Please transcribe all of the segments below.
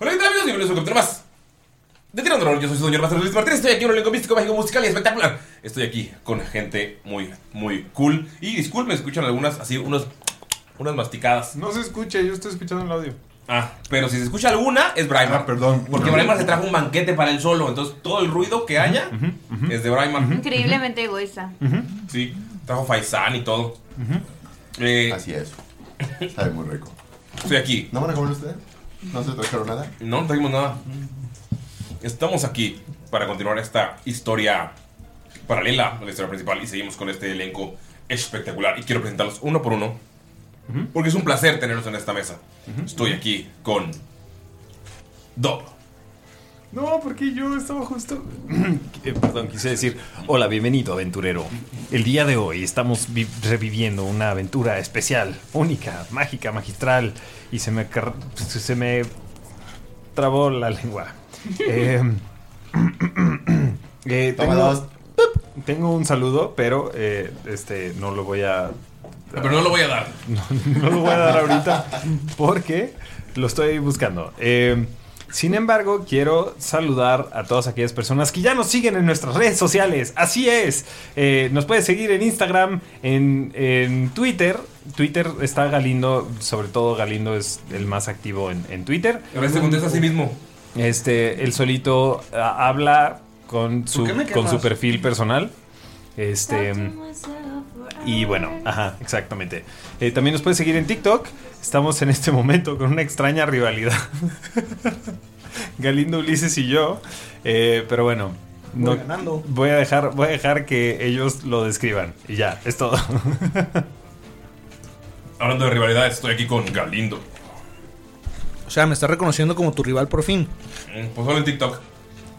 Hola, ¿qué tal amigos? Bienvenidos a un capítulo más de Tirando Rol. Yo soy su señor Master Luis Martínez. Estoy aquí en un elenco místico, mágico, musical y espectacular. Estoy aquí con gente muy, muy cool. Y disculpen, escuchan algunas así, unos, unas masticadas. No se escucha, yo estoy escuchando el audio. Ah, pero si se escucha alguna, es Brian. Ah, perdón. Porque Brian se trajo un banquete para él solo. Entonces todo el ruido que haya es de Brian. Increíblemente egoísta. Sí, trajo Faisán y todo. Eh, Así es. Sabe muy rico. estoy aquí. ¿No van a comer ustedes? ¿No se tocaron nada? No, no trajimos nada. Estamos aquí para continuar esta historia paralela a la historia principal y seguimos con este elenco espectacular. Y quiero presentarlos uno por uno porque es un placer tenerlos en esta mesa. Estoy aquí con Dob. No, porque yo estaba justo. Eh, perdón, quise decir, hola, bienvenido aventurero. El día de hoy estamos vi- reviviendo una aventura especial, única, mágica, magistral, y se me, car- se me trabó la lengua. Eh, eh, Toma tengo, dos. tengo un saludo, pero eh, este no lo voy a Pero no lo voy a dar. no lo voy a dar ahorita porque lo estoy buscando. Eh, sin embargo, quiero saludar a todas aquellas personas que ya nos siguen en nuestras redes sociales. Así es. Eh, nos puedes seguir en Instagram, en, en Twitter. Twitter está Galindo, sobre todo Galindo es el más activo en, en Twitter. A veces se contesta a sí mismo. Este, él solito ah, habla con su, qué me con su quemas? perfil personal. Este. Y bueno, ajá, exactamente. Eh, también nos puedes seguir en TikTok. Estamos en este momento con una extraña rivalidad. Galindo Ulises y yo. Eh, pero bueno. Voy ganando. Voy a dejar, voy a dejar que ellos lo describan. Y ya, es todo. Hablando de rivalidad, estoy aquí con Galindo. O sea, me está reconociendo como tu rival por fin. Mm, Pues solo en TikTok.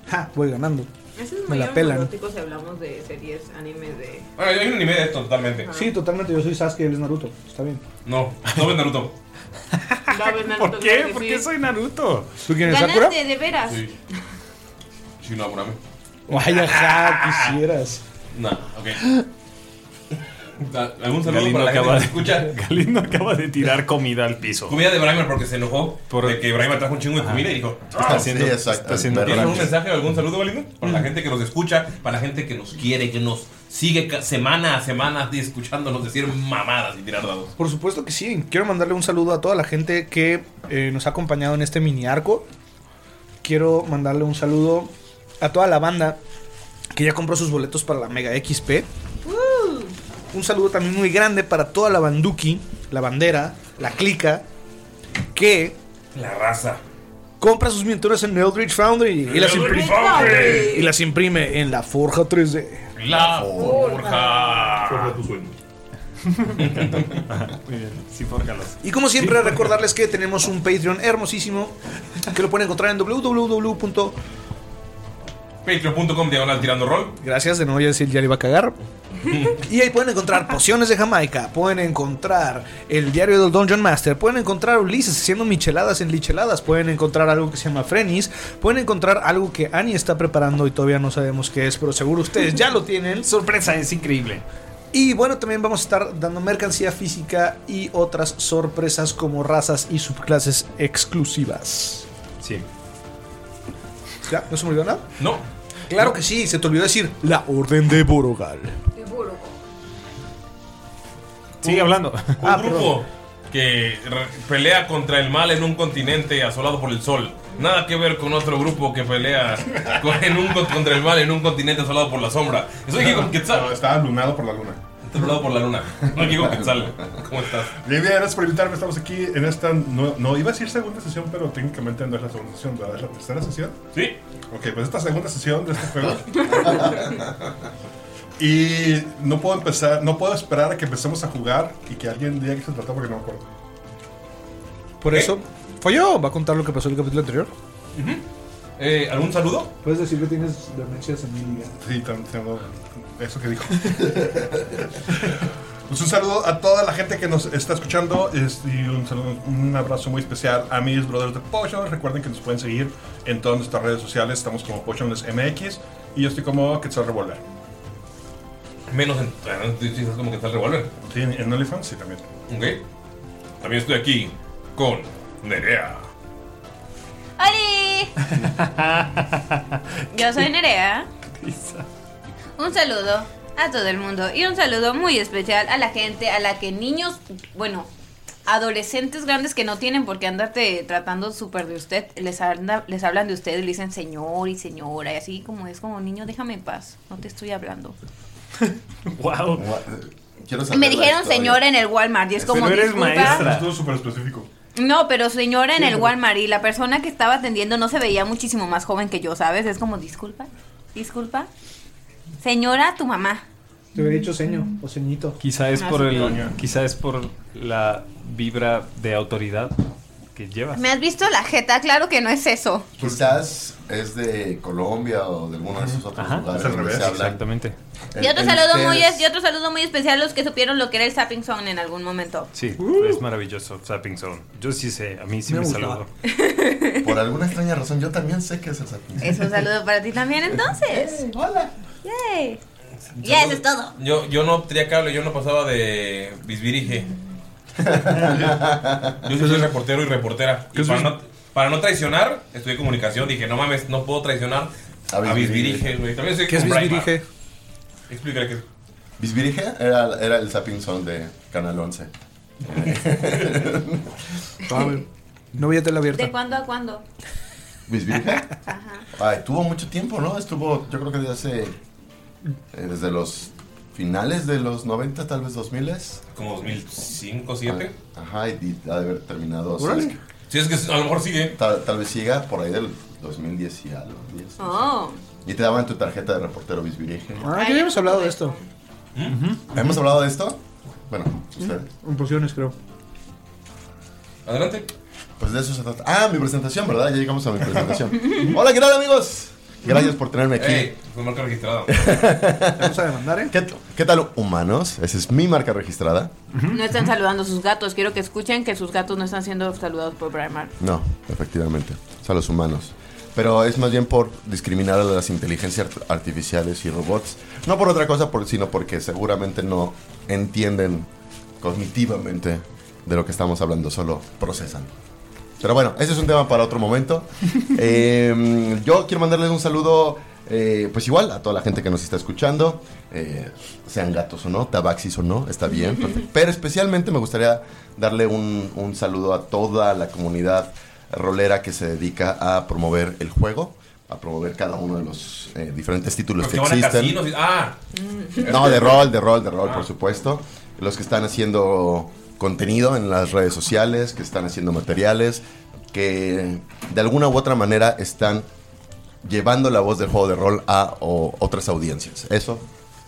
Ja, voy ganando. Eso es Me muy la pelan. neurótico si hablamos de series, animes de. Bueno, hay un anime de esto totalmente. Sí, totalmente. Yo soy Sasuke y él es Naruto. Está bien. No, no ves Naruto. ¿Por qué? ¿Por qué soy Naruto? ¿Tú quién Ganaste, de veras. Sí. Sí, no, apúrame. Ay, ajá, quisieras. No, ok. Da- ¿Algún saludo Galindo para la gente que acaba nos de- escucha? Galindo acaba de tirar comida al piso. Comida de Brahmer porque se enojó Por- de que Brahmer trajo un chingo de comida y dijo: "Ah, haciendo- sí, exacto. está haciendo Pero ¿Tienes algún Brahmer. mensaje o algún saludo, Galindo? Para la gente que nos escucha, para la gente que nos quiere, que nos sigue ca- semana a semana y escuchándonos decir mamadas y tirar dados. Por supuesto que sí. Quiero mandarle un saludo a toda la gente que eh, nos ha acompañado en este mini arco. quiero mandarle un saludo a toda la banda que ya compró sus boletos para la Mega XP. Un saludo también muy grande para toda la banduki, la bandera, la clica, que La raza. compra sus miniaturas en Eldritch Foundry y las, Eldritch impri- Foundry. y las imprime en la Forja 3D. La forja. Forja tu sueño. Muy bien, sí, fórcalos. Y como siempre, recordarles que tenemos un Patreon hermosísimo que lo pueden encontrar en www. Patreon.com diagonal tirando rol. Gracias, de nuevo ya decir, ya le iba a cagar. Y ahí pueden encontrar Pociones de Jamaica, pueden encontrar el diario del Dungeon Master, pueden encontrar Ulises haciendo micheladas en licheladas, pueden encontrar algo que se llama Frenis, pueden encontrar algo que Annie está preparando y todavía no sabemos qué es, pero seguro ustedes ya lo tienen. Sorpresa, es increíble. Y bueno, también vamos a estar dando mercancía física y otras sorpresas como razas y subclases exclusivas. Sí. ¿Ya? ¿No se me olvidó nada? No. Claro que sí, se te olvidó decir la Orden de Borogal. Seguro. Sigue hablando. Un Ah, grupo que re- pelea contra el mal en un continente asolado por el sol. Nada que ver con otro grupo que pelea con- en un, con- contra el mal en un continente asolado por la sombra. Soy Kiko Quetzal. No, está alunado por la luna. Está asolado por la luna. Soy Kiko Quetzal. ¿Cómo estás? Bien, bien, gracias por invitarme. Estamos aquí en esta. No, no, iba a decir segunda sesión, pero técnicamente no es la segunda sesión, ¿verdad? Es la tercera sesión. Sí. Ok, pues esta segunda sesión de este juego. y no puedo empezar, no puedo esperar a que empecemos a jugar y que alguien diga que se trata porque no me acuerdo. Por eso, ¿Folló? ¿Va a contar lo que pasó en el capítulo anterior? Eh, ¿Algún saludo? Puedes decir que tienes demencias en mi liga. Sí, tam- tengo eso que dijo. Pues un saludo a toda la gente que nos está escuchando es- y un saludo, un abrazo muy especial a mis brothers de Potions. Recuerden que nos pueden seguir en todas nuestras redes sociales. Estamos como Potions MX y yo estoy como Quetzal Revolver. Menos en. ah, tú dices como que está el revólver. Sí, en, en OnlyFans sí también. Ok. También estoy aquí con Nerea. ¡Holi! Yo soy Nerea. Un saludo a todo el mundo y un saludo muy especial a la gente a la que niños, bueno, adolescentes grandes que no tienen por qué andarte tratando súper de usted, les, anda- les hablan de usted y le dicen señor y señora y así como es como niño, déjame en paz, no te estoy hablando. Wow. Gua- eh, Quiero saber Me la dijeron historia. señora en el Walmart y es como Pero eres "Disculpa". maestra. Estuvo súper específico. No, pero señora en el Walmart y la persona que estaba atendiendo no se veía muchísimo más joven que yo, ¿sabes? Es como, disculpa, disculpa. Señora, tu mamá. Te hubiera dicho seño o ceñito. Quizá es Ah, por sí, el, quizá es por la vibra de autoridad que llevas. ¿Me has visto la jeta? Claro que no es eso. Quizás es de Colombia o de alguno de esos otros Ajá, lugares es al donde revés, se habla. Exactamente. Y En- otro, en saludo muy, ustedes- es- y otro saludo muy especial a los que supieron lo que era el Sapping Song en algún momento. Sí, es maravilloso, Sapping Zone. Yo sí sé, a mí sí Uh. Me me, gustaba. saludo. Por alguna extraña razón, yo también sé que es el sapín. Es un saludo para ti también, entonces. Hola. Yay. Ya, eso es todo. Yo, yo no tenía cable, yo no pasaba de bisbirige. yo sí soy reportero y reportera. Y ¿Qué para, es no, para no traicionar, estudié comunicación. Dije, no mames, no puedo traicionar A a bisbirige. bisbirige, güey. También soy ¿Qué es como Braimar. Bisbirige? Explícale qué es. Bisbirige era, era el sapín son de Canal Eh. 11. No voy a tela abierta. ¿De cuándo a cuándo? ¿Bisbirige? Ay, tuvo mucho tiempo, ¿no? Estuvo, yo creo que desde hace. eh, desde los finales de los 90, tal vez 2000 Como 2005, 2007. Ajá, y, y ha de haber terminado. o sea, Órale. es que Si es que a lo mejor sigue. tal, tal vez siga por ahí del 2010 y a los 10. Oh. Y te daban tu tarjeta de reportero bisbirige. Ah, ya habíamos hablado de esto. ¿Mm? ¿Hemos hablado de esto? Bueno, ustedes. En pociones, creo. Adelante. Pues de eso se trata. Ah, mi presentación, ¿verdad? Ya llegamos a mi presentación. Hola, ¿qué tal, amigos? Gracias por tenerme aquí. Ey, fue marca registrada. Vamos a demandar, ¿eh? ¿Qué, qué tal, humanos? Esa es mi marca registrada. No están saludando a sus gatos. Quiero que escuchen que sus gatos no están siendo saludados por Braimar. No, efectivamente. O sea, los humanos. Pero es más bien por discriminar a las inteligencias art- artificiales y robots. No por otra cosa, por- sino porque seguramente no entienden cognitivamente de lo que estamos hablando, solo procesan. Pero bueno, ese es un tema para otro momento. Eh, yo quiero mandarles un saludo, eh, pues igual, a toda la gente que nos está escuchando. eh, sean gatos o no, tabaxis o no, está bien. perfecto. Pero especialmente me gustaría darle un, un saludo a toda la comunidad rolera que se dedica a promover el juego, a promover cada uno de los eh, diferentes títulos Porque que van a existen. Mm. casinos y- ¡ah! No, de rol, de rol, de rol, Ah. por supuesto. Los que están haciendo contenido en las redes sociales, que están haciendo materiales, que de alguna u otra manera están llevando la voz del juego de rol a o- otras audiencias. Eso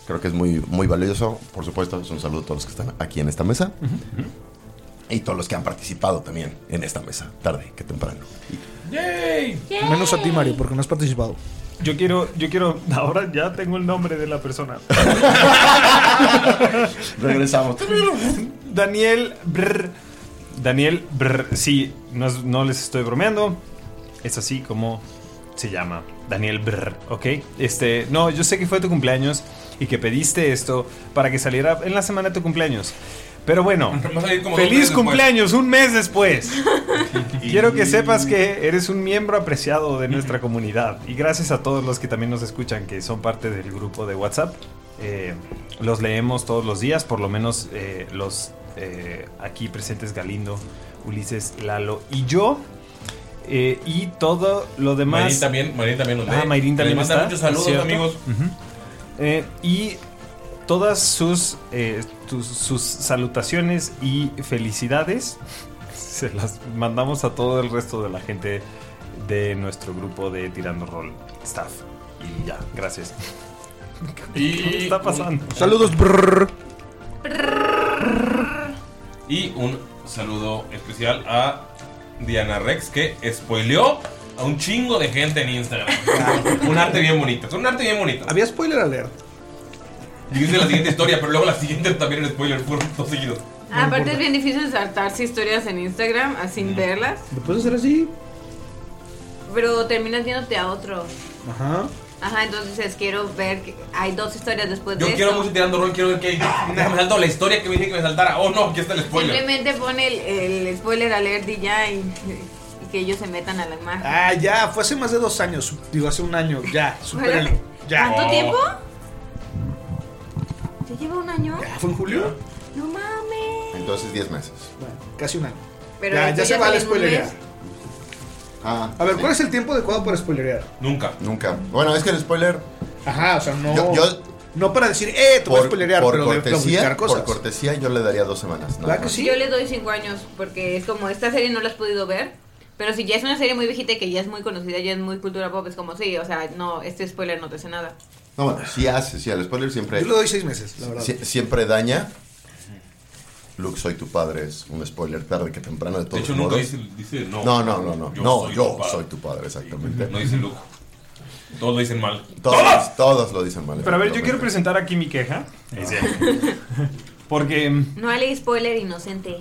creo que es muy, muy valioso. Por supuesto, es un saludo a todos los que están aquí en esta mesa. Y todos los que han participado también en esta mesa, tarde que temprano. ¡Yay! Menos a ti, Mario, porque no has participado. Yo quiero, yo quiero, ahora ya tengo el nombre de la persona. Regresamos. Daniel Brr. Daniel Brr. Sí, no, es- no les estoy bromeando. Es así como se llama. Daniel Brr, ¿ok? Este, no, yo sé que fue tu cumpleaños y que pediste esto para que saliera en la semana de tu cumpleaños. Pero bueno, Va a salir como dos feliz meses cumpleaños un mes después. Quiero que sepas que eres un miembro apreciado de nuestra comunidad y gracias a todos los que también nos escuchan que son parte del grupo de WhatsApp. Eh, los leemos todos los días, por lo menos eh, los eh, aquí presentes Galindo, Ulises, Lalo y yo. Eh, y todo lo demás. Mayrín también- Mayrín también nos lee. Ah, Mayrín Le también manda está, muchos saludos, ¿cierto? amigos. Ujú. Eh, y todas sus, eh, tus- sus salutaciones y felicidades se las mandamos a todo el resto de la gente de nuestro grupo de Tirando Roll Staff. Y ya, gracias. ¿Qué me está pasando? Saludos, brr. Y un saludo especial a Diana Rex que spoileó a un chingo de gente en Instagram. un arte bien bonito. Es un arte bien bonito. Había spoiler alert. Dice la siguiente historia, pero luego la siguiente también era spoiler. Fueron dos seguidos. Ah, Aparte es bien difícil saltarse historias en Instagram ah, sin verlas, ¿Lo puedes hacer así? pero terminas viéndote a otro. Ajá. Ajá, entonces es, quiero ver que hay dos historias después Yo de quiero eso. mucho tirando rol, quiero ver que me saltó la historia que me dije que me saltara. Oh no, aquí está el spoiler. Simplemente pone el, el spoiler alert y ya y, y que ellos se metan a la imagen. Ah, ya, fue hace más de dos años. Digo, hace un año, ya, supéralo. Ya. ¿Cuánto tiempo? ¿Ya lleva un año? ¿Fue en julio? No mames. Entonces, 10 meses. Casi un año. Pero ya, esto ya se ya va salió la en un spoilería. mes. A ver, ¿cuál es el tiempo adecuado para spoilerear? Nunca. Ah, Nunca. Bueno, es que el spoiler. Ajá, o sea, no. Yo- yo- no para decir, eh, te voy a spoilerear, pero de publicar cosas. Por cortesía, yo le daría dos semanas. nada más. Yo le doy 5 años porque es como esta serie no la has podido ver. Pero si ya es una serie muy viejita y que ya es muy conocida, ya es muy cultura pop, es como sí, o sea, no, este spoiler no te hace nada. No, bueno, sí hace, sí, al spoiler siempre. Yo le doy seis meses, la verdad. Sie- siempre daña. Luke, soy tu padre es un spoiler tarde que temprano de todos De hecho, nunca modos. dice, dice no. no, no, no, no. Yo No, soy yo tu padre. soy tu padre, exactamente. No dice Luke. Todos lo dicen mal. Todos, todos lo dicen mal. Pero a ver, yo quiero presentar aquí mi queja. Es cierto. Porque mm, No hay spoiler inocente.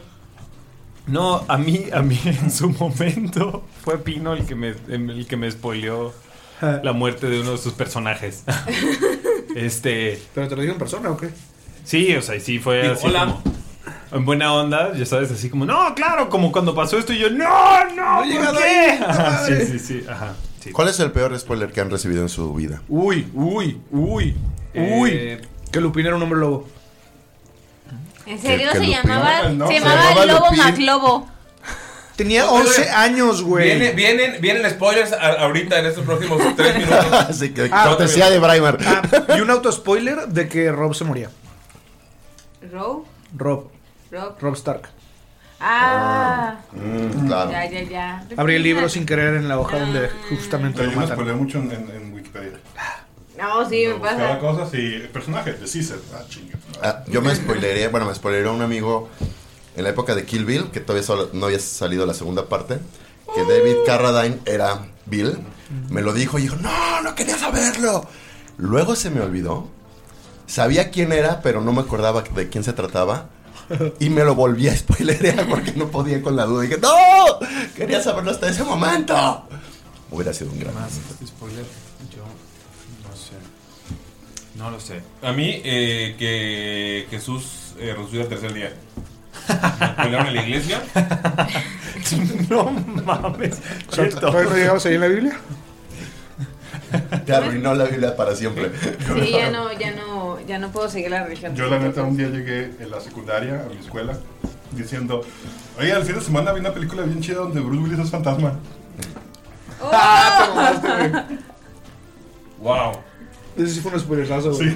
No, a mí, a mí en su momento fue Pino el que me, em, el que me spoileó Ah. la muerte de uno de sus personajes. Este. ¿Pero te lo digo en persona o qué? Sí, o sea, y sí fue Digo, así "Hola". como- En buena onda, ya sabes, así como, no, claro, como cuando pasó esto y yo, no, no, No he ¿por llegado qué?". ahí, Ajá, sí, madre. sí, sí, ajá. ¿Cuál es el peor spoiler que han recibido en su vida? Uy, uy, uy, Eh, uy. Que Lupin era un hombre lobo. ¿En serio que se Lupin- llamaba, No, se se llamaba llamaba Lobo Lupin. Maclobo? Tenía 11 años, güey. Viene- vienen, vienen spoilers a- ahorita en estos próximos tres minutos. Así que cortesía de Braimar. Ah, Y un autospoiler de que Rob se moría. Rob, Rob. Rob. Rob Stark. Ah, Mm, claro. ya, ya, ya. Abrí el libro sin querer en la hoja donde justamente Oye, lo yo me matan. spoileé mucho en, en- en Wikipedia. No, sí, me Cada pasa. cosa, sí. Personaje de Caesar. Ah, chinga. Ah, yo me spoileré, bueno, me spoileré a un amigo en la época de Kill Bill, que todavía solo- no había salido la segunda parte, que David Carradine era Bill. Me lo dijo y yo, no, no quería saberlo. Luego se me olvidó. Sabía quién era, pero no me acordaba de quién se trataba. Y me lo volví a spoilerear porque no podía con la duda. Dije, no, quería saberlo hasta ese momento. Hubiera sido un gran Spoiler, yo no sé. No lo sé. A mí, eh, que Jesús eh, resucitó el tercer día. Me pelearon en la iglesia. No mames. O sea, ¿Todavía no llegamos ahí en la Biblia? Te arruinó la Biblia para siempre. Sí, ya no, ya no, ya no puedo seguir la religión. Yo, la neta, un día llegué en la secundaria a mi escuela diciendo: Oye, al fin de semana vi una película bien chida donde Bruce Willis es fantasma. Oh. Ah, ¡Wow! Ese sí fue un spoilerazo, güey.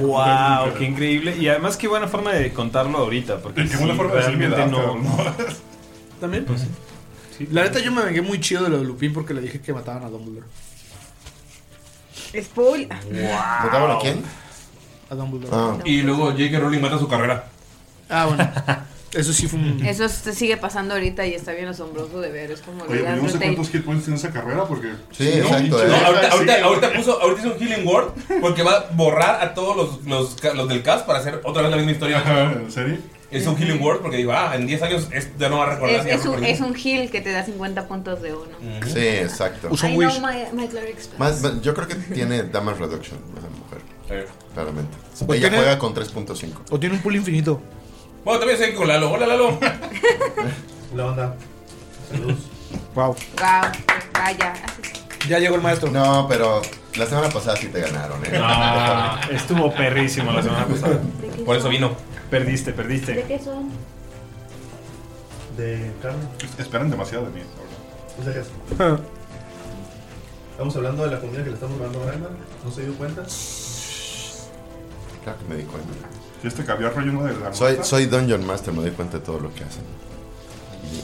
¡Wow! ¡Qué increíble! Y además, qué buena forma de contarlo ahorita. Porque Qué buena sí, forma de decir mi realmente edad, no. cabrón. También, pues sí. La neta, yo me vengué muy chido de lo de Lupin porque le dije que mataban a Dumbledore. Spoil. ¿Mataban a quién? A Dumbledore. Ah. Y luego J.K. Rowling mata su carrera. Ah, bueno. Eso sí fue un. Eso se sigue pasando ahorita y está bien asombroso de ver. Es como Oye, la pero yo no sé Tate. cuántos hit points tiene esa carrera porque. Sí, exacto, No, eh. ahorita, ahorita, ahorita puso, ahorita hizo un healing word porque va a borrar a todos los, los, ca- los del cast para hacer otra vez la misma historia. ¿En serio? Es un healing word porque digo, ah, en 10 años es- ya no va a recordar. Es, ya es un, recordé. es un heal que te da 50 puntos de uno. Sí, exacto. I know my, my cleric spell. Más- más- yo creo que tiene damage reduction esa mujer. Claramente. Pues Ella tiene- juega con 3.5. O tiene un pool infinito. Bueno, también estoy aquí con Lalo. Hola, Lalo. La onda. Saludos. Wow. Guau, vaya. Ya llegó el maestro. No, pero la semana pasada sí te ganaron, eh. Ah, estuvo perrísimo la semana pasada. Por eso vino. Perdiste, perdiste. qué son? De carne. Esperan demasiado de mí. No sé qué es. Ah. Estamos hablando de la comida que le estamos robando a Brandon. ¿No se dio cuenta? Claro que me di cuenta. Este caviar relleno de la Soy, mota. soy Dungeon Master, me doy cuenta de todo lo que hacen.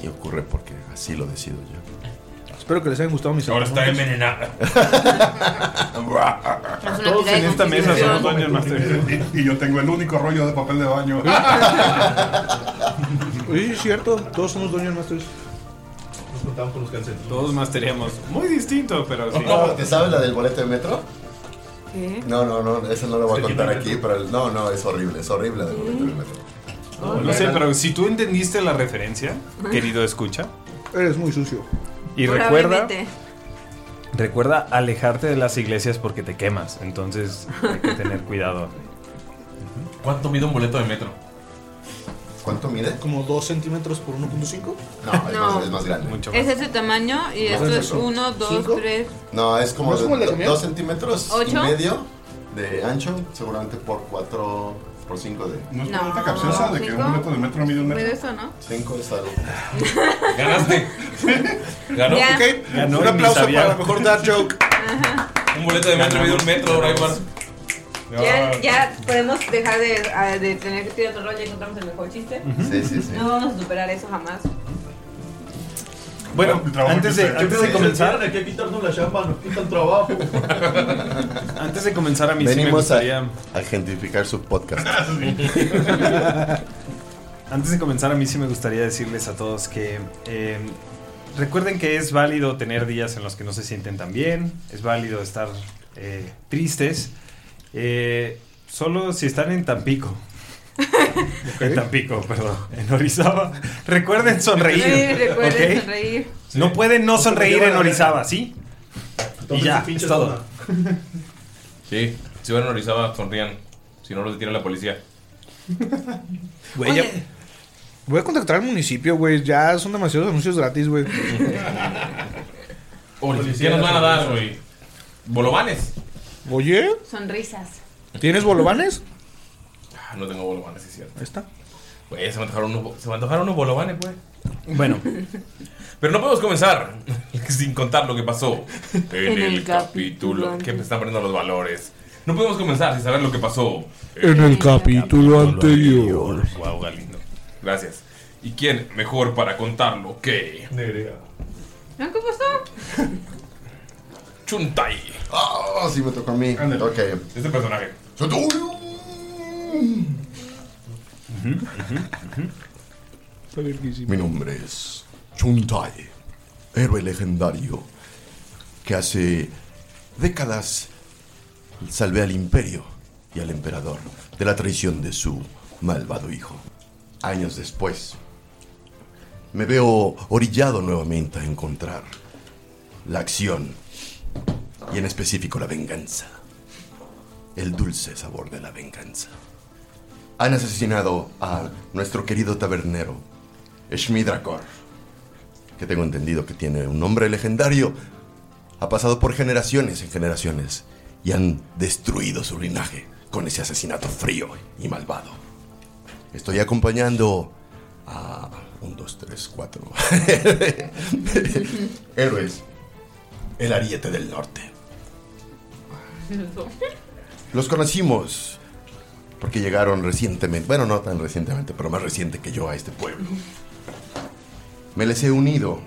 Y, y ocurre porque así lo decido yo. Espero que les hayan gustado mis Ahora está hermanos. envenenada. Todos en esta mesa somos Dungeon Master. Y yo tengo el único rollo de papel de baño. Sí, es cierto. Todos somos Dungeon Masters. Nos juntamos con los canceles. Todos masteríamos. Muy distinto, pero sí. No, ¿Te sabes la del boleto de metro? ¿Qué? No, no, no, eso no lo voy a contar aquí, pero el- no, no, es horrible, es horrible la del boleto de metro. No sé, pero si tú entendiste la referencia, querido escucha, Eres muy sucio. y recuerda, Probablemente. recuerda alejarte de las iglesias porque te quemas. Entonces hay que tener cuidado. ¿Cuánto mide un boleto de metro? ¿Cuánto mide? Como 2 centímetros por 1.5. No, es, No. Más, es más grande. Mucho Es ese tamaño y Más esto es grueso. 1, 2, ¿Cinco? 3. No, es como ¿No es como el de do- camión? dos centímetros ¿Ocho? y medio de ancho, seguramente por cuatro, por cinco de... ¿No es No. pregunta capciosa de que un ¿Cinco? boleto de metro mide un Pero metro? Pues eso, ¿no? Cinco es algo. Ganaste. Ganó. Ya. Ok. Ganó un y ni aplauso sabía. para la mejor dad joke. Un boleto de metro mide un metro, Raimar. Ah. Ya, ya podemos dejar de, ah, de tener que tirar otro rollo y encontramos el mejor chiste. Sí, sí, sí. No vamos a superar eso jamás. Bueno, El trabajo antes que de, usted- antes de Sí. comenzar, Hay que quitarnos la chamba, nos quitan trabajo. antes de comenzar a mí sí me Venimos a, gustaría... a gentrificar su podcast. Antes de comenzar, a mí sí me gustaría decirles a todos que eh, recuerden que es válido tener días en los que no se sienten tan bien, es válido estar eh, tristes, eh, solo si están en Tampico. En Tampico, perdón, en Orizaba. Recuerden sonreír. Sí, recuerden ¿ok? sonreír. No pueden no sonreír en Orizaba, ¿sí? Y Tómense ya, pinche es todo. zona. Sí, si van a Orizaba, sonrían. Si no, los detiene la policía. Güey, ya- Voy a contactar al municipio, güey. Ya son demasiados anuncios gratis, güey. Policía nos van a dar, güey. Bolovanes. Oye, Sonrisas. ¿tienes bolovanes? Ah, no tengo bolovanes, es cierto. Ahí está. Güey, se me antojaron unos, bo- se me antojaron unos bolovanes, güey. Bueno, Pero no podemos comenzar sin contar lo que pasó en, En el, el capítulo capítulo. Que me están perdiendo los valores. No podemos comenzar sin saber lo que pasó. En el capítulo anterior. Wow, Galindo. Gracias. ¿Y quién mejor para contarlo que Negrega. ¿No? ¿Qué pasó? Chuntai? Oh, sí me tocó a mí. Ándale. Ok. Este personaje. Mi nombre es Chuntai, héroe legendario que hace décadas salvé al imperio y al emperador de la traición de su malvado hijo. Años después, me veo orillado nuevamente a encontrar la acción y en específico la venganza. El dulce sabor de la venganza. Han asesinado a nuestro querido tabernero, Shmidrakor, que tengo entendido que tiene un nombre legendario. Ha pasado por generaciones en generaciones y han destruido su linaje con ese asesinato frío y malvado. Estoy acompañando Ah, un, dos, tres, cuatro. Héroes. El ariete del norte. Los conocimos porque llegaron recientemente, bueno, no tan recientemente, pero más reciente que yo a este pueblo. Me les he unido.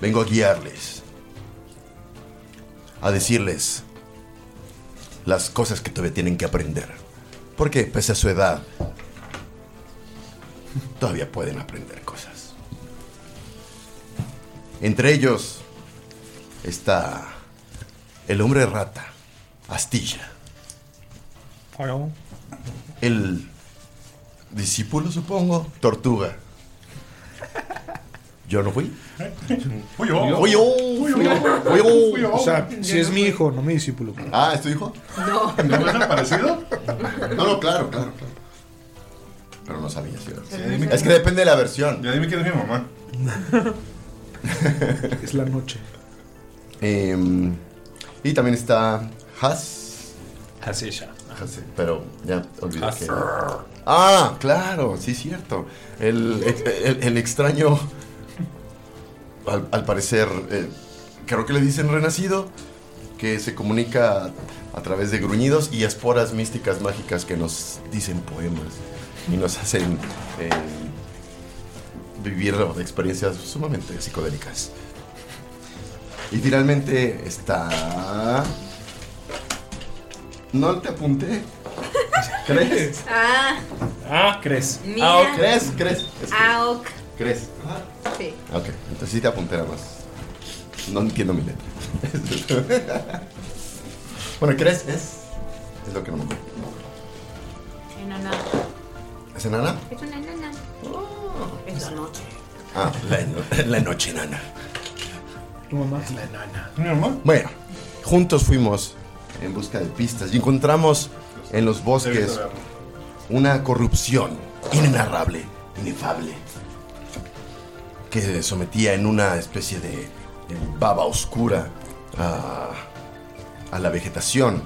Vengo a guiarles. A decirles las cosas que todavía tienen que aprender. Porque pese a su edad, todavía pueden aprender cosas. Entre ellos está el hombre rata, Astilla. El discípulo, supongo, Tortuga. Yo no fui. Fui yo. Fui yo. Fui yo. Fui yo. Fui yo. Fui yo. O sea, si es mi hijo, no mi discípulo. Ah, ¿es tu hijo? No. ¿No me parecido? No, no, claro, claro, claro. Pero no sabía si era. Ya dime- Es que depende de la versión. Ya dime quién es mi mamá. Es la noche. Em, y también está Has. Hasisha. Pero ya olvidé Has. que. Ah, claro, sí, cierto. El, el- el extraño. Al, al parecer, eh, creo que le dicen renacido, que se comunica a, a través de gruñidos y esporas místicas mágicas que nos dicen poemas y nos hacen eh, vivir experiencias sumamente psicodélicas. Y finalmente está. No te apunté. ¿Crees? Ah, Ah, crees. Mira. Ah, ok. ¿Crees? ¿Crees? AOC. ¿Crees? Sí. Ok, entonces sí te apunté nada más. No entiendo mi letra. bueno, ¿crees? Es, es lo que no me acuerdo. Enana. ¿Es enana? Es una enana. Es la noche. Ah, la, eno- la noche enana. Tu mamá es la enana. ¿Mi mamá? Bueno, juntos fuimos en busca de pistas y encontramos en los bosques una corrupción inenarrable, inefable, que sometía en una especie de, de baba oscura a, a la vegetación,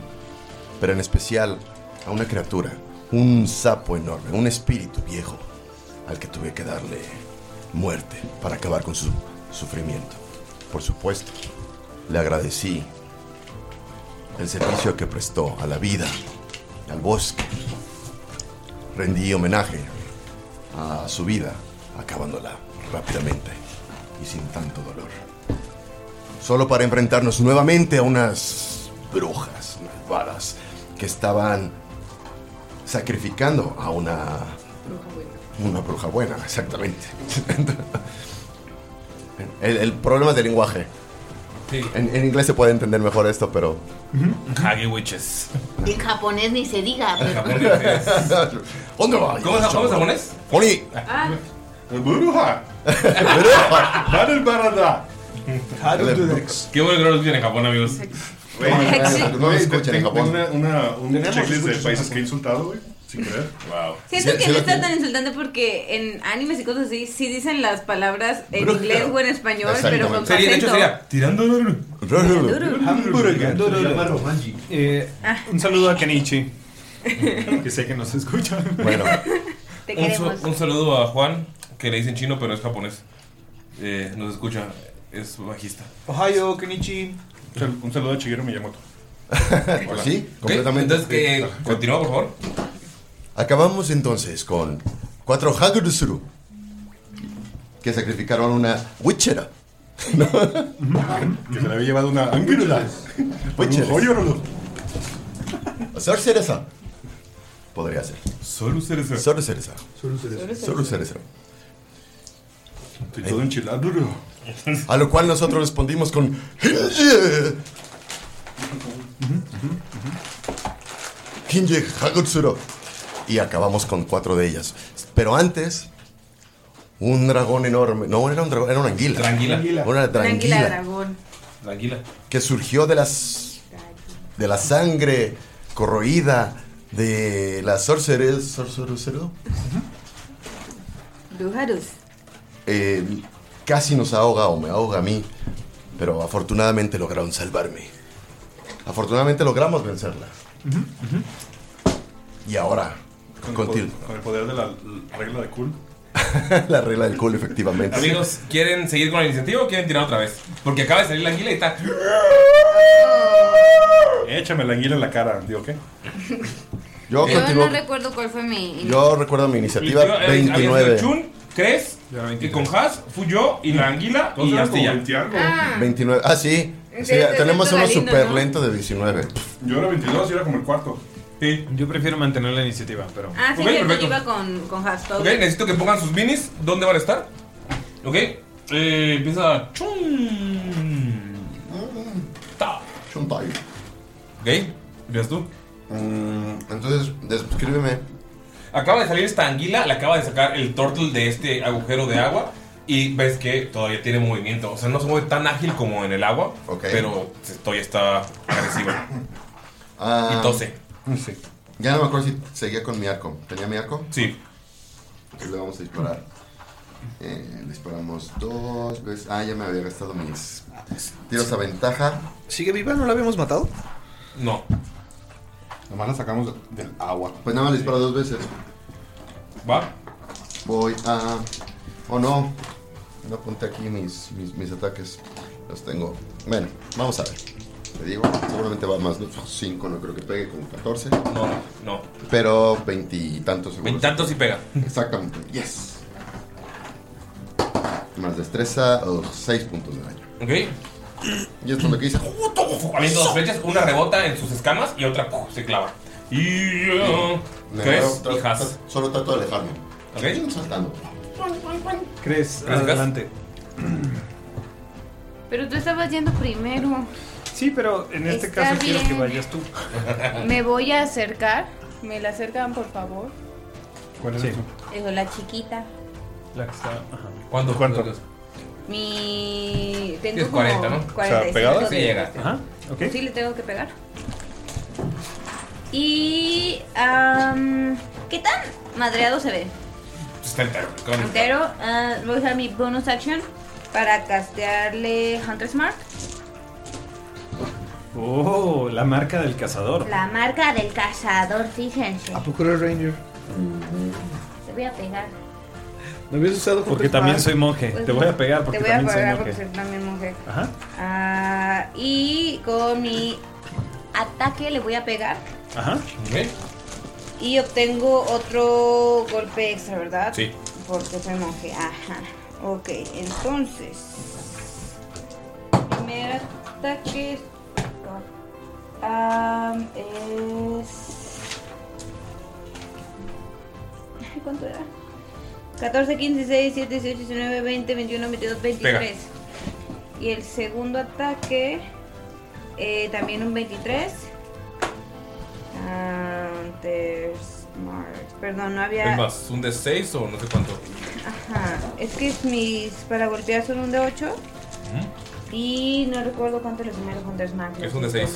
pero en especial a una criatura, un sapo enorme, un espíritu viejo, al que tuve que darle muerte para acabar con su sufrimiento. Por supuesto, le agradecí el servicio que prestó a la vida, al bosque. Rendí homenaje a su vida, acabándola rápidamente y sin tanto dolor. Solo para enfrentarnos nuevamente a unas brujas malvadas que estaban sacrificando a una una bruja buena, exactamente. el, el problema es de lenguaje. En, en inglés se puede entender mejor esto, pero. Hage Witches. En japonés ni se diga, pero. ¿Dónde va? ¿Cómo es cómo es japonés? ¡Oni! Ah, ¡Bruja! ¡Van el barada! Qué bueno que no los dicen en Japón, amigos. Güey, no lo güey, escuchen en tengo Japón. Una, una, un Tenemos checklist de escuchas en países que he insultado, güey. Sin creer. Wow. Siento que no está tan insultante porque en animes y cosas así sí dicen las palabras en Bruja. inglés o en español, pero con su Sería, de hecho, acento. sería tirando. Hamburger. Eh, Ah. un saludo a Kenichi. que sé que nos escucha. Bueno. Te Un, su- queremos. un saludo a Juan, que le dicen chino, pero es japonés. Eh, nos escucha, es bajista. Ohio, Kenichi. Un saludo a Shigeru Miyamoto. Pues sí, completamente. Entonces, que continúa, por favor. Acabamos entonces con cuatro Hagurusuru que sacrificaron una Witchera. Que se le había llevado una Angurula. Witcher. Oyorolo. Sorceresa. Podría ser. Solo cereza. Solo cereza. Solo cereza. Solo cereza. Estoy todo enchilado. A lo cual nosotros respondimos con Hinje. Hinje Hagutsuro. Y acabamos con cuatro de ellas. Pero antes, un dragón enorme. No, era un dragón, era una anguila. Tranquila. Una Tranquila, tranquila. dragón. Tranquila. que surgió de las de la sangre corroída de la sorcerer sorcerero Brujarus. eh, casi nos ahoga o me ahoga a mí pero afortunadamente lograron salvarme afortunadamente logramos vencerla y ahora Con, el contil- poder- con el poder de la l- regla de Cool. la regla del culo, efectivamente. Amigos, ¿quieren seguir con la iniciativa o quieren tirar otra vez? Porque acaba de salir la anguila y está. Échame la anguila en la cara, digo, ¿qué? Yo Yo continúo. no recuerdo cuál fue mi. Yo recuerdo mi iniciativa Yo, eh, había sido 29. Chun, Cres, y con Has, fui yo y la anguila Todos y eran como Astilla. 20 algo. Ah, 29. Ah, sí. Entonces, Sí, está tenemos uno Galindo, súper ¿no? lento de 19. Yo era 22 y era como el cuarto. Sí. Yo prefiero mantener la iniciativa, pero. ah sí, Ok, cierto, yo perfecto. iba con, con Hashtag. Ok, necesito que pongan sus minis. ¿Dónde van a estar? Ok, eh, empieza. Chun. Ta. Chuntai. Ok, empiezas tú. Mm, entonces, descríbeme. Acaba de salir esta anguila, le acaba de sacar el turtle de este agujero de agua. Y ves que todavía tiene movimiento. O sea, no se mueve tan ágil como en el agua. Pero se- todavía está agresiva. Ah, y tose. Ya no me acuerdo si seguía con mi arco. ¿Tenía mi arco? Sí. Entonces le vamos a disparar. Eh, le disparamos dos veces. Ah, ya me había gastado mis tiros a ventaja. ¿Sigue viva? ¿No la habíamos matado? No. Nomás la sacamos del agua. Pues nada más le disparo dos veces. Va. Voy a. Oh no. No apunté aquí mis, mis, mis ataques. Los tengo. Bueno, vamos a ver. Te digo, seguramente va más. 5, no creo que pegue, como 14. No, no. Pero veintitantos seguro. Veintitantos y pega. Exactamente. Yes. Más destreza, 6 puntos de daño. Ok. Y esto es lo que hice. Habiendo dos flechas, una rebota en sus escamas y otra puf, se clava. Y. uh, Me Cres muevo, y tra- Has. tra- Solo trato de alejarme. Ok. Saltando. Cres, Cres, Has. adelante. Pero tú estabas yendo primero. Sí, pero en este Está caso quiero que bien. vayas tú. Ah. Me voy a acercar. ¿Me la acercan, por favor? ¿Cuál es eso? Digo, la chiquita. La que está. Ajá. ¿Cuánto? ¿Cuánto? Mi. Tengo Tienes como 40, ¿no? 45 de- Sí, llega. Ajá. Ok. Sí, le tengo que pegar. Y. am, ¿Qué tan madreado se ve? Está entero. Entero. ah, voy a usar mi bonus action para castearle Hunter's Mark. Oh, la marca del cazador. La marca del cazador, fíjense. poco eres Ranger? Te voy a pegar. ¿No habías usado Porque también soy monje. Pues, Te voy a pegar porque Te voy a también soy pegar porque soy monje. también mujer. Ajá. Ah, y con mi ataque le voy a pegar. Ajá. Y obtengo otro golpe extra, ¿verdad? Sí. Porque soy monje. Ajá. Ok, entonces. Primer ataque. am, es. Ay, ¿Cuánto era? 14, 15, 16, 17, 18, 19, 20, 21, 22, 23. Y el segundo ataque. eh, también un 23. Hunter's Mark. Perdón, no había. Es más, un de 6 o no sé cuánto. Ajá, Ah, es que es mis para golpear son un de 8 y no recuerdo cuánto le sumé a los Hunter's Mark. Es un de 6.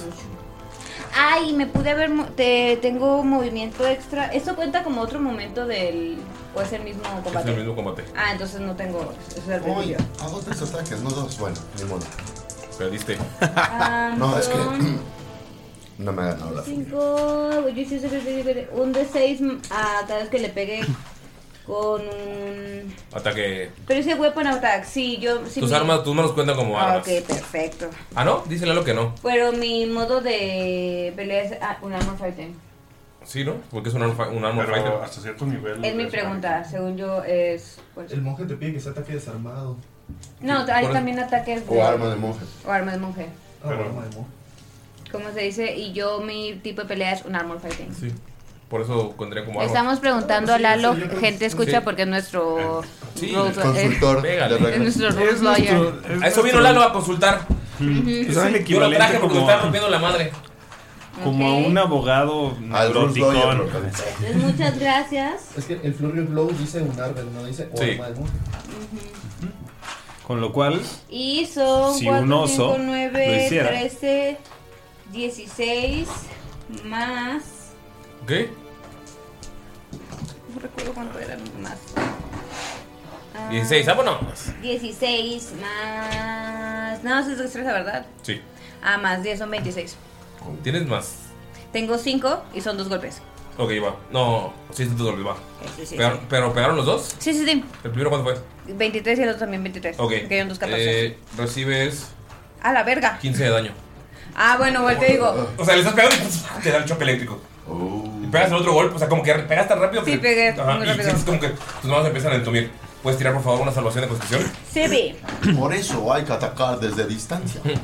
Ay, me pude haber mo- te, tengo movimiento extra. Esto cuenta como otro momento del o es el mismo Es combate. el mismo combate. Ah, entonces no tengo es el Uy, principio. hago tres ataques, no dos. Bueno, ni modo. Perdiste. Ah, no, es que. son No me ha ganado Eh, la. cinco, yo sí sé que sí, pero un de 6 a cada vez que le pegué con un Ataque. Pero ese weapon attack, sí, yo sí Tus mi- armas, tus manos cuentan como Ah, armas. ok, perfecto. Ah, no, dice Lalo que no. Pero mi modo de pelea es ah, un armor fighting. Sí, ¿no? Porque es un arma, un arma Pero fighter. hasta cierto nivel. Es mi ah, pregunta, según yo es... Pues, El monje te pide que sea ataque desarmado. no, hay también ataques de... O arma de monje. O arma de monje. Ah, arma de monje. Como se dice, y yo mi tipo de pelea es un armor fighting. Sí. Por eso pondría como Le arma. Estamos preguntando a Lalo, gente escucha Sí. porque es nuestro... Sí, role- Consultor de Pégale. eh. Es, es reglas. nuestro role player. A eso vino Lalo a consultar. Es el Yo lo traje equivalente porque me como, está rompiendo la madre. como a un abogado Al Bruce Lawyer, neuroticón. local. Entonces, Pues Muchas gracias. Es que el Flurry of Blow dice un árbol, no dice o Sí. arma de monje. Con lo cual, Y son Si 4, un oso 5, lo 9, hiciera. 13, 16, más... ¿Qué? No recuerdo cuánto eran más. Ah, 16, vámonos. 16 más. No, eso es destreza, ¿verdad? Sí. Ah, más 10 son 26. Tienes más. Tengo 5 y son dos golpes. Ok. Ok, va. No, sí, sí, todo lo que va. Sí, sí, Pegar- sí. ¿Pero pegaron los dos? Sí, sí, sí. ¿El primero cuánto fue? 23 y el otro también 23. Ok. Que hay un 214. Eh, recibes A la verga. 15 de daño. Ah, bueno, vuelvo y digo. O sea, le estás pegando y pues, ah, te da el choque eléctrico. Oh. Y pegas el otro golpe, o sea, como que pegas tan rápido que. Sí, pegué Ajá, muy y rápido. sientes como que tus manos empiezan a entumir. ¿Puedes tirar, por favor, una salvación de constitución? Se ve. Por eso hay que atacar desde distancia. Pues,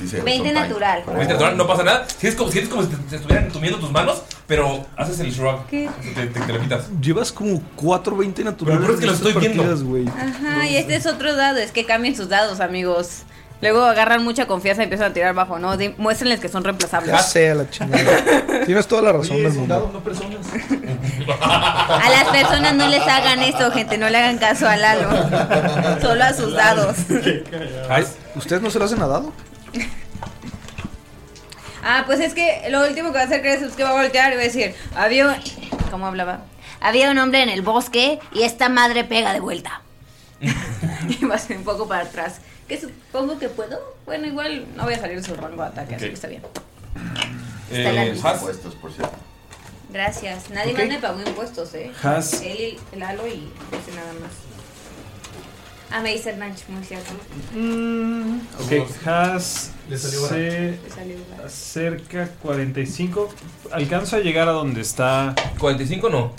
Dice 20 Sontai. natural. Veinte natural, no pasa nada. Sientes como, sientes como si te, te estuvieran entumiendo tus manos, pero haces el shrug. ¿Qué? Te, te, te lo quitas. Llevas como 4.20 naturales. Pero lo peor es que lo en estas estoy viendo. partidas, güey. Ajá, y este es otro dado. Es que cambien sus dados, amigos. Luego agarran mucha confianza y empiezan a tirar bajo, ¿no? Di- muéstrenles que son reemplazables. Ya sé, la chingada. Tienes toda la razón del mundo. no personas. A las personas no les hagan esto, gente. No le hagan caso a Lalo. Solo a sus dados. ¿Ustedes no se lo hacen a dado? Ah, pues es que lo último que va a hacer Crescent es que va a voltear y va a decir, había un... ¿Cómo hablaba? Había un hombre en el bosque y esta madre pega de vuelta. y va a ser un poco para atrás. Que supongo que puedo. Bueno, igual no voy a salir de su rango de ataque, así Ok. que está bien. Eh, la Has. Gracias. Nadie Ok. más me pagó impuestos, ¿eh? Has- Él y Lalo y ese nada más. Ah, me dice el Ranch, muy cierto. Mm. Ok, Has Le salió se barato. Le salió barato. acerca 45. ¿Alcanzo a llegar a donde está? 45 no.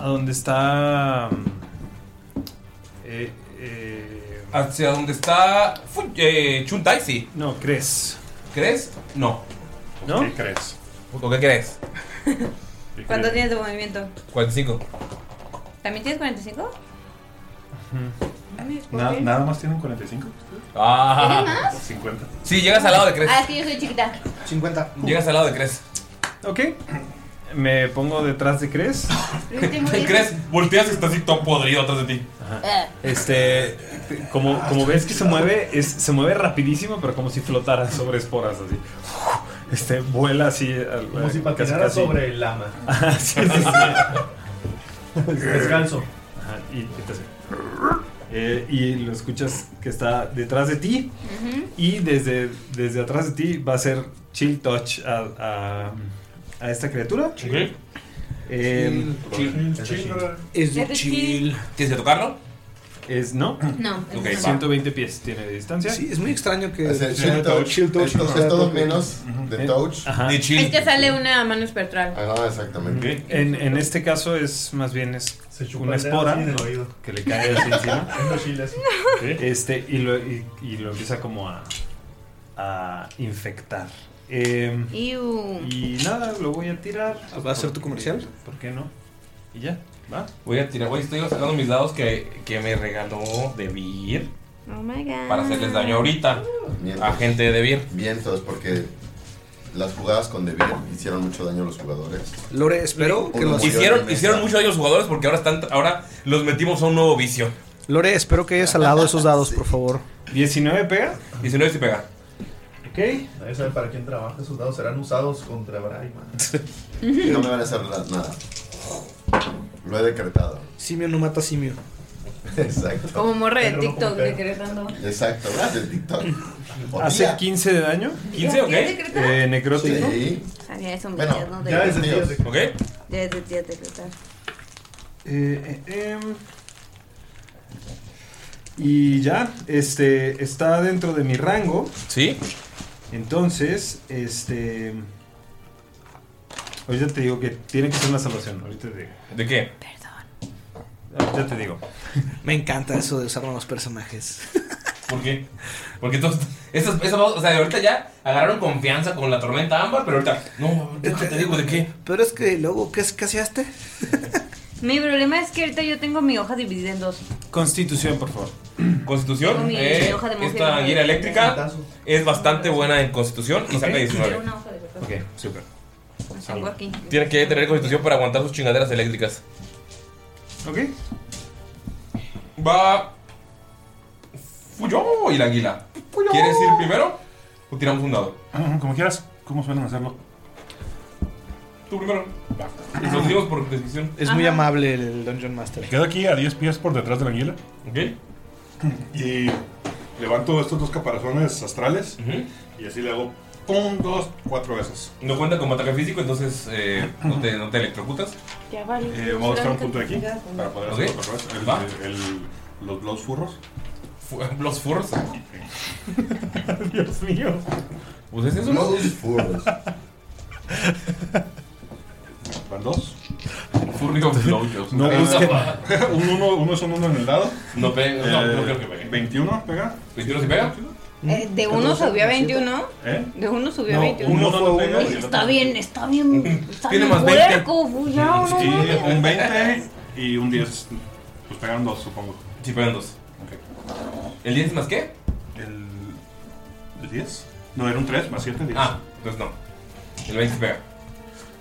A donde está... mm, eh, eh, Hacia donde está. fu- Eh, Chuntai, sí. No, crees. ¿Crees? No. ¿No? ¿Qué crees? ¿Con qué crees? ¿Cuánto tienes de movimiento? 45. ¿También tienes 45? Ay, ¿por Na- qué? ¿Nada más tienen 45? Ah. ¿Tienes más? 50. Sí, llegas al lado de Cres. Ah, es que yo soy chiquita. 50. Llegas al lado de Cres. Ok. Me pongo detrás de Cres. Cres, volteas y está así todo podrido atrás de ti. Este, como, como ves que se mueve, es, se mueve rapidísimo, pero como si flotara sobre esporas, así. Este, vuela así. al- eh, Como casi, si patinara casi. sobre el lama. Ajá, sí, sí, sí. Descanso. Ajá, y, y te hace- Eh, y lo escuchas que está detrás de ti. Ujú. Y desde, desde atrás de ti va a ser chill touch a, a- a esta criatura. Em, Chill. Es de chill. ¿Tienes que tocarlo? Es no. No, Ok, es no. 120 pies tiene de distancia. Sí, es muy extraño que. Es el chill touch. Entonces, todo menos Eh, de touch. Ni Es que sale una mano espectral. Ah, exactamente. En, en este caso es más bien es chupa una el dedo espora así en el oído. que le cae así encima. Es lo chill así. Este, y lo, y- y lo empieza como a, a infectar. Em, Iu. y nada, lo voy a tirar. ¿Va a hacer tu comercial? ¿Por qué no? Y ya, va. Voy a tirar, voy, estoy sacando mis dados que, que me regaló Debir Oh my god. para hacerles daño ahorita. Mientras. A gente de Debir. Vientos, porque las jugadas con Devir hicieron mucho daño a los jugadores. Lore, espero que los. hicieron, hicieron mucho daño a los jugadores porque ahora están ahora los metimos a un nuevo vicio. Lore, espero que hayas salado esos dados, por favor. ¿19 pega? 19 sí pega. Ok. Nadie sabe para quién trabaja. Esos dados serán usados contra Braima. No me van a hacer na- nada. Lo he decretado. Simio no mata simio. Exacto. Como morre de Pero no como TikTok perro. decretando. Exacto, gracias TikTok. Hace 15 de daño. 15, ok. Eh, necrótico. Sí. Sabía eso, un Bueno, video donde- ya desde tíos. ¿Ok? Ya desde tía decretar. Eh, eh, em. Y ya, este está dentro de mi rango. Sí. Entonces, este. Ahorita te digo que tiene que ser una salvación. Ahorita te digo. ¿De qué? Ahorita te digo. Me encanta eso de usar los personajes. ¿Por qué? Porque todos estos, esos vatos, o sea, ahorita ya agarraron confianza con la tormenta ámbar, pero ahorita no, déjate, te digo de qué. Eh, Pero es que luego, ¿qué, qué hacíaste? Mi problema es que ahorita yo tengo mi hoja dividida en dos. Constitución, por favor. Constitución, Mi eh, hoja de morfina, esta mi- guía eléctrica es bastante buena en constitución y saca 19. Quiero una hoja de verdad. Ok, super. Tengo aquí. Tienes que tener constitución para aguantar sus chingaderas eléctricas. Ok. Va. Fuyo y la águila. ¿Quieres ir primero? ¿O tiramos un dado? Ah, Como quieras, ¿cómo suelen hacerlo? Tú primero. Y los digo por decisión. Es muy amable el Dungeon Master. Quedo aquí a 10 pies por detrás de la anguila. Ok. Y levanto estos dos caparazones astrales. Ujú. Y así le hago Un, dos, cuatro veces. No cuenta como ataque físico, entonces eh, no, te, no te electrocutas. Ya vale. Eh, vamos a buscar un punto de aquí para poder hacer Ok. cuatro veces. El- Va. el- el- los, los furros. ¿Los furros? Dios mío. Pues es eso. Los furros. Van dos. Furrio blowjobs. No Eh, busquen. no. un uno, uno es un uno en el lado. No pega, no, Eh, no creo que pegue. 21 pega. 21 sí pega. Eh, de uno subió a 21. ¿Eh? De uno subió No, a 21. uno no pega y el otro Está bien, está bien. Está Tiene bien más 20. puerco, bullao, Pues no Sí, mames. un 20 y un 10. Pues pegan dos, supongo. Sí, pegan dos. ¿El 10 más qué? El. ¿El 10? No, era un 3 más 7, 10. Ah, entonces no. El 20 pega.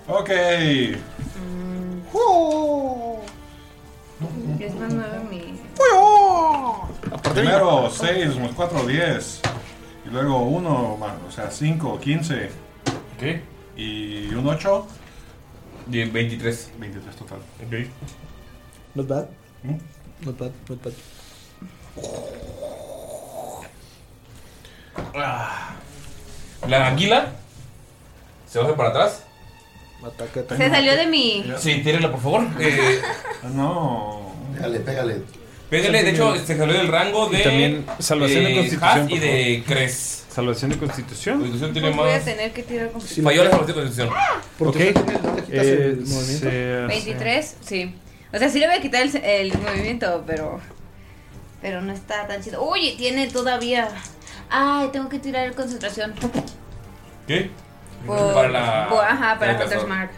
Ok. Es más nueve mi. Primero 6 más 4, 10. Y luego 1 más, o sea, 5, 15. Ok. Y un 8. 23. 23 total. Ok. Not bad. ¿Mm? Not bad, not bad. La anguila se baja para atrás. Se salió de mi. Sí, tírela por favor. Eh, no. Pégale, pégale. Pégale, de hecho, se salió del rango de. Y también salvación de eh, constitución, Haas y por de Cres. Salvación de constitución. Constitución tiene Pues voy a más. tener que tirar con. Falló la salvación de constitución. Ok. quitas el Eh, movimiento? se- 23, sí. O sea, sí le voy a quitar el, el movimiento, pero. Pero no está tan chido. Uy, tiene todavía. Ay, tengo que tirar el concentración. ¿Qué? Por- para la. por- ajá, para el Hunter's cazador. Mark.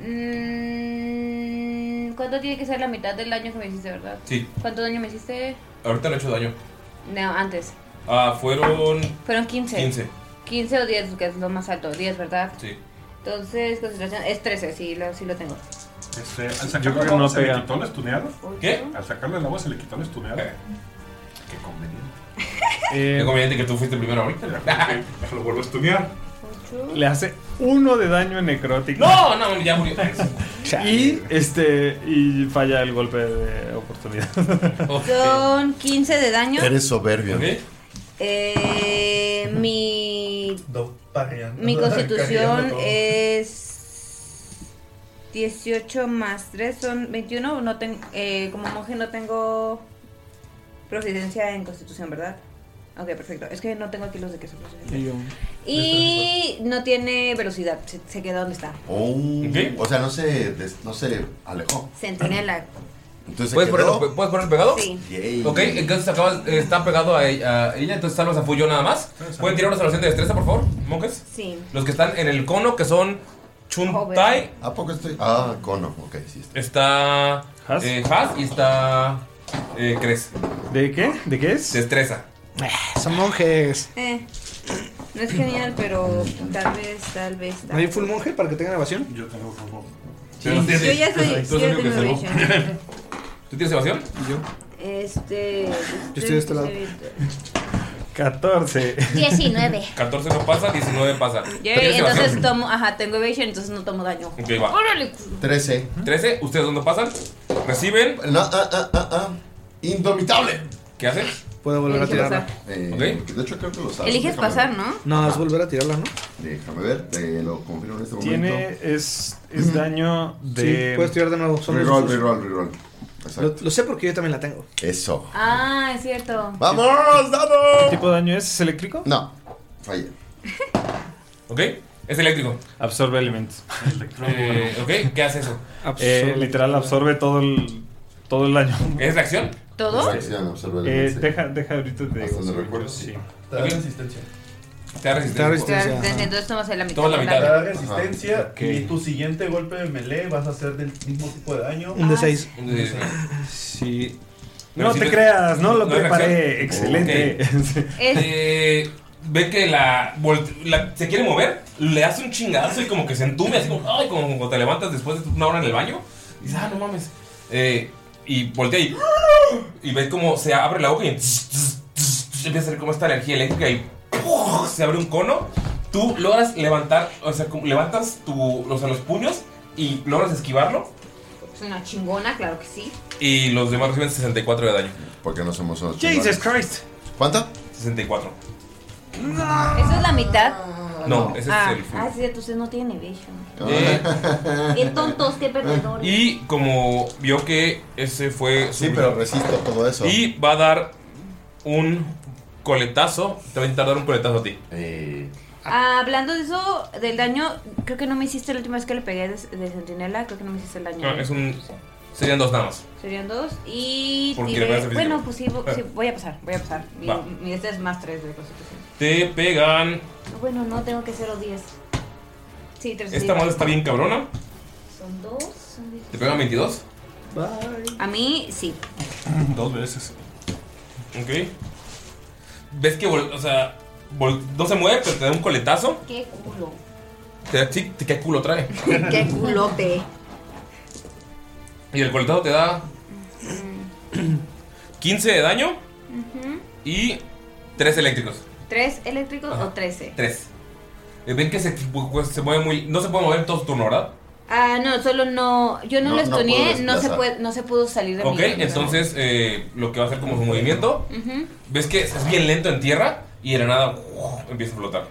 Mm, ¿Cuánto tiene que ser la mitad del daño que me hiciste, verdad? Sí. ¿Cuánto daño me hiciste? Ahorita le he hecho daño. No, antes. Ah, fueron. Fueron 15. 15. 15 o 10, que es lo más alto. 10, ¿verdad? Sí. Entonces, concentración. Es 13, sí lo, sí lo tengo. Este, al Yo sacarle creo la que no voz se le pega. quitó la estuneada. ¿Qué? Al sacarle la voz se le quitó la estuneada. Qué conveniente. eh, Qué conveniente que tú fuiste primero ahorita. Lo vuelvo a estunear. Le hace uno de daño necrótico. No, no, ya murió. Y este. Y falla el golpe de oportunidad. Son 15 de daño. soberbio. Eh, mi. Mi Cargando constitución todo. es 18 más 3 son 21. No ten- eh, como monje no tengo proficiencia en constitución, ¿verdad? Ok, perfecto. Es que no tengo aquí los de queso. Y no tiene velocidad, se, se queda donde está. Oh, O sea, no se, des- no se alejó. Sentinela. Entonces se ¿Puedes quedó. ponerlo, ¿Puedes ponerlo pegado? Sí. Yay. Ok, entonces acabas, eh, está pegado a, e- a ella, entonces salvas a Fuyo nada más. ¿Pueden tirar una salvación de destreza, por favor, monjes? Sí. Los que están en el cono, que son Chuntai, ¿A poco estoy? Ah, cono. Ok, sí. está eh, Has, y está eh, Cres. ¿De qué? ¿De qué es? Destreza. Son monjes. Eh, no es genial, pero tal vez, tal vez. tal ¿No hay vez. full monje para que tengan evasión? Yo tengo full monje. Yo ya soy. Tú Yo eres ya el único que tengo salvó. visión. ¿Tú tienes evasión? Yo. Este. estoy de este lado. 14. 19. 14 no pasa, 19 pasa. ¿Tú Yay, tienes entonces evasión? tomo, ajá, tengo evasion, entonces no tomo daño. Ok, va. Órale. 13. 13, ¿ustedes dónde pasan? Reciben. ah, Indomitable. ¿Qué hacen? Puedo volver a Eliges tirarla. ok. Eh, De hecho, creo que lo sabes. Eliges Déjame pasar, ver. ¿no? No, es volver a tirarla, ¿no? Déjame ver, te lo confirmo en este momento. Tiene. Es, es daño de. Sí, puedes tirar de nuevo. son los Reroll, dos. reroll, reroll. Lo, lo sé porque yo también la tengo. Eso. Ah, es cierto. ¡Vamos, ¿Qué tipo de daño es? ¿Es eléctrico? No. Falla. Ok, es eléctrico. Absorbe elementos. Eh, ok, ¿qué hace eso? Eh, literal, absorbe todo el. Todo el daño. ¿Es reacción? ¿Todo? Es acción, absorbe Eh, elementos, sí. deja, deja ahorita de. Hasta donde recuerdo, sí. Te da Ok. resistencia. Te da resistencia. Claro, Entonces tomas la mitad. Tomas la del mitad. Te da daño. resistencia Ajá. Ok. y tu siguiente golpe de melee vas a hacer del mismo tipo de daño. Ah, Un de de 6. Un de 6. Sí. Pero No si te ves- creas, no lo hay preparé. reacción. Excelente. Ok. Eh, ve que la, volte- la- se quiere mover, le hace un chingazo y como que se entume, así como, ay, como cuando te levantas después de una hora en el baño. Y dices, ah, no mames. Eh, y voltea y, y ves como se abre la boca y empieza a salir como esta energía eléctrica y ¡puf! se abre un cono. Tú logras levantar, o sea, como levantas tu, o sea, los puños y logras esquivarlo. Es una chingona, claro que sí. Y los demás reciben 64 de daño. Porque no somos unos Jesus chingones. Christ. ¿Cuánto? 64. ¿Eso es la mitad? No, ese es ah, el full. Ah, sí, entonces no tiene Vision. Qué tontos, qué perdedores. Eh, Y como vio que ese fue su. Sí, pero resisto todo eso. Y va a dar un coletazo. Te va a intentar dar un coletazo a ti. Ah, hablando de eso, del daño, creo que no me hiciste la última vez que le pegué de, de sentinela, creo que no me hiciste el daño. No, Ah, es un. Serían dos nada más. Serían dos y Porque tiré- le pegaste físico. Ah. bueno, pues sí, vo- sí, voy a pasar, voy a pasar. Mi, Va. mi este es más tres de constitución. Te pegan. Bueno, no tengo que ser o 10. Sí, tres. Esta madre está bien cabrona. Son dos. son diez. ¿Te pegan 22? A mí sí. Dos veces. Ok. Ves que, vol- o sea, vol- no se mueve, pero te da un coletazo. Qué culo. Te da, sí, te- ¿Qué culo trae? Qué culote. y el coletazo te da Mm. 15 de daño Ujú. y 3 eléctricos. ¿Tres eléctricos o trece? 3. Ven que se, pues, se mueve muy. No se puede mover en todo su turno, ¿verdad? Ah, no, solo no. Yo no, No, lo no puedo estuneé, no, se desplazar. puede, no se pudo salir de Ok, mi zona. entonces eh, lo que va a hacer como su movimiento. Ujú. Ves que es bien lento en tierra y de la nada ¡guau! empieza a flotar.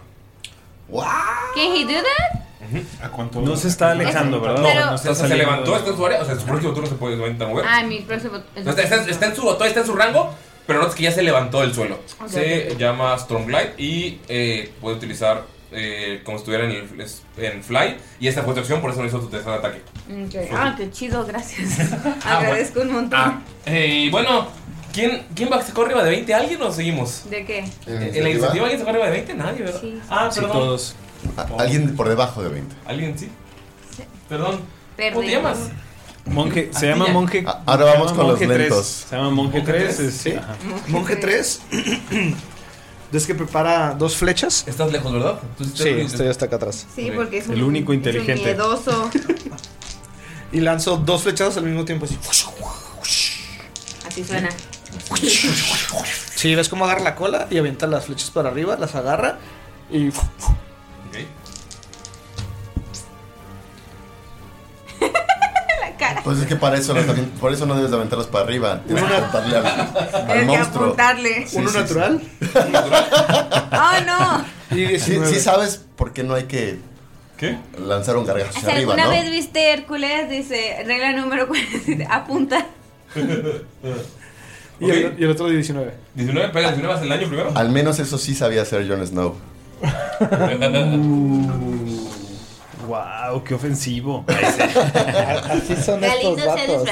¿Can he do that? ¿A cuánto? No se está alejando, ¿verdad? Pero- No, No se se, está saliendo. levantó, está en su área. O sea, su próximo turno se puede se va a intentar mover. Ah, mi próximo. No, está, está- está en su, todavía está en su rango, pero notas que ya se levantó del suelo. Ok. Se llama Strongglide y eh, puede utilizar eh, como si estuviera en, el- es- en Fly. Y esta fue tu acción, por eso no hizo tu tercer ataque. Ok. Ah, qué chido, gracias. Agradezco un montón. Eh, bueno, ¿quién, ¿quién va a sacar arriba de 20? ¿Alguien o seguimos? ¿De qué? ¿En la iniciativa alguien sacó arriba de 20? Nadie, ¿verdad? Sí. Ah, Sí, perdón. todos. Alguien por debajo de 20. ¿Alguien sí? Perdón. ¿Cómo Perdimos. te llamas? Monje, se llama Monje. Ah, ahora vamos se llama con los Monje tres. lentos. Se llama Monje 3. Sí. Ajá. Monje 3. ¿Ves que prepara dos flechas? Estás lejos, ¿verdad? Sí, estoy hasta acá atrás. Sí, porque es un- El único es un inteligente. miedoso. Y lanzo dos flechazos al mismo tiempo así. Así suena. Sí, ves cómo agarra la cola y avienta las flechas para arriba, las agarra y. Pues es que para eso, las avi- por eso no debes de aventarlas para arriba. Tienes que apuntarle al, al Tienes que monstruo. apuntarle. Sí, sí, ¡Oh, no! Sí. Sí, sí sabes por qué no hay que lanzar un gargajo Si hacia arriba, alguna ¿no? vez viste Hércules, dice regla número 40, apunta. Y, el, y el otro 19. 19, pega 19 más el daño primero. Al menos eso sí sabía hacer Jon Snow. wow, Uh, qué ofensivo. Así son estos vatos.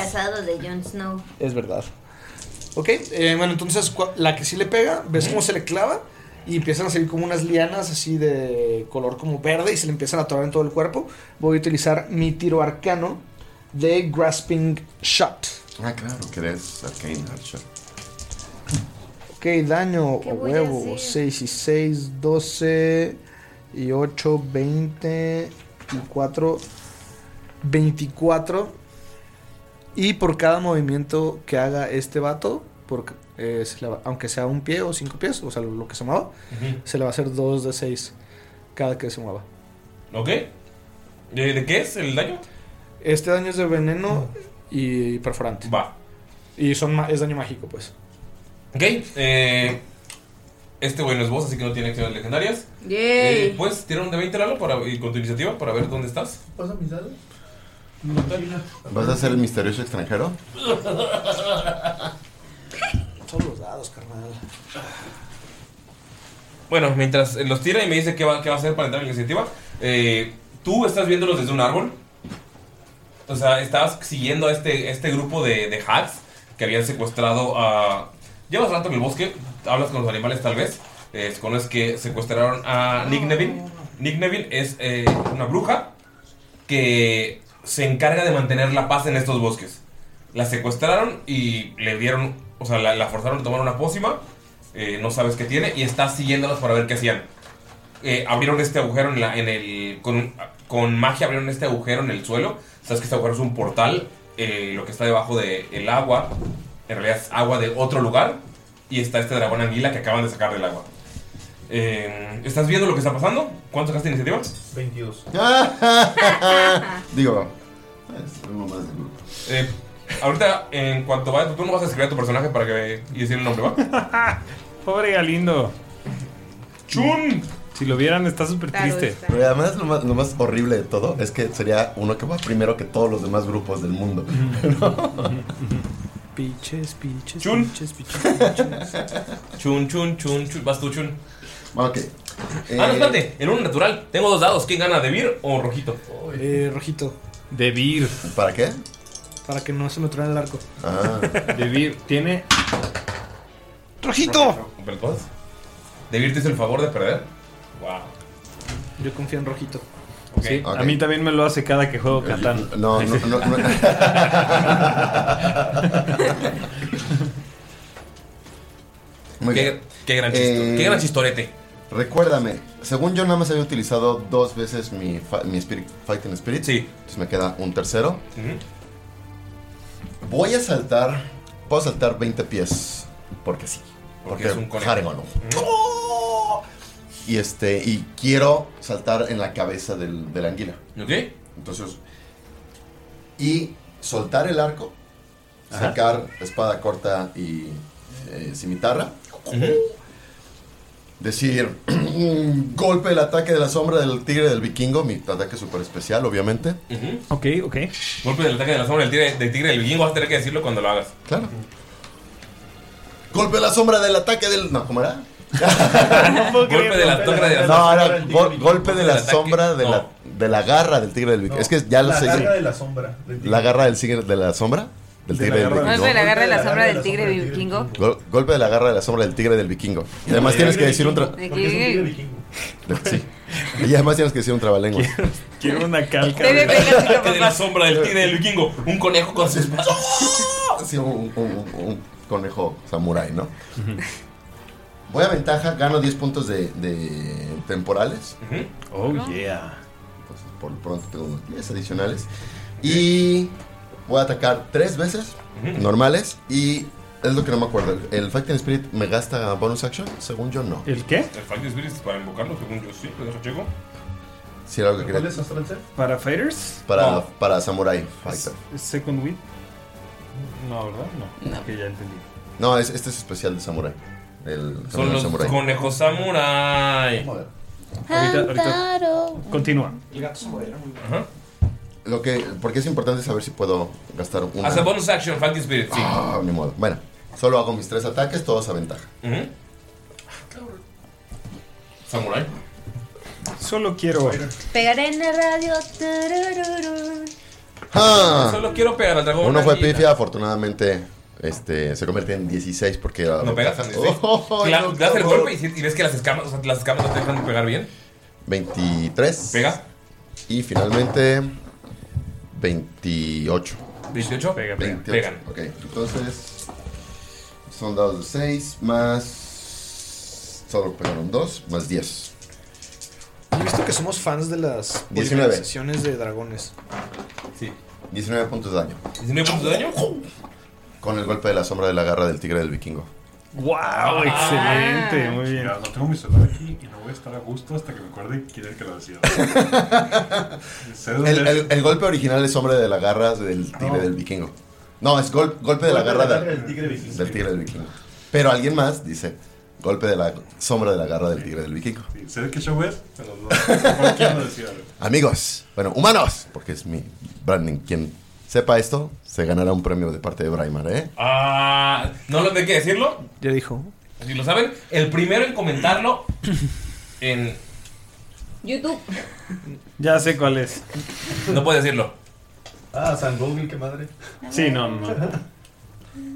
de Jon Snow. Es verdad. Ok, eh, bueno, entonces cua- la que sí le pega, ves cómo se le clava y empiezan a salir como unas lianas así de color como verde y se le empiezan a atorar en todo el cuerpo. Voy a utilizar mi tiro arcano de Grasping Shot. Ah, claro, que eres Arcane Archer. Ok, daño o huevo. 6 y 6, 12 y 8, 20 y 4, 24. Y por cada movimiento que haga este vato, por, eh, se le va- aunque sea un pie o cinco pies, o sea, lo, lo que se mueva, Ujú. se le va a hacer 2 de 6 cada que se mueva. Ok. Eh, ¿De qué es el daño? Este daño es de veneno y perforante. Va. Y son, ma- es daño mágico, pues. Ok. eh, este güey no es vos, así que no tiene acciones legendarias. Yay. Eh, ¿Puedes tirar un de 20 Lalo para, y con tu iniciativa para ver dónde estás? ¿Pasa mis dados? ¿Vas a ser el misterioso extranjero? Son los dados, carnal. Bueno, mientras eh, los tira y me dice qué va, qué va a hacer para entrar en la iniciativa, eh, tú estás viéndolos desde un árbol. O sea, estás siguiendo a este, este grupo de, de hacks que habían secuestrado a... Llevas rato en el bosque, hablas con los animales tal vez. eh, con los que secuestraron a Nick Neville. Nick Neville es eh, una bruja que se encarga de mantener la paz en estos bosques. La secuestraron y le dieron, o sea, la, la forzaron a tomar una pócima. eh, no sabes qué tiene y estás siguiéndolas para ver qué hacían. Eh, abrieron este agujero en, la- en el. Con, con magia abrieron este agujero en el suelo. Sabes que este agujero es un portal. eh, lo que está debajo del agua, en realidad es agua de otro lugar. Y está este dragón anguila que acaban de sacar del agua. Eh, ¿Estás viendo lo que está pasando? ¿Cuánto sacaste de iniciativa? 22. Digo, eh, es uno más del grupo. Eh, ahorita, en cuanto vaya tu turno, Eh, vas a escribir a tu personaje para que y decir el nombre, ¿va? Pobre Galindo. ¡Chun! Si lo vieran, está súper triste. Pero además lo más, lo más horrible de todo es que sería uno que va primero que todos los demás grupos del mundo. Piches, piches, Chun. piches, piches, piches. Chun, chun, chun, chun. Vas tú, chun. Ok. Ah, no, Eh, espérate. El uno natural. Tengo dos dados. ¿Quién gana? ¿Debir o Rojito? Eh, rojito. De Vir. ¿Para qué? Para que no se me truene el arco. Ah. De Vir tiene. ¡Rojito! ¿Perdón? ¿Debir te hizo el favor de perder? Wow. Yo confío en rojito. Sí, A mí también me lo hace cada que juego Catán. No, no, no, no. Muy Qué- bien. Eh, qué gran chisto- qué gran chistorete. Recuérdame, según yo nada más había utilizado dos veces mi, fa- mi spirit, Fighting Spirit. Sí. Entonces me queda un tercero. Voy a saltar. Puedo saltar 20 pies. Porque sí. Porque Porque, es un conejo. Haremon. ¡Oh! Y este. Y quiero saltar en la cabeza del, del anguila. Ok. Entonces. Y soltar el arco. Ajá. Sacar espada corta y eh, cimitarra. Decir. golpe el ataque de la sombra del tigre del vikingo. Mi ataque súper especial, obviamente. Ok, ok. Golpe del ataque de la sombra del tigre, del tigre del vikingo. Vas a tener que decirlo cuando lo hagas. Claro. Golpe a la sombra del ataque del. No, ¿cómo era? Golpe de la sombra de No, la sombra era del gol- golpe de la ataque. sombra de, No. la, de la garra del tigre del vikingo. Es que ya lo la sé. garra de la sombra. del tigre. La garra del tigre de la sombra. Del De la tigre del garra vikingo. del Golpe de la garra de Golpe de la la garra sombra de del la tigre vikingo. Gol- golpe de la garra de la sombra del tigre del vikingo. Y además tienes que decir un tra- Porque De es un tigre que- vikingo. Sí. Y además tienes que decir un trabalenguas. Quiero una calca. Ve, ve, ve, de- la sombra de la sombra del tigre del vikingo. Un conejo con su espada. Ah, Sí, un, un- un- un conejo samurái, ¿no? Voy a ventaja, gano 10 puntos de, de temporales. Oh, yeah. Entonces, por lo pronto tengo unos 10 adicionales. Y voy a atacar 3 veces Ujú. normales. Y es lo que no me acuerdo. ¿El Fighting Spirit me gasta bonus action? Según yo, no. ¿El qué? El Fighting Spirit es para invocarlo, según yo sí, pero deja checo. Si era lo que ¿Cuál quería. es Astral Set? ¿Para Fighters? Para, No. para Samurai Fighter. ¿Second Wind? No, ¿verdad? No. Que ya entendí. No, es- este es especial de Samurai. El Son Samurai los Samurai. conejos samurai. Ahorita, ahorita. Continúa. El gato samurai era muy bueno. Lo que, porque es importante saber si puedo gastar una. Hace bonus action, Fighting Spirit, sí. Ah, ni modo. Bueno, solo hago mis tres ataques, todos a ventaja. Ujú. Samurai. Solo quiero. Pegaré en la radio. tarararú. Ah. Solo quiero pegar al dragón. Uno fue gallina. pifia, afortunadamente este, se convierte en 16 porque era No pegas. ventaja. ¿sí? Cla- das el golpe y, si- y ves que las escamas, o sea, las escamas no te dejan pegar bien. 23. Pega. Y finalmente 28. 18. Pega, pega. 28. Pegan. Ok, entonces son dados de 6 más... Solo pegaron 2 más 10. He visto que somos fans de las 19. organizaciones de dragones. Sí. 19 puntos de daño. 19 puntos de daño. Con el golpe de la sombra de la garra del tigre del vikingo. ¡Wow! Ah. excelente. Muy bien. No tengo mi celular aquí y no voy a estar a gusto hasta que me acuerde quién era el que lo decía. Sé El, dónde es. el- el golpe original es sombra de la garra del tigre No. del vikingo. No, es gol- golpe de la garra de- del tigre vikingo. del tigre del vikingo. Pero alguien más dice golpe de la sombra de la garra del tigre del vikingo. Sí, sé de qué show es, pero no no, quién lo decía. Amigos, bueno, humanos, porque es mi branding. Quien sepa esto, se ganará un premio de parte de Braimar, ¿eh? Ah, no lo tengo que decirlo. Ya dijo. Si lo saben, el primero en comentarlo en. YouTube. Ya sé cuál es. No puedes decirlo. Ah, San Google, qué madre. Sí, no, no, no.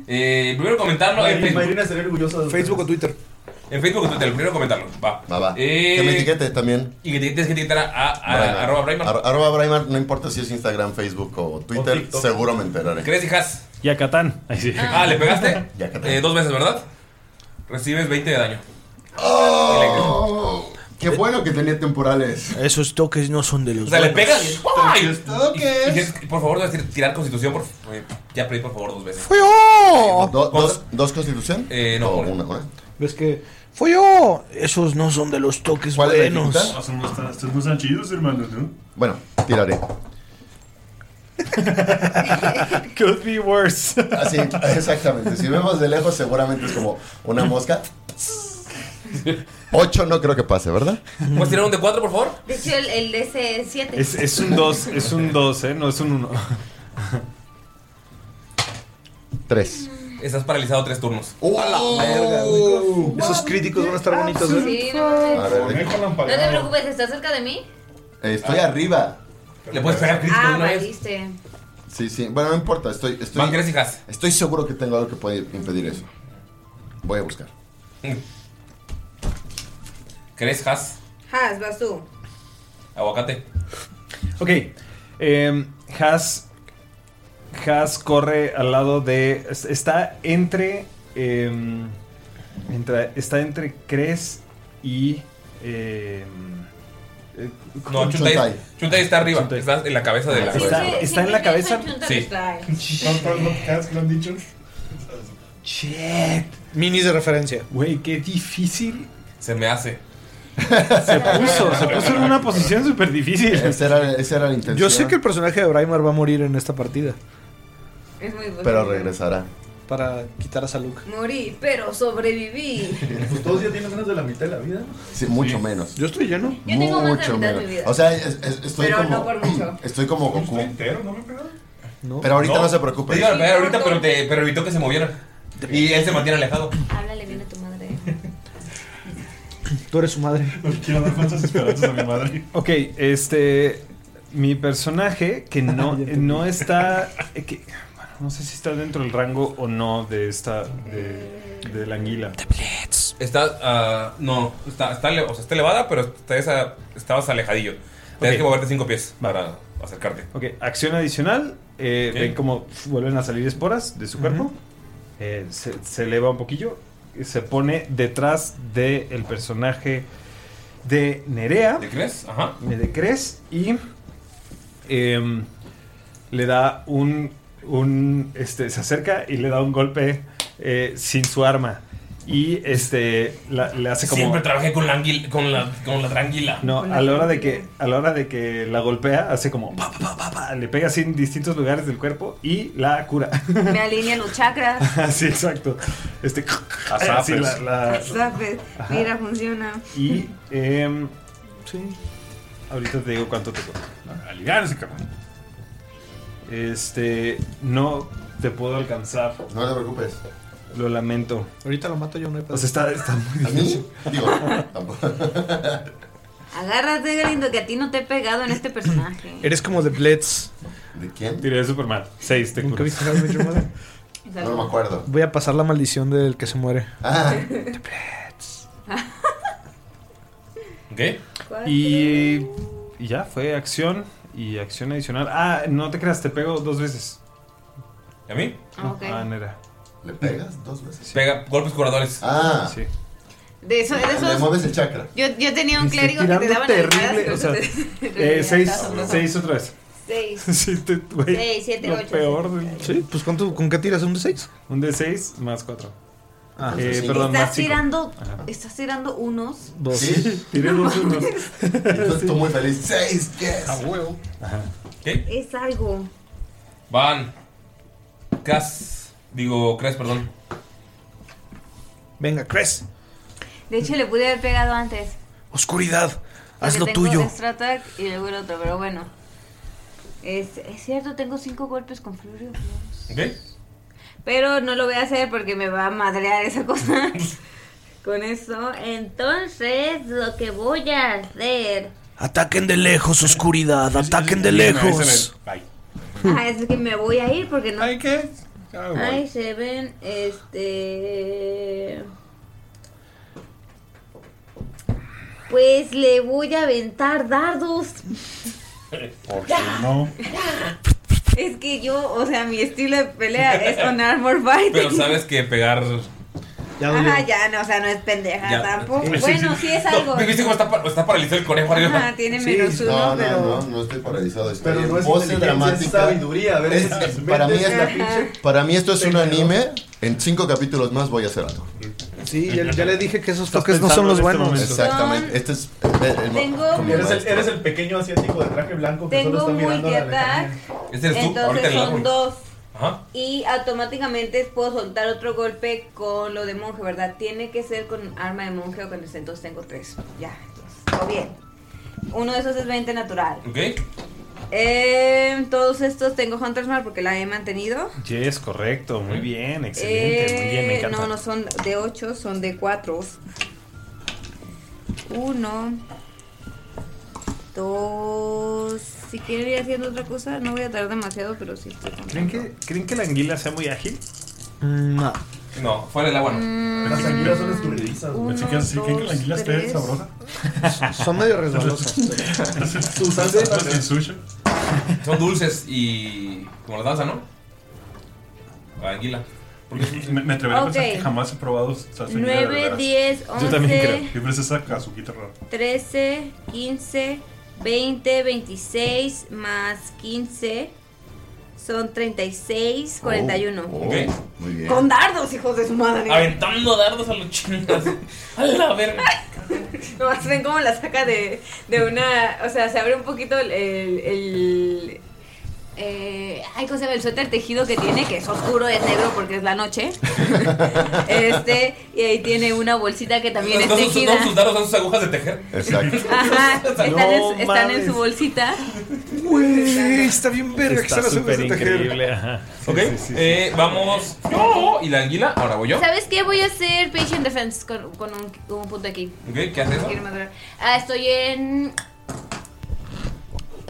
Eh, el primero en comentarlo en Mayrin- Facebook. Mayrin estaría orgullosa de Facebook o Twitter. En Facebook o Twitter, el primero en comentarlo. Va. Va, va. Eh, que me etiquete también. Y que te- tienes que etiquetar a, a- a- Braimar. arroba Braimar. Ar- arroba Braimar, no importa si es Instagram, Facebook o Twitter, TikTok. seguro me enteraré. ¿Crees, hijas? Y a Catán. Ahí sí. Ah, ¿le pegaste? Ya que Eh, dos veces, ¿verdad? Recibes 20 de daño. ¡Oh! ¡Qué bueno que tenía temporales! Esos toques no son de los O sea, le pegas y- ¡Ay! ¿Todo Y- qué y tienes- y por favor, debes tir- tirar constitución. Por, eh, ya pedí por favor dos veces. ¡Fue yo! Do- dos, ¿Dos constitución? Eh, no, O una. una, una. ¿Ves que? ¡Fue yo! Esos no son de los toques ¿Cuál es la buenos. dificultad? O sea, no están- estos no están chidos, hermanos, ¿no? Bueno, tiraré. Could be worse. Ah, Así, exactamente. Si vemos de lejos, seguramente es como una mosca. Ocho no creo que pase, ¿verdad? ¿Puedes tirar un de 4, por favor? De hecho, el, el de ese 7. Es, es un 2, es un 2, ¿eh? No es un 1. Tres. Estás paralizado tres turnos. ¡Uh! ¡Oh, Verga, güey. Esos críticos van a estar bonitos, ¿eh? Ah, pues Sí, no, mames. A ver, No te preocupes, ¿estás cerca de mí? Eh, Estoy arriba. ¿Le puedes pegar Ah, valiste. Sí, sí. Bueno, no importa. Estoy, estoy, Van tres hijas. Estoy seguro que tengo algo que puede impedir eso. Voy a buscar. ¿Crees, Has? Has, vas tú. Aguacate. Ok. eh, Has. Has corre al lado de. es- Está entre. eh, entre- está entre Cres y. eh, eh, No, Chuntai. Chuntai, está arriba. Está en la cabeza de la. Está, está en la cabeza. Sí. ¿Qué han dicho? Shit. Minis de referencia. Güey, qué difícil. Se me hace. Se puso, se puso en una posición súper difícil. Esa era, esa era la intención. Yo sé que el personaje de Braimar va a morir en esta partida. Es muy bueno. Pero regresará. Para quitar a Saluk. Morí, pero sobreviví. Pues todos ya tienen menos de la mitad de la vida. Sí, mucho menos. Yo estoy lleno. Yo tengo más de la mucho mitad de menos. mi vida. O sea, es- es- estoy Pero como. no por mucho. Estoy como Goku. ¿No me pegaron? Pero ahorita no, No. se Te preocupe. iban a pegar ahorita, pero, te, pero evitó que se movieran. Y él se mantiene alejado. Háblale bien a tu madre. Tú eres su madre. Quiero dar falsas esperanzas a mi madre. Ok, este. Mi personaje que no, no está. eh, que- bueno, no sé si está dentro del rango o no de esta. de, de la anguila. Está. ah, no, está, está, ele- o sea, está elevada, pero está esa- estabas alejadillo. Tienes Ok. que moverte cinco pies para acercarte. Ok, acción adicional. eh, Ok. Ven cómo vuelven a salir esporas de su cuerpo. Eh, se, se eleva un poquillo. y Se pone detrás del personaje de Nerea. ¿De crees? Ajá. Me decres y em, le da un, un este se acerca y le da un golpe eh, sin su arma y este la- le hace como Siempre trabajé con la, anguil- con la, con la tranquila. no a la hora de que a la hora de que la golpea hace como pa, pa, pa, pa, pa, le pega así en distintos lugares del cuerpo y la cura Me alinean los chakras. así exacto este así Azafes. la- la- Sabes, Ajá. Mira, funciona. y em, ahorita te digo cuánto te cuesta Aliviarse, cabrón. Este, no te puedo alcanzar. No te preocupes. Lo lamento. Ahorita lo mato yo, no hay pedo. O sea, está, está muy A difícil. mí, digo, tampoco. Agárrate, Galindo, que a ti no te he pegado en este personaje. Eres como de Blitz. ¿De quién? Tiré súper mal. 6 te ¿Nunca curas. viste How I Met Your Mother? No me acuerdo. Voy a pasar la maldición del que se muere. Ah, ¿Ok? Y, y ya, fue acción y acción adicional. Ah, no te creas, te pego dos veces. ¿Y a mí? Ah, ok. Ah, Nera. ¿le pegas dos veces? Pega golpes curadores. Ah, Sí. De eso, de le esos. mueves el chakra. Yo, yo tenía un clérigo que te tirando daban terrible. O sea, almohadas, eh, seis, seis otra vez. Seis. Sí, te, güey, Seis, siete, lo ocho, peor del- Sí, pues ¿cuánto, ¿con qué tiras? ¿Un de 6? Un de 6 más 4. Ah, eh, sí. perdón, Estás más 5. tirando, estás tirando unos. Dos. Sí, Tiré dos unos. entonces tú muy feliz. ¡Seis! ¡Yes! huevo. ¿Ok? Es algo. Van. Cas. Digo, Cres, perdón. Venga, Cres. De hecho, le pude haber pegado antes. Oscuridad. Haz Porque lo tengo tuyo. Extra attack y luego el otro, pero bueno. Es, es cierto, tengo cinco golpes con Flurry of Blows. ¿Ok? Pero no lo voy a hacer porque me va a madrear esa cosa. Con eso, entonces lo que voy a hacer. Ataquen de lejos, oscuridad. Ataquen de lejos. Bye. Ah, es que me voy a ir porque no. ¿Ay qué? Ah, güey. Ay, se ven, este. Pues le voy a aventar dardos. Porque no. Es que yo, o sea, mi estilo de pelea es con Armor Fighting. Pero sabes que pegar. Ya dolió. Ajá, ya, no, o sea, no es pendeja Ya. tampoco. Bueno, sí es No, algo. ¿Viste cómo está, pa- está paralizado el conejo Ajá, arriba? tiene Sí, menos uno, No, pero. no, no, no estoy paralizado. Estoy Pero en no es pose inteligencia, es sabiduría. A ver, Es- esas mentes. para, mí es la- Ajá. para mí esto es un anime. En cinco capítulos más voy a hacer algo. Sí, ya, ya le dije que esos Estás toques no pensando son en los este buenos. momento. Exactamente. Este es el- el- el- Tengo- como Eres el, maestro. eres el pequeño asiático de traje blanco que solo está Tengo mirando a la multi-attack. lejanía. Este eres tú, ahorita Entonces en el son árbol. dos. Ajá. Y automáticamente puedo soltar otro golpe con lo de monje, ¿verdad? Tiene que ser con arma de monje o con el entonces tengo tres. Ya, entonces, todo bien. Uno de esos es 20 natural. Ok. Eh, todos estos tengo Hunter's Mark porque la he mantenido. Yes, correcto. Muy bien, excelente. muy bien, Eh, me encanta. No, no son de 8, son de 4. 1, 2. Si quiero ir haciendo otra cosa, no voy a tardar demasiado, pero sí estoy contenta. ¿Creen que, ¿Creen que la anguila sea muy ágil? No. No, fuera del agua no. Las anguilas son escurridizas, güey. Así que así que la anguila esté tres. sabrosa. Son medio resbalosas. Su salsa es la- Son dulces y. como la danza, ¿no? La anguila. Porque me, me atrevería a Ok. pensar que jamás he probado salsa anguila de Nueve, veras. diez, Yo también once. creo. Siempre es esa casuquita rara. 13, 15, 20, 26 más 15 son Oh, 36, 41. Oh, Ok. Muy bien. Con dardos, hijos de su madre. Aventando dardos a los chingas. A la verga. Nomás ven cómo la saca de, de una. O sea, se abre un poquito el. el, el- eh, ay, ¿cómo se llama? El suéter tejido que tiene, que es oscuro, es negro porque es la noche. este, y ahí tiene una bolsita que también es No, sus, tejida. no, sus dardos son sus agujas de tejer. Exacto. Ajá, están, No en, están en mames. su bolsita. Güey, está bien verga que Está se las súper sepas de tejer. increíble, ok, eh, vamos. Yo y la anguila. Ahora voy yo. ¿Sabes qué? Voy a hacer Patient Defense con, con un, con un punto aquí. Ok, ¿qué hace eso? Quiero matar. Ah, estoy en.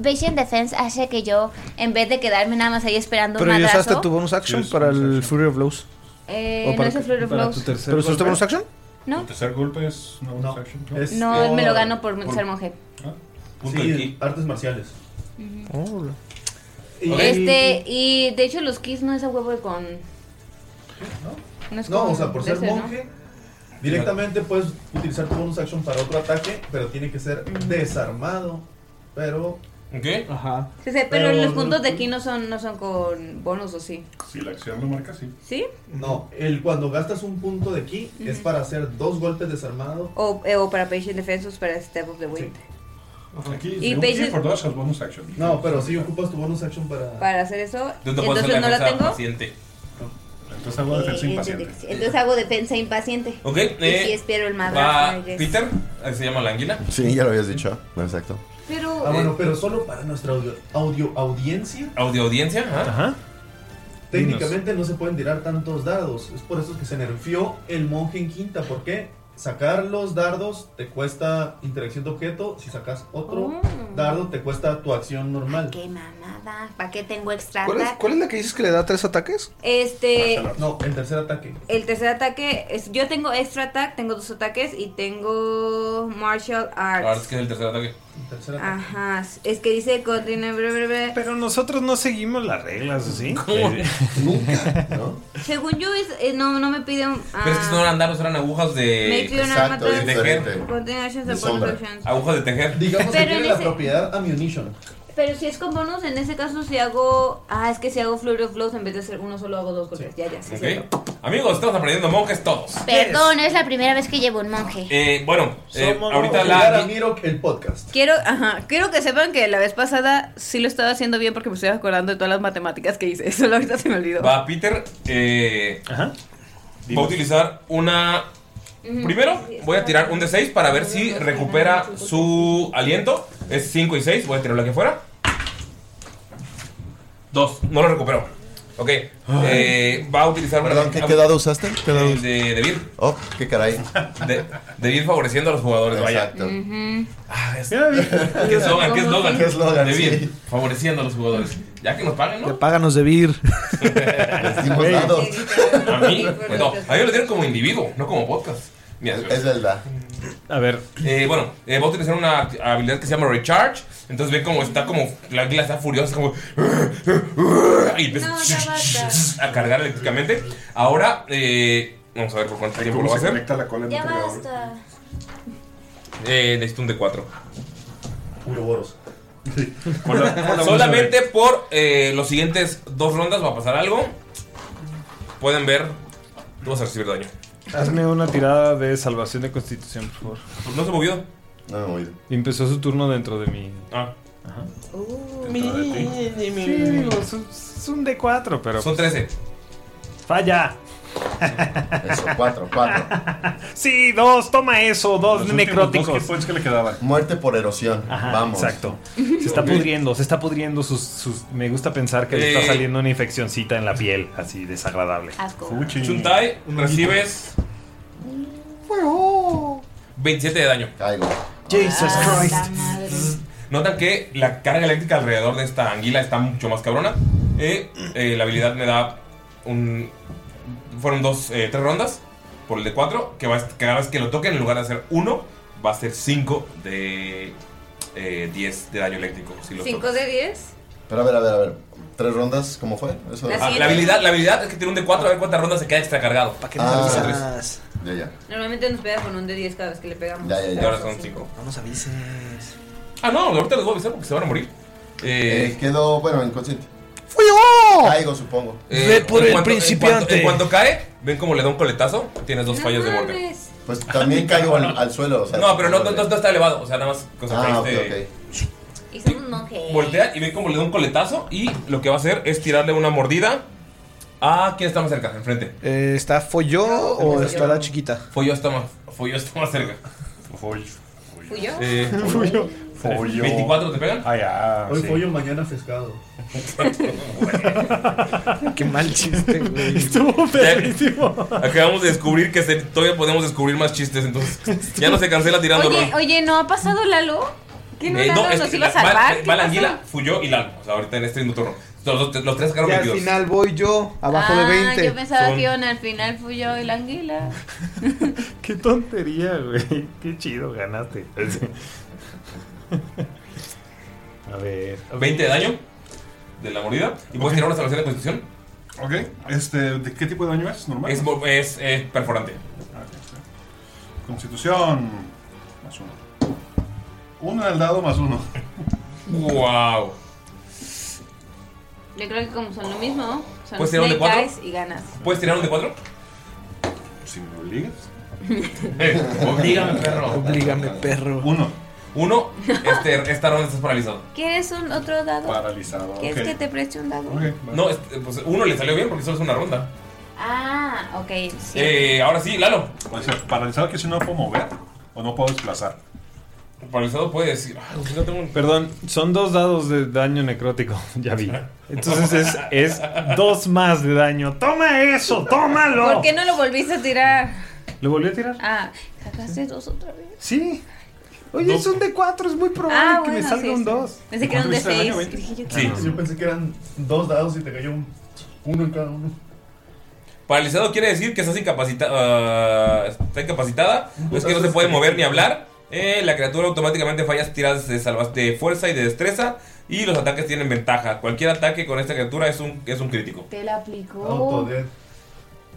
Patient Defense hace que yo, en vez de quedarme nada más ahí esperando Pero un ya madrazo. usaste tu bonus action para el Fury of Blows. Eh, ¿O no es el Fury of Blows. ¿Pero usaste bonus action? ¿No? tercer golpe es una bonus action? Es- No, eh, me lo gano por, ser monje. Punto Ah, Sí, aquí. artes marciales. Este, y de hecho, los Kiss no es a huevo de con. No, es No, con o sea, por ser ese, ¿no? monje, directamente puedes utilizar tu bonus action para otro ataque, pero tiene que ser Mm. desarmado. Pero. ¿Qué? Ajá. Sí, sí, pero, los puntos de aquí no son, no son con bonus o sí. Si la acción lo marca, sí. ¿Sí? No, el cuando gastas un punto de ki es Ujú. para hacer dos golpes desarmado. O, eh, o para Patient Defense o para Step of the Wind. Aquí, Y si un Pages- key por dos es bonus action. No, pero sí ocupas tu bonus action para. Para hacer eso, Tú te puedes hacer entonces no la defensa tengo. Eh, Paciente. Entonces hago defensa impaciente. Entonces hago defensa impaciente. Ok, Y eh, sí espero el madrazo. Va I guess. Peter, ahí se llama la anguila. Sí, ya lo habías dicho. Exacto. Pero. Ah, bueno, pero solo para nuestra audio, audio audiencia. Eh, Audio audiencia. Ajá. Técnicamente no se pueden tirar tantos dardos. Es por eso que se nerfeó el monje en quinta. ¿Por qué? Sacar los dardos te cuesta interacción de objeto. Si sacas otro Oh. dardo, te cuesta tu acción normal. Qué mamada. ¿Para qué tengo extra ¿Cuál es, ataque? cuál es la que dices que le da tres ataques? Este. No, el tercer ataque. El tercer ataque es. Yo tengo extra attack, tengo dos ataques y tengo martial Ahora arts. es que es el tercer ataque. Ajá. Es que dice continue. bre, bre, bre. Pero nosotros no seguimos las reglas, ¿o sí? Nunca, ¿no? Según yo, es, eh, no, no me pide un. Pero es que no eran dardos, eran agujas de. Make you an Exacto, armature. de ah, tejer. continue actions and bonus actions. Agujas de tejer. Digamos Pero que tiene en la ese- propiedad ammunition. Pero si es con bonus, en ese caso si hago. Ah, es que si hago Flurry of Blows, en vez de hacer uno solo hago dos golpes. Ya, ya, sí, sí. Ok. Amigos, estamos aprendiendo monjes todos. Perdón, es la primera vez que llevo un monje. Eh, bueno, eh, Somos ahorita Jugar la. a Miro el podcast. Quiero, ajá, quiero que sepan que la vez pasada sí lo estaba haciendo bien porque me estoy acordando de todas las matemáticas que hice. Solo ahorita se me olvidó. Va Peter. Eh, Va a utilizar una. Primero, voy a tirar un D6 para ver si recupera su aliento. Es 5 y 6. Voy a tirarlo aquí afuera. 2. No lo recuperó. Ok. eh, va a utilizar una. Perdón, ¿qué, qué dado usaste? ¿Qué dado El de David. Oh, qué caray. De, David favoreciendo a los jugadores. Vaya. Exacto. Qué eslogan, qué ¿Cómo eslogan. sí? Qué eslogan, David sí. favoreciendo a los jugadores. Ya que nos paguen, ¿no? Páganos de vir. Güey. dados. A mí, no, a mí me lo dieron como individuo, no como podcast. Es verdad. A ver. bueno, eh, va a utilizar una act- habilidad que se llama Recharge. Entonces ven como está como. La águila está furiosa, como. Y empieza a cargar eléctricamente. Ahora, eh, vamos a ver por cuánto tiempo lo ¿Cómo va a se hacer. conecta la cola en Ya el pegador? basta. Eh, necesito un de 4. Puro boros. Solamente por eh, los siguientes dos rondas va a pasar algo. Pueden ver. Tú vas a recibir daño. Hazme una tirada de salvación de constitución, por favor. No Pues se movió. No me movió. Empezó su turno dentro de mi. Ah. Sí, digo, es un- es un D4, pero. pues Son 13. ¡Falla! Eso, cuatro, cuatro. Sí, dos, toma eso, dos necróticos. que le quedaban. Muerte por erosión. Ajá, Vamos. Exacto. Se está pudriendo, se está pudriendo sus, sus- Me gusta pensar que le Eh. está saliendo una infeccióncita en la piel, así desagradable. Asco. Chuntai, recibes 27 de daño. Caigo. Jesus Ah. Christ. Notan que la carga eléctrica alrededor de esta anguila está mucho más cabrona. Eh, eh, la habilidad me da un. Fueron dos, eh, tres rondas por el de cuatro. Que va a- cada vez que lo toquen, en lugar de hacer uno, va a ser cinco de. eh, 10 de daño eléctrico. Si lo ¿Cinco tocas. de diez? Pero a ver, a ver, a ver. ¿Tres rondas? ¿Cómo fue? Eso La es- Ah, la, habilidad, la habilidad es que tiene un de cuatro, a ver cuántas rondas se queda extra cargado. ¿Para qué nos avisas? Ah. Ya, ya. Normalmente nos pega con un de diez cada vez que le pegamos. Ya, ya, ya. Y ahora son cinco. No nos avises. Ah, no, ahorita les voy a avisar porque se van a morir. Eh, Eh, quedó, bueno, inconsciente. ¡Fui yo! Caigo, supongo. Eh, Ve en por el cuanto- en principiante. cuanto- En cuanto, cae, ven como le da un coletazo, tienes dos fallos de muerte. Pues también caigo al, al suelo. O sea, No, pero no, no, no está elevado, o sea, nada más cosa Ah, caíste- Y somos monjes. Voltea y ven como le da un coletazo y lo que va a hacer es tirarle una mordida a quién está más cerca, enfrente. Eh, ¿Está Folló o Ah, Folló. está la chiquita? Follo está más, Follo está más cerca. Follo. ¿Fuyo? Eh, Follo. Follo. 24 te pegan. Ay, ah, Hoy pollo, mañana pescado. Qué mal chiste, güey. Estuvo perrísimo. Acabamos de descubrir que se- todavía podemos descubrir más chistes, entonces ya no se cancela tirando Oye, rol. oye, ¿no ha pasado Lalo? ¿Qué no Eh, Lalo es nos que iba a la- va- salvar? Va, ¿Qué la pasó? anguila, fuyó y Lalo. O sea, ahorita en este mismo turno. Los, los- los tres sacaron Y al 22. final voy yo, abajo de Ah, 20. yo pensaba que iban al final fui yo y la anguila. Qué tontería, güey. Qué chido, ganaste. A ver. 20 de daño de la mordida. Y puedes tirar una salvación de constitución. Ok, este, ¿de qué tipo de daño es? ¿Normal? Es, es, eh, perforante. Constitución. Más uno. Uno en el dado más uno. ¡Wow! Yo creo que como son lo mismo, son ¿Puedes tirar un snake Pues de cuatro? eyes y ganas. ¿Puedes tirar un de 4? Si me obligas. Eh, Oblígame, perro. Oblígame, perro. Uno. Uno. Este, esta ronda estás paralizado. ¿Quieres un otro dado? Paralizado. ¿Quieres que te preste un dado? No, este, pues uno le salió bien porque solo es una ronda. Ah, ok. Sí. Eh, ahora sí, Lalo. Pues, eh, paralizado que si no puedo mover o no puedo desplazar. Paralizado puede decir. "Ah, pues, no tengo un-". Perdón, son dos dados de daño necrótico, ya vi. Entonces es, es dos más de daño. ¡Toma eso! ¡Tómalo! ¿Por qué no lo volviste a tirar? ¿Lo volvió a tirar? Ah, sacaste dos otra vez. Sí. Oye, es un D4, es muy probable Ah, que me bueno, salga sí, un sí. 2. Pensé que era un ¿Cuánto D6. hizo de daño, Dije yo, ¿qué? Sí. Yo pensé que eran dos dados y te cayó un- uno en cada uno. Paralizado quiere decir que estás incapacitada. está incapacitada. Es que no se puede mover ni hablar. Eh, la criatura automáticamente falla tiradas de, salva- de fuerza y de destreza. Y los ataques tienen ventaja. Cualquier ataque con esta criatura es un, es un crítico. Te la aplicó.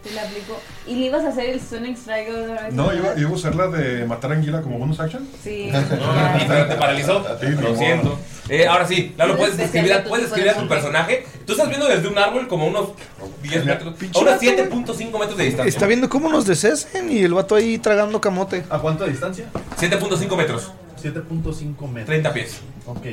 Te la aplicó. ¿Y le ibas a hacer el Sonic Strike otra vez? No, iba, iba a usar la de matar anguila como bonus action. Sí. Pero Ah, te paralizó. Lo siento. Eh, ahora sí, Lalo, puedes describir, a- puedes describir a tu personaje. Tú estás viendo desde un árbol como unos 10 metros. A unos 7.5 metros de distancia. Está viendo cómo nos deshacen y el vato ahí tragando camote. ¿A cuánto de distancia? 7.5 metros. 7.5 metros. 30 pies. Ok.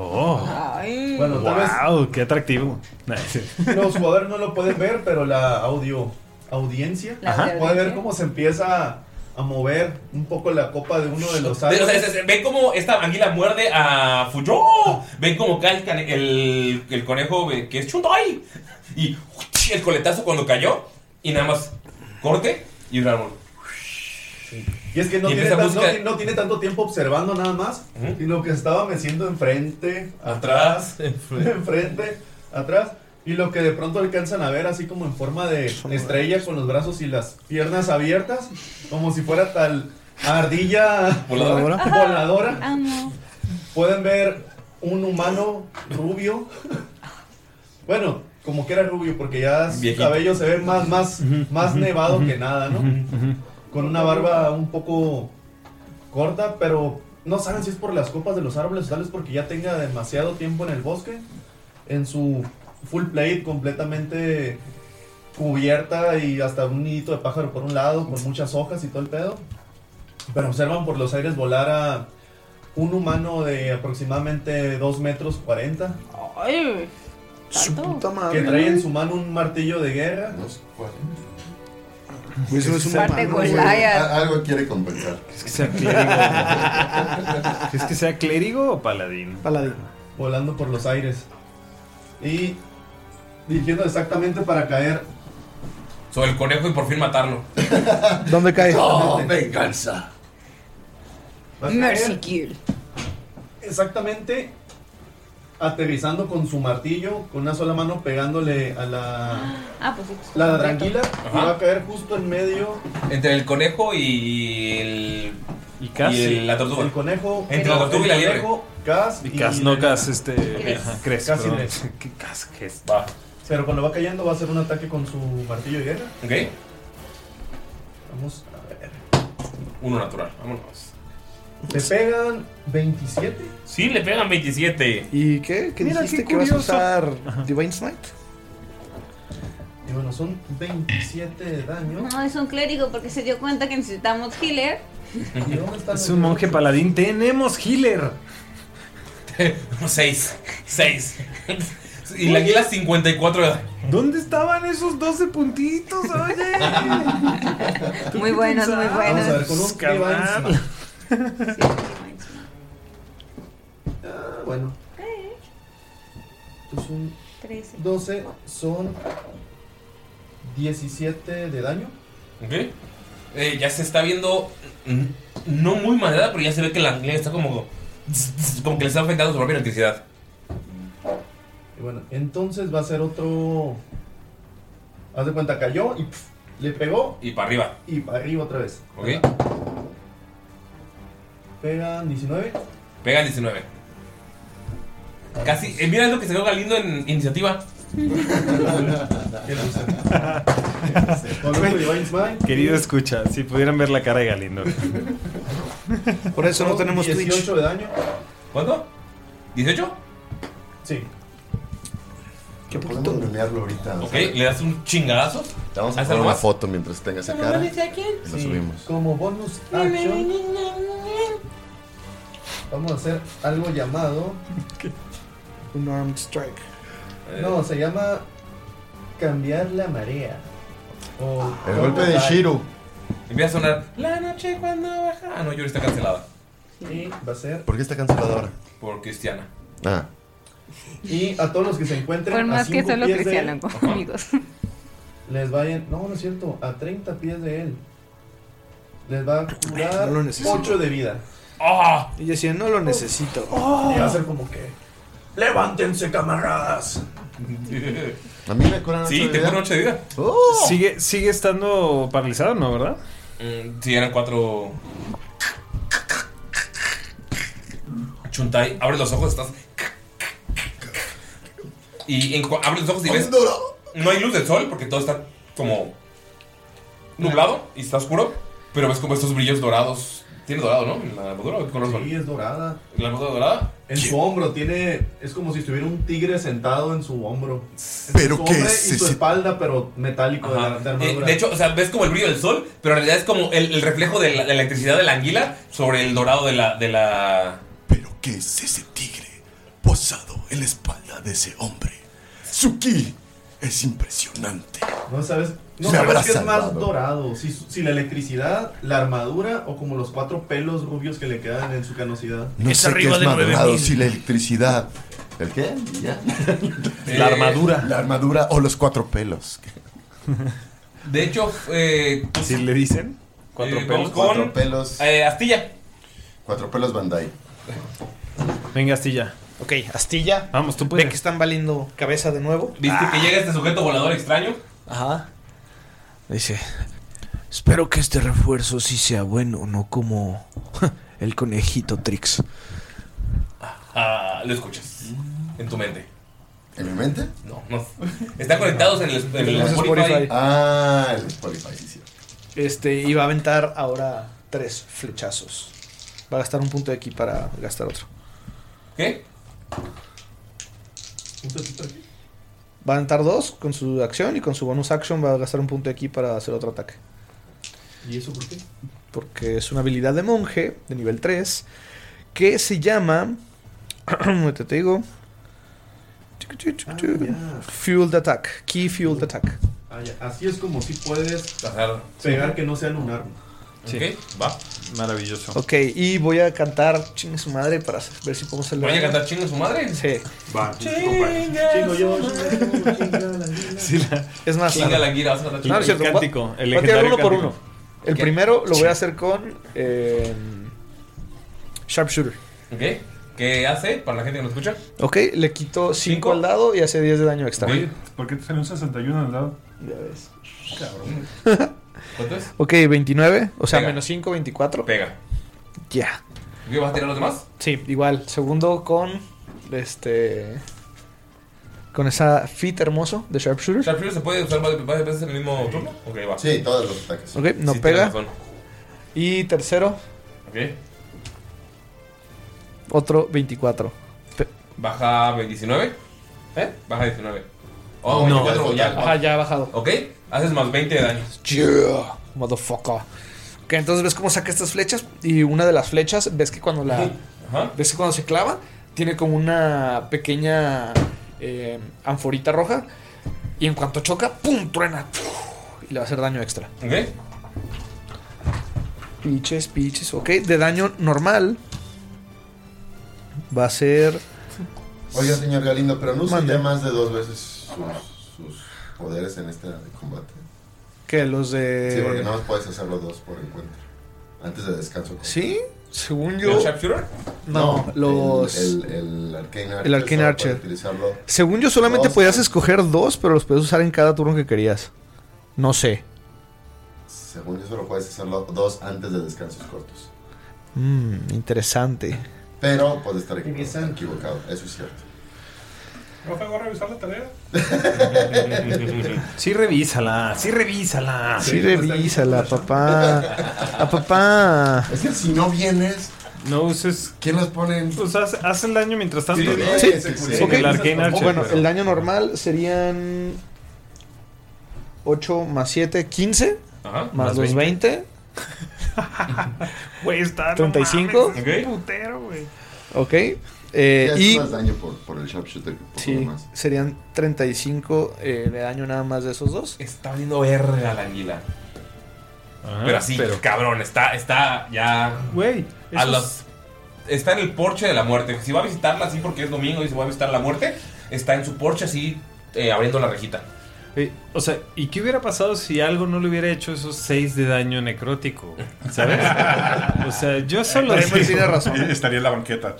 Oh. Ay. Bueno, tal vez- wow, qué atractivo. Nah, sí. Los jugadores no lo pueden ver, pero la audio audiencia La Ajá. puede ver cómo se empieza a mover un poco la copa de uno de los Ve- o sea, árboles. se- se- ven como esta anguila muerde a Fuyo. Ven como cae el, cane- el, el conejo eh, que es Chuntai. Y uch, el coletazo cuando cayó. Y nada más corte y un árbol. Y es que no Y tiene, empieza a tan- no buscar- ti- no tiene tanto tiempo observando nada más, sino que estaba meciendo enfrente, atrás, enfrente. enfrente, atrás. Y lo que de pronto alcanzan a ver, así como en forma de estrella con los brazos y las piernas abiertas, como si fuera tal ardilla Voladora. Ajá. voladora. Amo. Pueden ver un humano rubio. Bueno, como que era rubio, porque ya su Viejito. cabello se ve más, más, más ujú, nevado ujú, que nada, ¿no? Con una barba un poco corta, pero no saben si es por las copas de los árboles o tal vez porque ya tenga demasiado tiempo en el bosque. En su full plate completamente cubierta y hasta un nidito de pájaro por un lado, con muchas hojas y todo el pedo. Pero observan por los aires volar a un humano de aproximadamente 2 metros 40. Ay, Su puta madre. Que trae en su mano un martillo de guerra. Pues eso es un Parte humano, güey. Goliath. A- Algo quiere compensar. Es que sea clérigo. ¿Es que sea clérigo o paladín? Paladín. Volando por los aires. Y dirigiendo exactamente para caer. Sobre el conejo y por fin matarlo. ¿Dónde cae? venganza. Va a caer Exactamente. Aterrizando con su martillo, con una sola mano pegándole a la. Ah, pues sí. La tranquila. y Ajá. va a caer justo en medio. Entre el conejo y el. Y casi. el- la tortuga. El conejo. Entre la tortuga y la el liebre. conejo, Cas Y Cas, no Cas, este. Cres. ajá, Cres, Cas y perdón. Cres. ¿Qué Cas, qué es? Pero cuando va cayendo va a hacer un ataque con su martillo de guerra. Ok. Vamos a ver. Uno natural, vámonos. Le pegan 27. Sí, le pegan 27. ¿Y qué? ¿Qué Mira, dijiste qué que vas a curioso. usar Divine Smite? Y bueno, son 27 de daño. No, es un clérigo porque se dio cuenta que necesitamos healer. Es un monje paladín. Tenemos healer. Seis. Seis. y la águila 54 de daño. ¿Dónde estaban esos 12 puntitos, oye? Muy buenos, muy Vamos buenos. a ver, con un Carnal. Divine Smite. Ah, bueno. Esto es un 12, son 17 de daño. Ok. Eh, ya se está viendo. mm, No muy madreada, pero ya se ve que la águila está como. Como que le está afectando su propia electricidad. Y bueno, entonces va a ser otro. Haz de cuenta, cayó y pf, le pegó Y para arriba. y para arriba otra vez. Ok. Pegan 19. Pegan 19. Casi. eh, mira lo que se ve Galindo en iniciativa. Con Divine Smite. Querido escucha, si pudieran ver la cara de Galindo. Por eso no tenemos 18 Twitch. de daño. ¿Cuánto? ¿18? Sí. ¿Qué podemos memearlo ahorita? Ok, le das un chingadazo. Te vamos a Hazlo hacer una más. foto mientras tenga esa cara. Y la Sí, subimos. Como bonus Ah, action, vamos a hacer algo llamado. Un Armed Strike. Eh, No, se llama cambiar la marea. O- Ah, El golpe de Shiro. Empieza a sonar. La noche cuando baja. Ah, no, Yuri está cancelada. Y va a ser. ¿Por qué está cancelado ahora? Por Cristiana. Ah. Y a todos los que se encuentren. Por a más que cinco solo pies de Cristiano, él, amigos. Les vayan. No, no es cierto. A 30 pies de él. Les va a curar No lo necesito. 8 de vida. Ah. Y yo decía, no lo necesito. Y va a ser como que. ¡Levántense, camaradas! A mí me curan Sí, te curan 8 de vida. Sigue, sigue estando paralizado, ¿no, verdad? Mm, sí, eran 4. Chuntai, abre los ojos, estás. Y en cua- abre los ojos y ves. No hay luz del sol porque todo está como nublado y está oscuro. Pero ves como estos brillos dorados. Tiene dorado, ¿no? En La armadura, ¿o ¿qué color son? Sí, es dorada. ¿En ¿La armadura dorada? En su hombro tiene. Es como si estuviera un tigre sentado en su hombro. ¿Pero su qué hombro es Y su ese- espalda, pero metálico de la Ajá. de Eh, armadura. de hecho, o sea, ves como el brillo del sol, pero en realidad es como el, el reflejo de la, de la electricidad de la anguila sobre el dorado de la. De la... ¿Pero qué es ese tigre posado en la espalda de ese hombre? Su ki es impresionante. No sabes. No Me habrá sabes qué es más salvado. dorado. Si, si la electricidad, la armadura o como los cuatro pelos rubios que le quedan en su canosidad. No sé qué es más dorado, si la electricidad. ¿El qué? Ya. La armadura. La armadura o los cuatro pelos. De hecho, eh, Si le dicen. Cuatro pelos. Cuatro pelos. Eh, astilla. Cuatro pelos Bandai. Venga, Astilla. Ok, Astilla. Vamos, tú Ve que están valiendo cabeza de nuevo. Ah. ¿Viste que llega este sujeto volador extraño? Ajá. Dice, Espero que este refuerzo sí sea bueno, no como el conejito Trix. Ah, lo escuchas. En tu mente. ¿En mi mente? No, no. Están conectados en el, en el Tenemos Spotify. Spotify. Ah, el Spotify, sí, sí. Este, y va a aventar ahora tres flechazos. Va a gastar un punto de aquí para gastar otro. ¿Qué? Va a aventar dos con su acción y con su bonus action va a gastar un punto de aquí para hacer otro ataque. ¿Y eso por qué? Porque es una habilidad de monje de nivel 3 que se llama. ahorita te digo. Fueled Attack. Key Fueled Attack. Ah, ya. Así es como si puedes Ajá. pegar Sí. que no sean un arma. Sí. Ok, va. Maravilloso. Ok, y voy a cantar Chingue su madre para ver si podemos salir. ¿Voy a cantar Chingue su madre? Sí. Va, Chingo yo, Es más, Chinga la guira, vas a no, cantar no chinga. es cierto. El va- cántico, el va a tirar legendario uno por uno. cántico. El Ok. primero lo voy a hacer con eh, Sharpshooter. Ok. ¿Qué hace para la gente que no escucha? Ok, le quito 5 al dado y hace 10 de daño extra. Oye, ¿por qué te salió un 61 al lado? Ya ves. Cabrón. ¿Cuánto es? Ok, 29, o sea, Pega. menos 5, 24. Pega. Ya. ¿Qué vas a tirar los demás? Sí, igual. Segundo con este. Con esa fit hermoso de Sharpshooter. ¿Sharpshooter se puede usar varias varias veces en el mismo turno? Ok, va. Sí, todos los ataques. Ok, no Sí, pega. tienes razón. Y tercero, Ok. otro 24. Pe- Baja 19. ¿Eh? Baja 19. Oh, No. 24, ya. Ajá, ya ha bajado. Ok. Haces más 20 de daño. Yeah, motherfucker. Que entonces ves cómo saca estas flechas y una de las flechas ves que cuando la ves que cuando se clava tiene como una pequeña eh, anforita roja y en cuanto choca pum truena y le va a hacer daño extra. Ok. Piches, piches, ok. De daño normal va a ser Oiga, señor Galindo, pero no usé Mande. más de dos veces sus, sus poderes en este combate. que los de Sí, porque no más puedes hacerlo dos por encuentro. Antes de descanso. Sí, según yo. ¿El sharpshooter? No, No, los. el- el- el Arcane Archer El Arcane solo Archer. puede utilizarlo Según yo, solamente dos podías escoger dos, pero los podías usar en cada turno que querías. No sé. Según yo, solo puedes hacerlo dos antes de descansos cortos. Mm, interesante. Pero puedes estar equivocado. equivocado, Eso es cierto. Profe, ¿va a revisar la tarea? Sí, revísala, sí, revísala. Sí, revísala, papá. A papá. Es que si no vienes. No uses. ¿Quién los pone? Pues haz, haz el daño mientras tanto. Sí, ¿no? sí, Con ok. el Arcane Archer. Bueno, pero- el daño normal serían 8 más 7, 15. Ajá. más, Más los 20. Güey, está. no 35. mames, es un putero, güey. Ok. eh, Ya es y más daño por, por el sharpshooter que por lo sí, demás. serían 35 eh, de daño nada más de esos dos. Está valiendo verga la anguila. pero así, pero- cabrón, está, está ya. Güey, A eso los, está en el porche de la muerte. Si va a visitarla así porque es domingo y se va a visitar la muerte, está en su porche así eh, abriendo la rejita. Eh, O sea, ¿y qué hubiera pasado si algo no le hubiera hecho esos 6 de daño necrótico? ¿Sabes? o sea, yo solo. Bremer tiene razón. Estaría en la banqueta.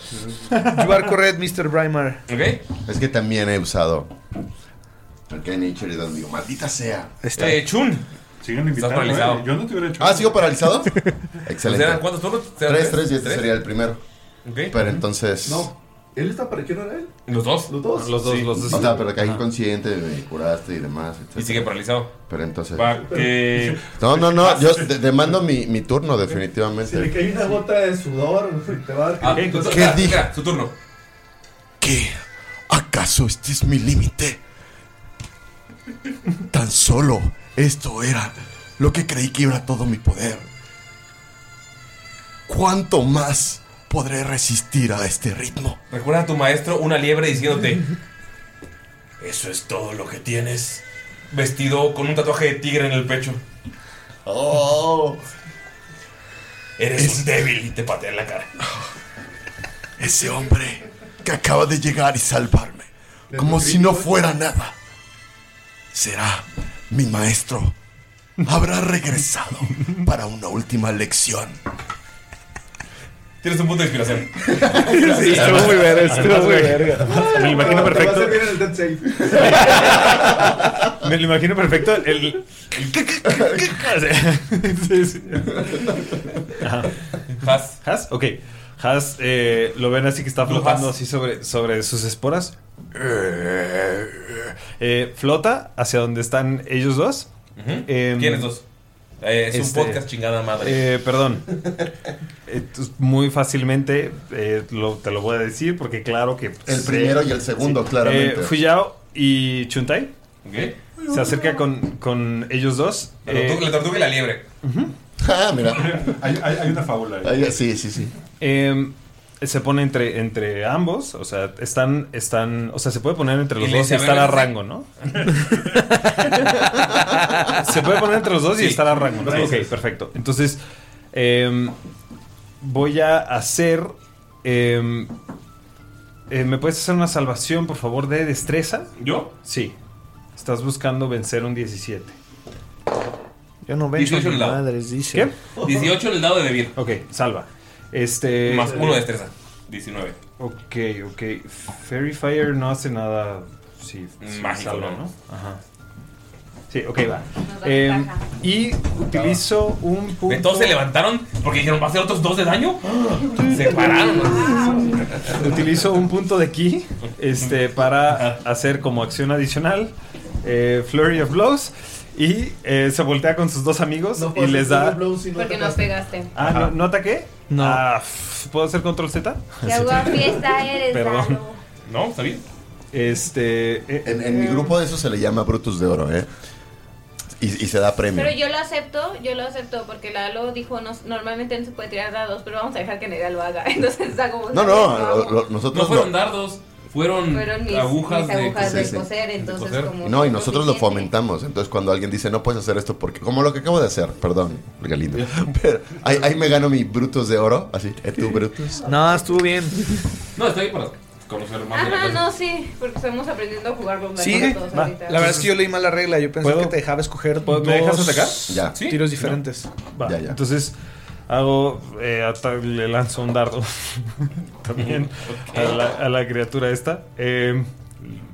You are correct, Mr. Brimer. Es que también he usado Arcane Archer y donde digo, maldita sea. Está. Eh, Chun. Siguen Estás paralizado. invitando. ¿eh? Yo no te hubiera hecho. Ah, ¿sigo paralizado? Excelente. ¿Serán cuántos turnos? ¿Serán Tres, tres? tres, y este ¿Tres? sería el primero. Pero entonces. No. ¿Él está para quién era él? ¿Los dos? Los dos. Sí. O sea, pero caí inconsciente, me curaste y demás. etcétera. Y sigue paralizado. Pero entonces. Va, que- No, no, no. Yo de- demando mi, mi turno, definitivamente. Si le cae una gota de sudor, te va a dar. Ah, ¿Qué, tu- ¿Qué ah, dije? mira, Su turno. ¿Qué? ¿Acaso este es mi límite? Tan solo esto era lo que creí que era todo mi poder. ¿Cuánto más podré resistir a este ritmo? Recuerda a tu maestro una liebre diciéndote: Eso es todo lo que tienes. Vestido con un tatuaje de tigre en el pecho. Oh. Eres un débil y te patea en la cara. Ese hombre que acaba de llegar y salvarme, como si no fuera nada, será mi maestro. Habrá regresado para una última lección. Tienes un punto de inspiración. Sí, estuvo muy verga, estuvo muy verga. Me lo imagino Te va a perfecto. hacer bien en el dead save. Me lo imagino perfecto. El. el- Sí, sí. Ajá. Has. Has, ok. Has, eh, lo ven así que está Lo flotando has. así sobre, sobre sus esporas. Eh, flota hacia donde están ellos dos. Ujú. Em, este, ¿Quiénes dos? Eh, es un podcast chingada madre. eh, perdón. Eh, tú- muy fácilmente eh, lo- te lo voy a decir porque claro que... El primero y el segundo, claramente. Eh, Fuyao y Chuntai. Ok. Se acerca con, con ellos dos. Eh, La tortuga- la tortuga y la liebre. Ujú. Ah, mira. Hay, hay- hay una fábula ahí. sí, sí, sí. Eh, se pone entre, entre ambos, o sea, están, están, o sea, se puede poner entre los Y le dos y dice, estar "A a ver, rango, ¿no? se puede poner entre los dos y Sí. estar a rango, ¿no? Raíces. Ok, perfecto. Entonces, em, voy a hacer, em, eh, ¿me puedes hacer una salvación, por favor, de destreza? ¿Yo? Sí. Estás buscando vencer un 17. Yo no vengo, 18 ni ni dado. madres, dice. ¿Qué? 18 el dado de vivir. Ok, salva. Este. Más uno de destreza. 19. Ok, ok. Fairy Fire no hace nada. Sí, sí Mágico, salva, ¿no? Ajá. Sí, ok, va. da Eh, ventaja. y utilizo un punto. Entonces se levantaron porque dijeron, ¿va a hacer otros dos de daño? Se pararon. Utilizo un punto de aquí este, para hacer como acción adicional eh, Flurry of Blows. Y eh, se voltea con sus dos amigos y puedes les hacer da. un blow si no Porque no atacaste. pegaste. Ah, ¿no, no ataqué? No. ¿Puedo hacer control Z? Qué agua fiesta eres, Perdón. Dalo. No, está bien. Este. en, en mi grupo de eso se le llama Brutus de Oro, ¿eh? Y, y se da premio. Pero yo lo acepto, yo lo acepto, porque Lalo dijo, no, normalmente no se puede tirar dados, pero vamos a dejar que Nerea lo haga. Entonces está como... No, no, lo- lo- No nosotros fueron lo- dardos, fueron, Fueron mis agujas, mis agujas de, Sí, sí. coser, entonces coser. como... No, y nosotros lo fomentamos. Entonces, cuando alguien dice, no puedes hacer esto porque, como lo que acabo de hacer, perdón, Galindo. Pero ahí, ahí me gano mi Brutus de oro, así, eh, tú Brutus. No, estuvo bien. No, está bien para conocer más de la Ajá, clase. no, sí, porque estamos aprendiendo a jugar con Sí, dados todos va. ahorita. la verdad es que yo leí mal la regla. Yo pensé que te dejaba escoger. ¿Puedo- ¿Me dos dejas atacar? Sí. Tiros diferentes. Va, Entonces hago. eh, ata- le lanzo un dardo. También Ok. a, la, a la criatura esta. Eh,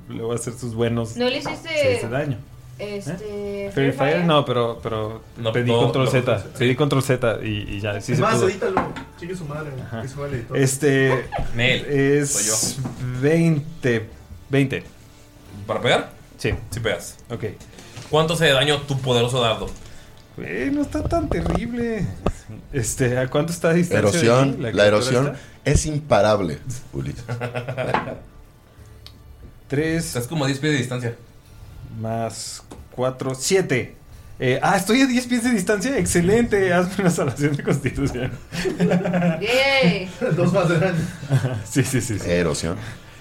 le voy a hacer sus buenos. No le hiciste- seis de daño. Este... Fairy Fire, no, pero, pero pedí no, control no, Z. no, pedí control Z y, y ya. Sí es se más, pudo. edítalo. Chique su madre. Que su madre editó. Este. Nel, es. 20. 20. ¿Para pegar? Sí. Sí pegas. Ok. ¿Cuánto hace de daño tu poderoso dardo? Eh, no está tan terrible. Este, ¿a cuánto está a distancia? de mí Erosión, la, criatura erosión esta? es imparable, Ulises. Tres. Estás como a 10 pies de distancia. Más cuatro, siete. Eh, ah, estoy a 10 pies de distancia. Excelente. Hazme una salvación de constitución. ¡Yay! Dos más de daño. sí, sí, sí. sí. Erosión.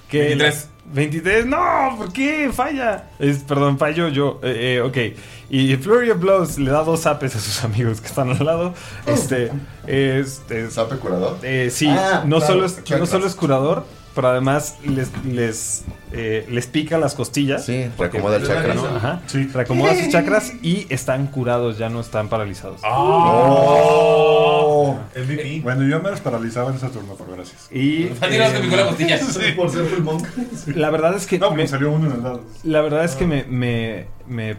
Que 23. 23. No, ¿por qué? Falla. Es, perdón, fallo yo. Eh, eh, ok. Y Flurry of Blows le da dos zapes a sus amigos que están al lado. Este. este ¿Sape Oh. curador? Eh, sí, Ah, no, claro, solo es, chakras. no solo es curador, pero además les, les, eh, les pica las costillas. Sí, reacomoda el chakra. Ajá. Reacomoda sus chakras y están curados, ya no están paralizados. Ah. Oh. Oh. Eh, Bueno, yo me los paralizaba en ese turno, por gracias. Y. eh, Por ser full monk. La verdad es que. No, me salió uno en el lado. La verdad Ah. es que me, me, me,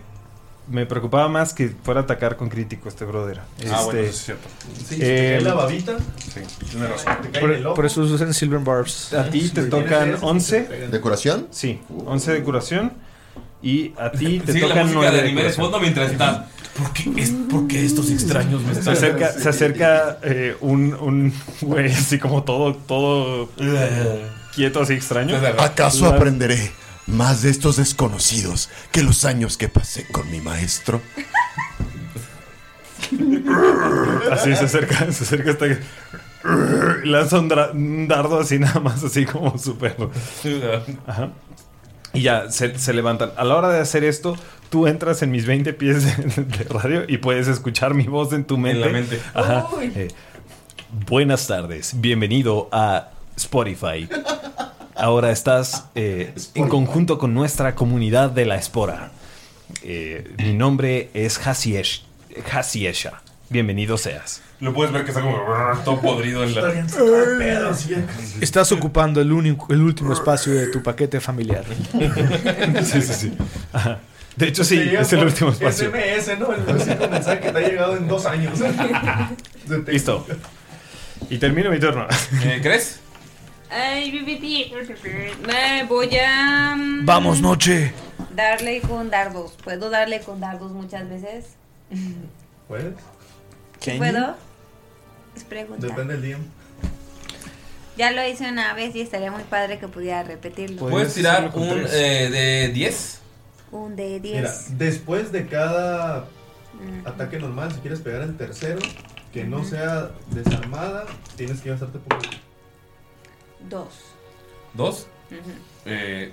me preocupaba más que fuera a atacar con crítico este brother. Ah, Este, bueno, eso es cierto. Sí, si te cae eh, la babita. Sí, tiene razón. Te cae en el Por, ojo. por eso usan Silver Barbs. A ti te tocan 11. ¿De curación? Sí, 11 de curación. Y a ti te Sigue la tocan música 9 de de anime de curación. fondo mientras estás. ¿Por qué, es, por qué estos extraños me Se están acerca, se acerca eh, un, un güey así como todo, todo eh, quieto, así extraño. ¿Acaso Las- aprenderé más de estos desconocidos que los años que pasé con mi maestro? Así se acerca, se acerca hasta que. Lanza un, dra- un dardo así nada más, así como súper. Ajá. Y ya, se, se levantan. A la hora de hacer esto, tú entras en mis 20 pies de, de radio y puedes escuchar mi voz en tu mente. la mente. Ajá. Uy. Eh, buenas tardes, bienvenido a Spotify. Ahora estás eh, en conjunto con nuestra comunidad de la espora. Eh, mi nombre es Hasiesh, Hasiesha. Bienvenido seas. Lo puedes ver que está como todo podrido en la. Estás ocupando el, único, el último espacio de tu paquete familiar. sí, sí, sí. Ajá. De hecho, sí, Te es llega el por último espacio. SMS, ¿no? El último mensaje que te ha llegado en dos años. Listo. Y termino mi turno. Eh, ¿Crees? Ay, bibi, Me voy a mm, Vamos, noche. darle con dardos. ¿Puedo darle con dardos muchas veces? ¿Puedes? ¿Puedo? Es pregunta. Depende del día. Ya lo hice una vez y estaría muy padre que pudiera repetirlo. Puedes tirar un eh, de 10. Un de Mira, 10. después de cada ataque normal, si quieres pegar el tercero, que no Mm. Ujú. sea desarmada, tienes que gastarte por Dos. Dos. Ujú. eh,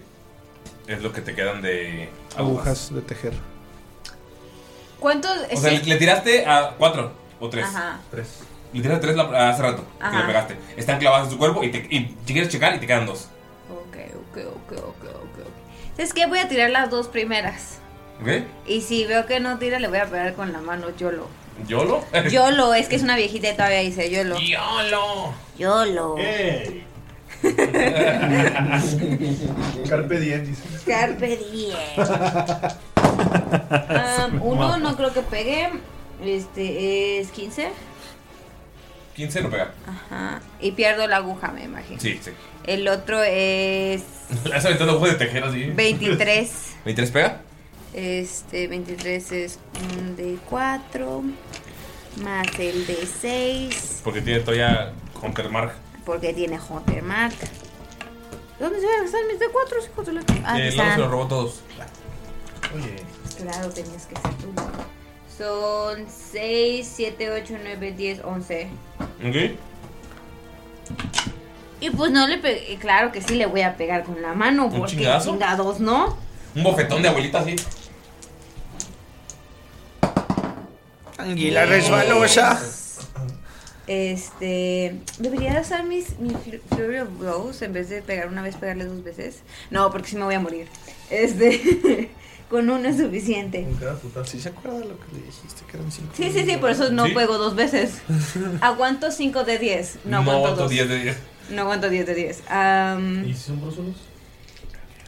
es lo que te quedan de Agujas de tejer. ¿Cuántos? O sea, le, le tiraste a cuatro o tres. Ajá. Tres. Le tiraste tres la- hace rato que Ajá. le pegaste. Están clavadas en su cuerpo y, te, y si quieres checar y te quedan dos. Ok, ok, ok, ok, ok. ok. Es que voy a tirar las dos primeras. ¿Ok? Y si veo que no tira, le voy a pegar con la mano YOLO. ¿Yolo? YOLO, es que es una viejita y todavía dice YOLO. YOLO. YOLO. Carpe diem, dice. Carpe diem. Um, uno, no creo que pegue. Este es 15. 15 no pega. Ajá. Y pierdo la aguja, me imagino. Sí, sí. El otro es Le has aventado agujas de tejer así. 23. ¿23 pega? Este, 23 es un de 4. Más el de 6. Porque tiene todavía Huntermark. Porque tiene Huntermark. ¿Dónde se van a gastar mis de 4? Ah, Eh, aquí el lado se están. lo robó todos. Claro, tenías que ser tú. Son 6, 7, 8, 9, 10, 11. ¿Ok? Y pues no le pegué. Claro que sí le voy a pegar con la mano. ¿Un Porque chingazo? chingados, ¿no? Un bofetón de abuelita así. Anguila resbalosa. Este. Debería usar mis, mi Fu- Fury of Blows en vez de pegar una vez, pegarle dos veces. No, porque si me voy a morir. Este. con uno es suficiente. ¿Sí se acuerda de lo que le dijiste? Que eran cinco. Sí, sí, sí, por eso no ¿Sí? juego dos veces. Aguanto 5 de 10. No aguanto aguanto dos. 10 de 10. No aguanto 10 de 10. Am, ¿Y si son grosuros?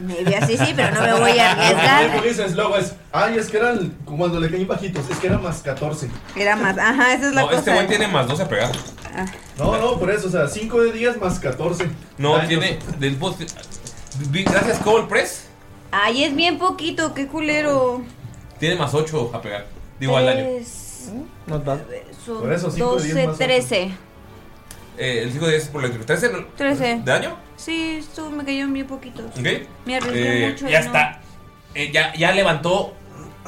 maybe así sí, pero no me voy a arriesgar. Luego dices, luego es, ay, es que eran, cuando le caí bajitos, es que era más 14. Era más. Ajá, esa es la No, cosa. este güey tiene más 12 a pegar. Ah, No, no, por eso, o sea, 5 de 10 más 14. No, tiene. Del bof- vi- Gracias, Cobalt Press. Ay, es bien poquito, qué culero. Tiene más 8 a pegar. Digo al daño. Tres, son Por eso, cinco de diez 12, más otro. 13. Eh, el 5 de 10 por la electricidad. 13 no- 13. ¿Daño? Sí, esto me cayó bien poquito. ¿Ok? Me arriesgué Eh, mucho. y Ya no. está. Eh, ya, ya levantó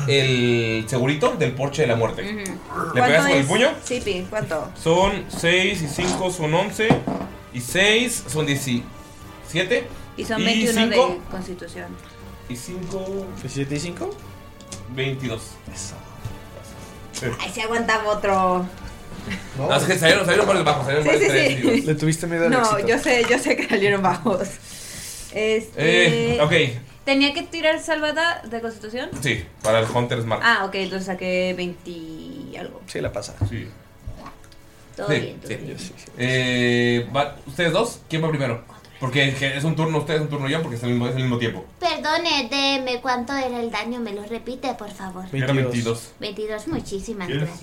el segurito del porche de la muerte. Ujú. ¿Le ¿Cuánto pegas con el es? puño? Sí, Pi, ¿cuánto? Son 6 y 5 son 11. Y 6 son 17. Y son 21 cinco- de constitución. Y 5. ¿17 y 5? 22. Ay, se aguantaba otro. No, es que salieron, salieron varios bajos. Salieron Sí, varios sí, tres, sí. digo. ¿Le tuviste miedo al No, éxito? yo sé, yo sé que salieron bajos. Este. Eh, ok, ¿Tenía que tirar salvada de constitución? sí, para el Hunter Smart. Ah, ok, entonces saqué 20 y algo. Sí, la pasa. Sí. Todo Sí, bien. todo sí. bien. Eh, va- ¿Ustedes dos? ¿Quién va primero? Porque que es un turno ustedes, un turno yo, porque es el mismo, es el mismo tiempo. Perdone, deme cuánto era el daño, me lo repite, por favor. Era 22. 22, muchísimas gracias.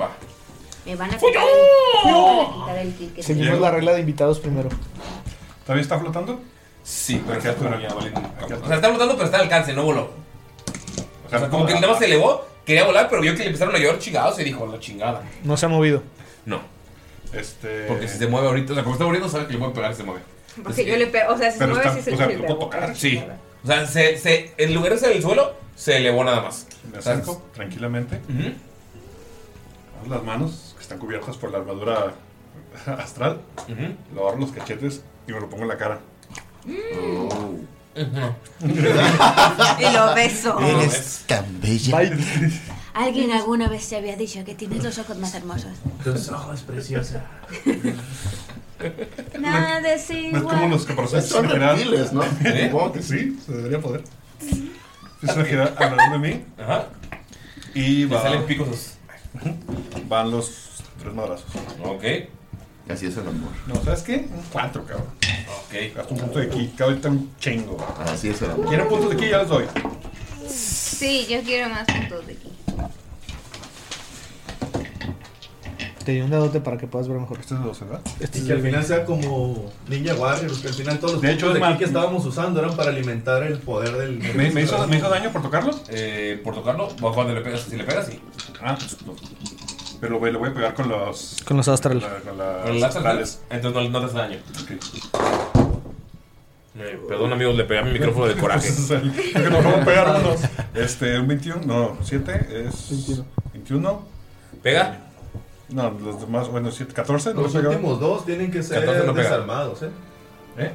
Va. Me van a quitar el, me van a quitar el ticket. Seguimos la regla de invitados primero. ¿Todavía está flotando? Sí, pero ya está O sea, está flotando, pero está al alcance, no voló. O sea, como que nada más se elevó, quería volar, pero vio que le empezaron a llorar chingados y dijo, la chingada. No se ha movido. No. Este. Porque si se mueve ahorita, o sea, como está muriendo, sabe que le pueden pegar y se mueve. Porque yo le pego, o sea, si se mueve, sí se le pego. Sí. O sea, se, se, en lugar de ser el suelo, se elevó nada más. Me acerco tranquilamente. Agarro Las manos que están cubiertas por la armadura astral. Lo agarro los cachetes y me lo pongo en la cara. Y lo beso. Eres tan bella. ¿Alguien alguna vez te había dicho que tienes los ojos más hermosos? Tus ojos, preciosa. Nada es No es como igual. los capazones Son en general. reptiles, ¿no? Supongo que sí, se debería poder. Empiezan a girar alrededor de mí. Ajá. Y Le va- salen picos. Van los tres madrazos. Ok. Así es el amor. No, ¿sabes qué? Un cuatro, cabrón. Ok. Gasto un punto de ki. Cada ahorita un chingo. Así es el amor. ¿Quieren puntos de ki? Ya los doy. Sí, yo quiero más puntos de aquí. Te di un dadote para que puedas ver mejor. Este es de 12, ¿verdad? Este Y es que al de final sea como Ninja Warrior, que al final todos los De de hecho, hecho, de es aquí más- que estábamos usando eran para alimentar el poder del. ¿Me, me hizo, ¿Me hizo daño por tocarlo? Eh, por tocarlo, bajo cuando le pegas, si le pegas, sí. Ah, pues, no. Pero güey, le voy a pegar con los. Con los astral. Con, la- con las Con el astral, astrales. Entonces no, no te hace daño. Eh, perdón, amigos, le pegué a mi micrófono de coraje. Es el- es que nos vamos a pegar uno. Este, un 21, no, 7 es. 21. ¿Pega? No, los demás, bueno, siete- 14. ¿no Los pegaron? últimos dos tienen que ser 14 no pegan. desarmados, ¿eh? ¿Eh?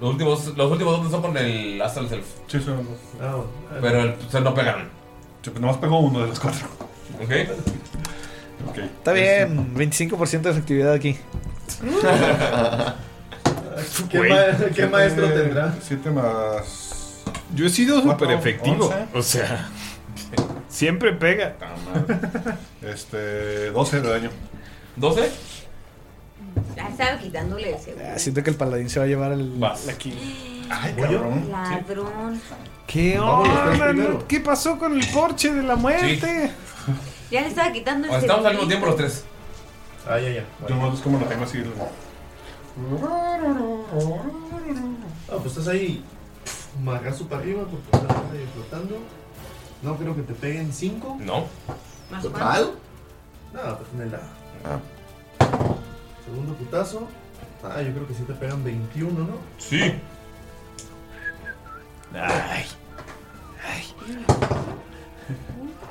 Los últimos, los últimos dos no son con el Astral Self. Sí, son dos. Oh, eh. pues Pero el, o sea, no pegaron. nomás pegó uno de los cuatro. Ok. Está bien, 25% de efectividad aquí. ¿Qué, ma- qué maestro tendrá? 7 más. Yo he sido Cuatro, súper efectivo. once. O sea, siempre pega. Este. 12 de daño. ¿12? Ya Ah, estaba quitándole el seguro. Ah, Siento que el paladín se va a llevar el, la kill. Ay, Ladrón. ¿Qué Vamos los tres onda? primero. ¿Qué pasó con el porche de la muerte? Ya le estaba quitando el O estamos al segurito. mismo tiempo los tres. Ah, ya, ya. Yo no es como lo tengo así. lo- Ah, pues estás ahí. Magazo para arriba porque estás ahí flotando. No creo que te peguen 5. No. Más ¿Total? No, pues en el Ah. segundo putazo. Ah, yo creo que sí te pegan 21, ¿no? Sí. Ay.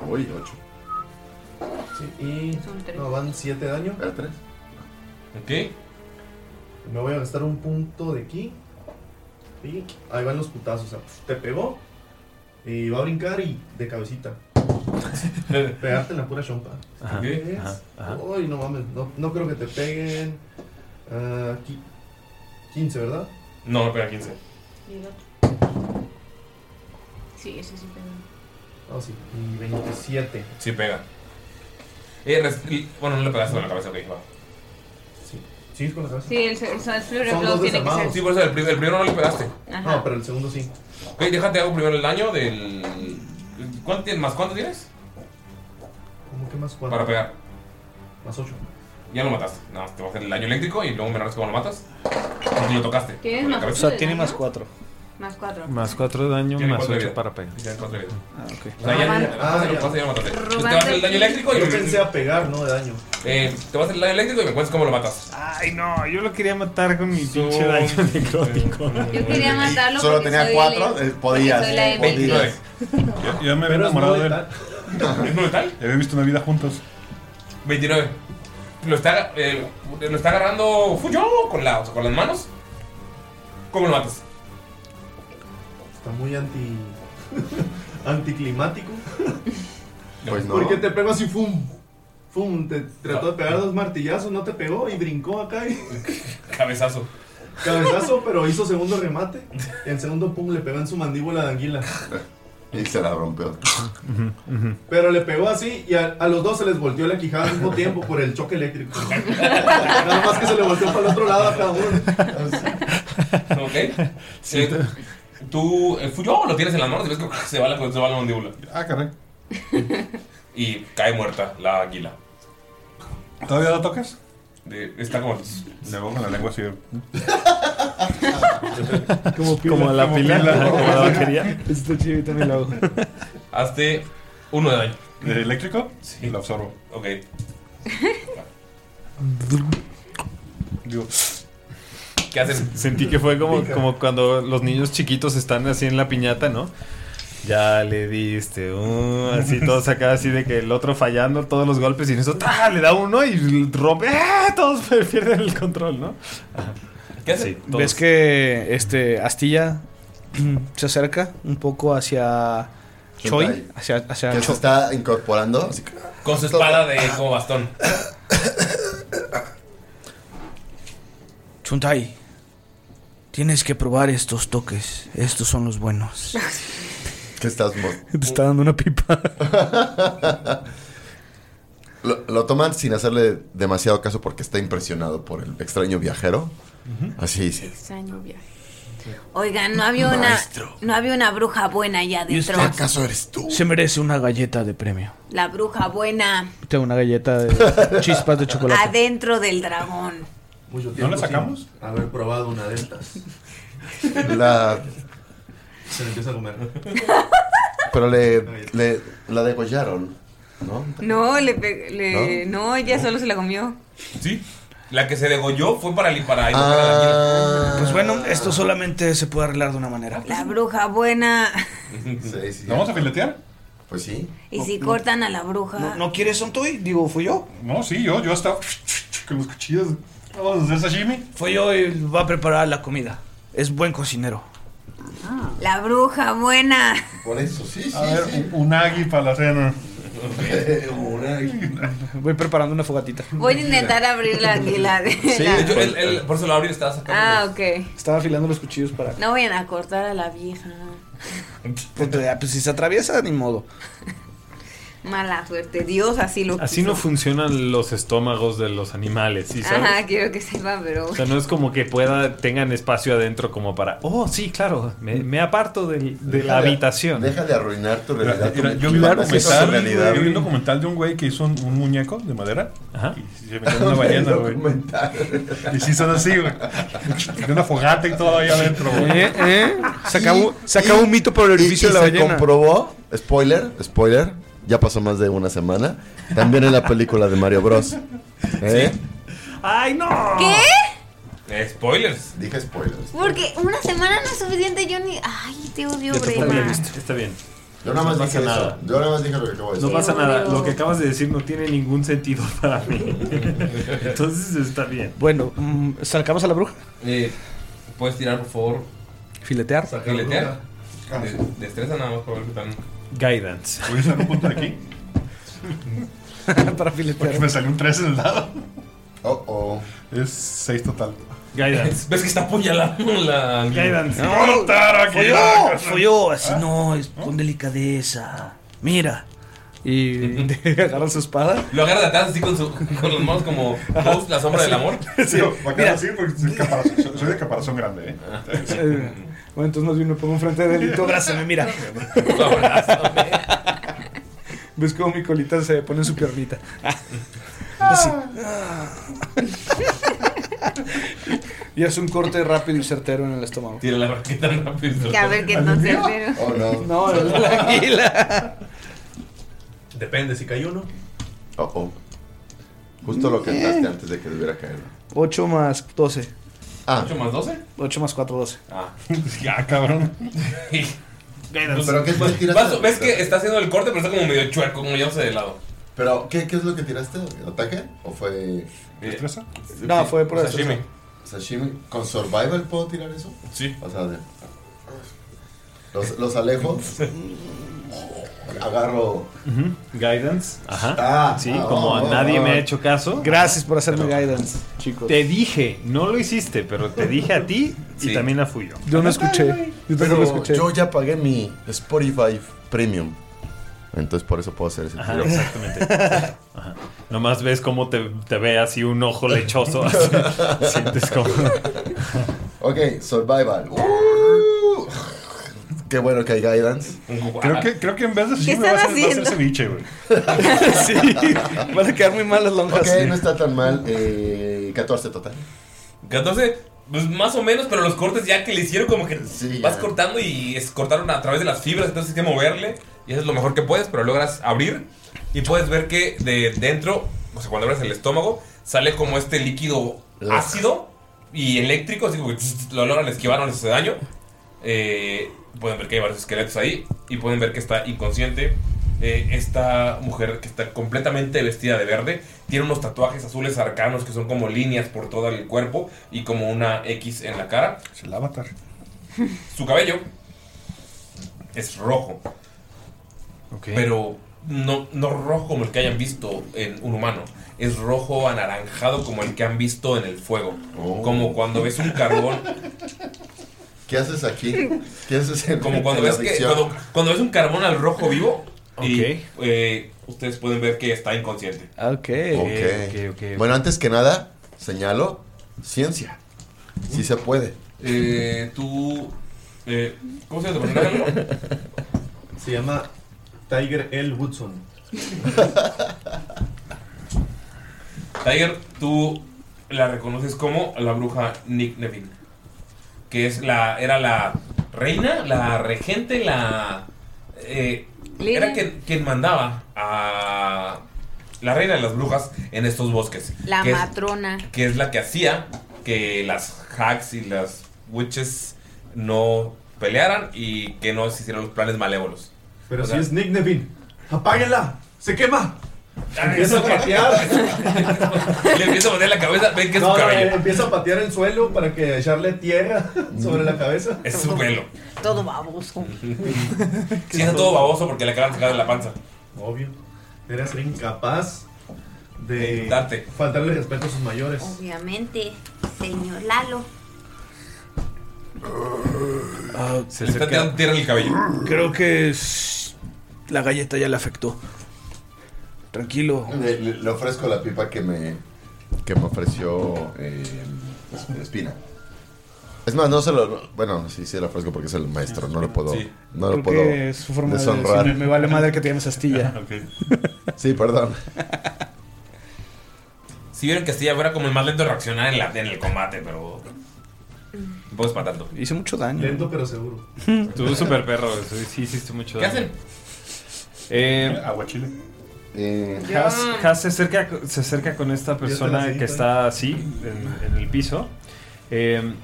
Uy, 8. Sí, y. No, van 7 daño. 3. Ok. Me voy a gastar un punto de ki. Y ahí van los putazos. O sea, pf, te pegó. Y va a brincar y de cabecita. Pegarte en la pura chompa. Ajá, ¿Qué es? ajá, ajá. Uy, no mames. No, no creo que te peguen. Ah, qui- 15, ¿verdad? No, no pega 15. Y el otro. Sí, ese sí pegó. Ah, sí. Y 27. Sí pega. Eh, res- y- bueno, no le pegaste con la cabeza, ok, va. Sí. ¿Sí es con la cabeza? Sí, el, el, el Flurry of Blows tiene que ser. Sí, por eso el, pri- el primero no le pegaste. Ajá. No, pero el segundo sí. Ok, déjate, hago primero el daño del. ¿Cuánto tienes? ¿Más cuánto tienes? ¿Cómo que más cuatro? Para pegar. Más 8. Ya lo mataste. Nada más te va a hacer el daño eléctrico y luego me narras cómo lo matas. Porque lo tocaste. ¿Tienes Con la más cabeza. ocho O sea, de tiene daño? más 4. Más cuatro. Más 4 de daño, Tiene más cuatro de 8 vida. para pegar. Tiene cuatro de vida. Ah, ok. O sea, ya, ya, Ah, ya, pasa, ya. pasa, ya lo mataste. Entonces, Te va a hacer el daño Robando eléctrico y Yo pensé a pegar, no de daño. Eh, te va a hacer el daño eléctrico y me cuentas cómo lo matas. Ay, no, yo lo quería matar con mi pinche daño necrótico. Yo quería matarlo. Solo porque tenía soy cuatro, el- eh, podías, porque Soy la de podías. 22. Ya, ya me había enamorado de él. ¿Es no letal? Ya había visto una vida juntos. 29. Lo está, eh, lo está agarrando Fuyo con, la, o sea, con las manos. ¿Cómo lo matas? Está muy anti. anticlimático. Pues no. Porque te pegó así, fum. Fum, te trató de pegar dos martillazos, no te pegó y brincó acá y. Cabezazo. Cabezazo, pero hizo segundo remate. En segundo pum le pegó en su mandíbula de anguila. Y se la rompió. Pero le pegó así y a, a los dos se les volteó la quijada al mismo tiempo por el choque eléctrico. Nada más que se le volteó para el otro lado a cada uno. Ok. Eh, tú, el Fuyo lo tienes en las manos y ves que se va la, se va la mandíbula. Ah, caray. Y cae muerta la águila. ¿Todavía la tocas? De- está como. Le pongo la lengua así. Como, pila. como la Como pila, pila. como la batería. Está chido, yo también lo hago. Hazte uno de daño. ¿De eléctrico? Sí. Lo absorbo. Ok. Digo. ¿Qué hacen? Sentí que fue como, como cuando los niños chiquitos están así en la piñata, ¿no? Ya le diste, uh, así todos acá, así de que el otro fallando todos los golpes y en eso ¡ta! le da uno y rompe, ¡ah! todos pierden el control, ¿no? ¿Qué hace? ¿Ves que este Astilla mm, se acerca un poco hacia Choi? Hentai. Hacia, hacia Que se Choi. está incorporando. así que- Con su espada de como bastón. Chuntai, tienes que probar estos toques. Estos son los buenos. Que estás mo- Te está dando una pipa. Lo, lo toman sin hacerle demasiado caso porque está impresionado por el extraño viajero. Así dice. Extraño viaje. Oigan, no había una. Maestro. No había una bruja buena allá adentro. eres tú? Se merece una galleta de premio. La bruja buena Tengo una galleta de chispas de chocolate. adentro del dragón. ¿No la sacamos? Haber probado una de estas. La- Se la empieza a comer. pero le, le- la degollaron, ¿no? No, le, pe- le- ¿No? ella solo se la comió. Sí. La que se degolló fue para li- para invocar a la águila. Ah. Pues bueno, esto solamente se puede arreglar de una manera. La bruja buena. Sí, sí. ¿Lo vamos a filetear? Pues sí. Y No, si no. cortan a la bruja. ¿No, quieres son tú? Digo, ¿fui yo? No, sí, yo. Yo estaba con los cuchillos. Vamos a hacer sashimi. Fue yo y va a preparar la comida. Es buen cocinero. Ah. La bruja buena. Por eso, sí, sí. A ver, un agui para la cena. Voy preparando una fogatita. Voy a intentar abrir la anguila. de la- yo- pues, él- él- por eso lo abrí estaba sacando. Ah, ok. Estaba afilando los cuchillos para. No vayan a cortar a la vieja. Pues, ya, pues, si se atraviesa, ni modo. Mala suerte. Dios así lo Así no funcionan los estómagos de los animales, ¿sí sabes? Ajá, quiero que sepan, pero. O sea, no es como que pueda, tengan espacio adentro como para, oh, sí, claro, me, me aparto del- de, la Deja de- habitación. Deja de arruinar tu realidad. Mira, yo vi un documental, yo vi un documental de un güey que hizo un, un muñeco de madera y se metió en una ballena, güey. Y sí son así, güey. De una fogata y todo ahí adentro, güey. ¿Eh? ¿Eh? Se acabó, Y- se acabó y- un mito por el y- orificio y de la se ballena. comprobó, spoiler, spoiler, ya pasó más de una semana, también en la película de Mario Bros. ¿Eh? ¡Ay, no! eh, ¿Qué? Spoilers. Dije spoilers. Porque una semana no es suficiente, yo ni. Ay, te odio, Está bien, Brema. está bien. Yo nada más No dije pasa nada. Yo nada más dije lo que acabo de No decir. pasa nada, Obvio. lo que acabas de decir no tiene ningún sentido para mí. Entonces está bien. Bueno, mm, ¿sacamos a la bruja? Eh, ¿Puedes tirar, por favor? ¿Filetear? Filetear. De- Ah, Destreza nada más para ver qué tan. Guidance. Voy a usar un punto de aquí. Para filetear. Porque me salió un 3 en el lado. Oh, oh. Es 6 total. Guidance. ¿Ves que está apuñalando la. Guidance. No, Fui yo, fui yo, así no, es con delicadeza. Mira. Y agarra su espada. Lo agarra de atrás así con, su, con los manos como Ghost, la sombra del amor. Sí, va a quedar así porque soy, caparazón- soy- soy de caparazón grande, ¿eh? Eh, Bueno, entonces nos vino, pongo enfrente de él y tú abrázame, mira. ¿Ves cómo mi colita se pone en su piernita? Ah. Así. Y hace un corte rápido y certero en el estómago. Tira la barquita rápido. Que a ver qué tan ¿Al mío? certero. Oh, no. No, la- la águila. Depende si cae uno. Oh, oh. Justo lo que cantaste antes de que debiera caer. 8 más 12. Ah. ¿Ocho más doce? 8 más 4, 12. Ah. ya, cabrón. ¿Pero qué fue? ¿Tiraste? Vas- ¿Ves que está haciendo el corte, pero está como medio chueco, como yéndose de lado? ¿Pero qué, qué es lo que tiraste? ¿Ataque? ¿O fue. ¿Destreza? No, fue pura Sashimi. destreza. Sashimi. ¿Con Survival puedo tirar eso? Sí. O sea, de- los, los alejo. Agarro. Ujú, Guidance. Ajá. Ah, sí, ah, como ah, a nadie ah. me ha hecho caso. Gracias por hacerme guidance, chicos. Te dije, no lo hiciste, pero te dije a ti y también a Fuyo. Yo no escuché. Yo Pero tampoco escuché. yo ya pagué mi Spotify Premium. Entonces por eso puedo hacer ese Ajá, tiro. exactamente. Ajá. Nomás ves cómo te, te ve así un ojo lechoso. así. Sientes como. Ok, Survival. Uh, qué bueno que hay guidance. Creo que, creo que en vez de ¿Qué sashimi va a ser, va a están ser haciendo? ceviche, güey. sí, van a quedar muy mal las lonjas. Ok, no está tan mal. Eh, 14 total. 14, pues más o menos, pero los cortes ya que le hicieron como que vas cortando y es, cortaron a través de las fibras, entonces hay que moverle y haces lo mejor que puedes, pero logras abrir y puedes ver que de dentro, o sea, cuando abres el estómago, sale como este líquido ácido y eléctrico, así como que tss, lo logran esquivar, no les hace daño. Eh, pueden ver que hay varios esqueletos ahí y pueden ver que está inconsciente. Eh, esta mujer que está completamente vestida de verde tiene unos tatuajes azules arcanos que son como líneas por todo el cuerpo y como una X en la cara. Es el avatar. Su cabello es rojo. Pero no, no rojo como el que hayan visto en un humano. Es rojo anaranjado como el que han visto en el fuego. Como cuando ves un carbón. ¿Qué haces aquí? ¿Qué haces en Como cuando en la ves, que, ficción? cuando, cuando ves un carbón al rojo vivo. Y, eh, ustedes pueden ver que está inconsciente. Ah, Okay. Bueno, antes que nada, señalo ciencia. Sí se puede. Eh, tú. eh, ¿Cómo se llama tu personaje? Se llama Tiger L. Woodson. Tiger, tú la reconoces como la bruja Nick Nevin. Que es la. Era la reina, la regente, la. eh, era quien, quien mandaba a. La reina de las brujas en estos bosques. La que es- matrona. que es la que hacía que las hacks y las witches no pelearan y que no se hicieran los planes malévolos. Pero O si sea, es Nick Nevin. ¡Apáguenla! ¡Se quema! Empieza a patear. Le empieza a poner la cabeza. Ven que es No, no, su cabello. eh, empieza a patear el suelo para que echarle tierra sobre la cabeza. Es su pelo. Todo baboso. Sí, está todo baboso porque le acaban de sacar de la panza. Obvio. Eres incapaz de Darte. faltarle respeto a sus mayores. Obviamente, señor Lalo. se le está tirando tierra en el cabello. Ah, Creo que es- la galleta ya le afectó. Tranquilo. Le, le- le ofrezco la pipa que me, que me ofreció eh, Espina. Es más, no se lo. Bueno, sí, sí, lo ofrezco porque es el maestro. No lo puedo. No Creo lo puedo. que es su forma de deshonrar. decir, me vale madre que te llames Astilla. Sí, perdón. Si vieron que Castilla fuera como el más lento de reaccionar en, la- en el combate, pero. Tampoco es para tanto. Hice mucho daño. Lento pero seguro. Tú super perro, Oh, sí, sí hiciste mucho ¿Qué daño. hacen? Eh, Agua chile. Has- Has se acerca, se acerca con esta Yo te persona la que está así, en, en el piso. Eh,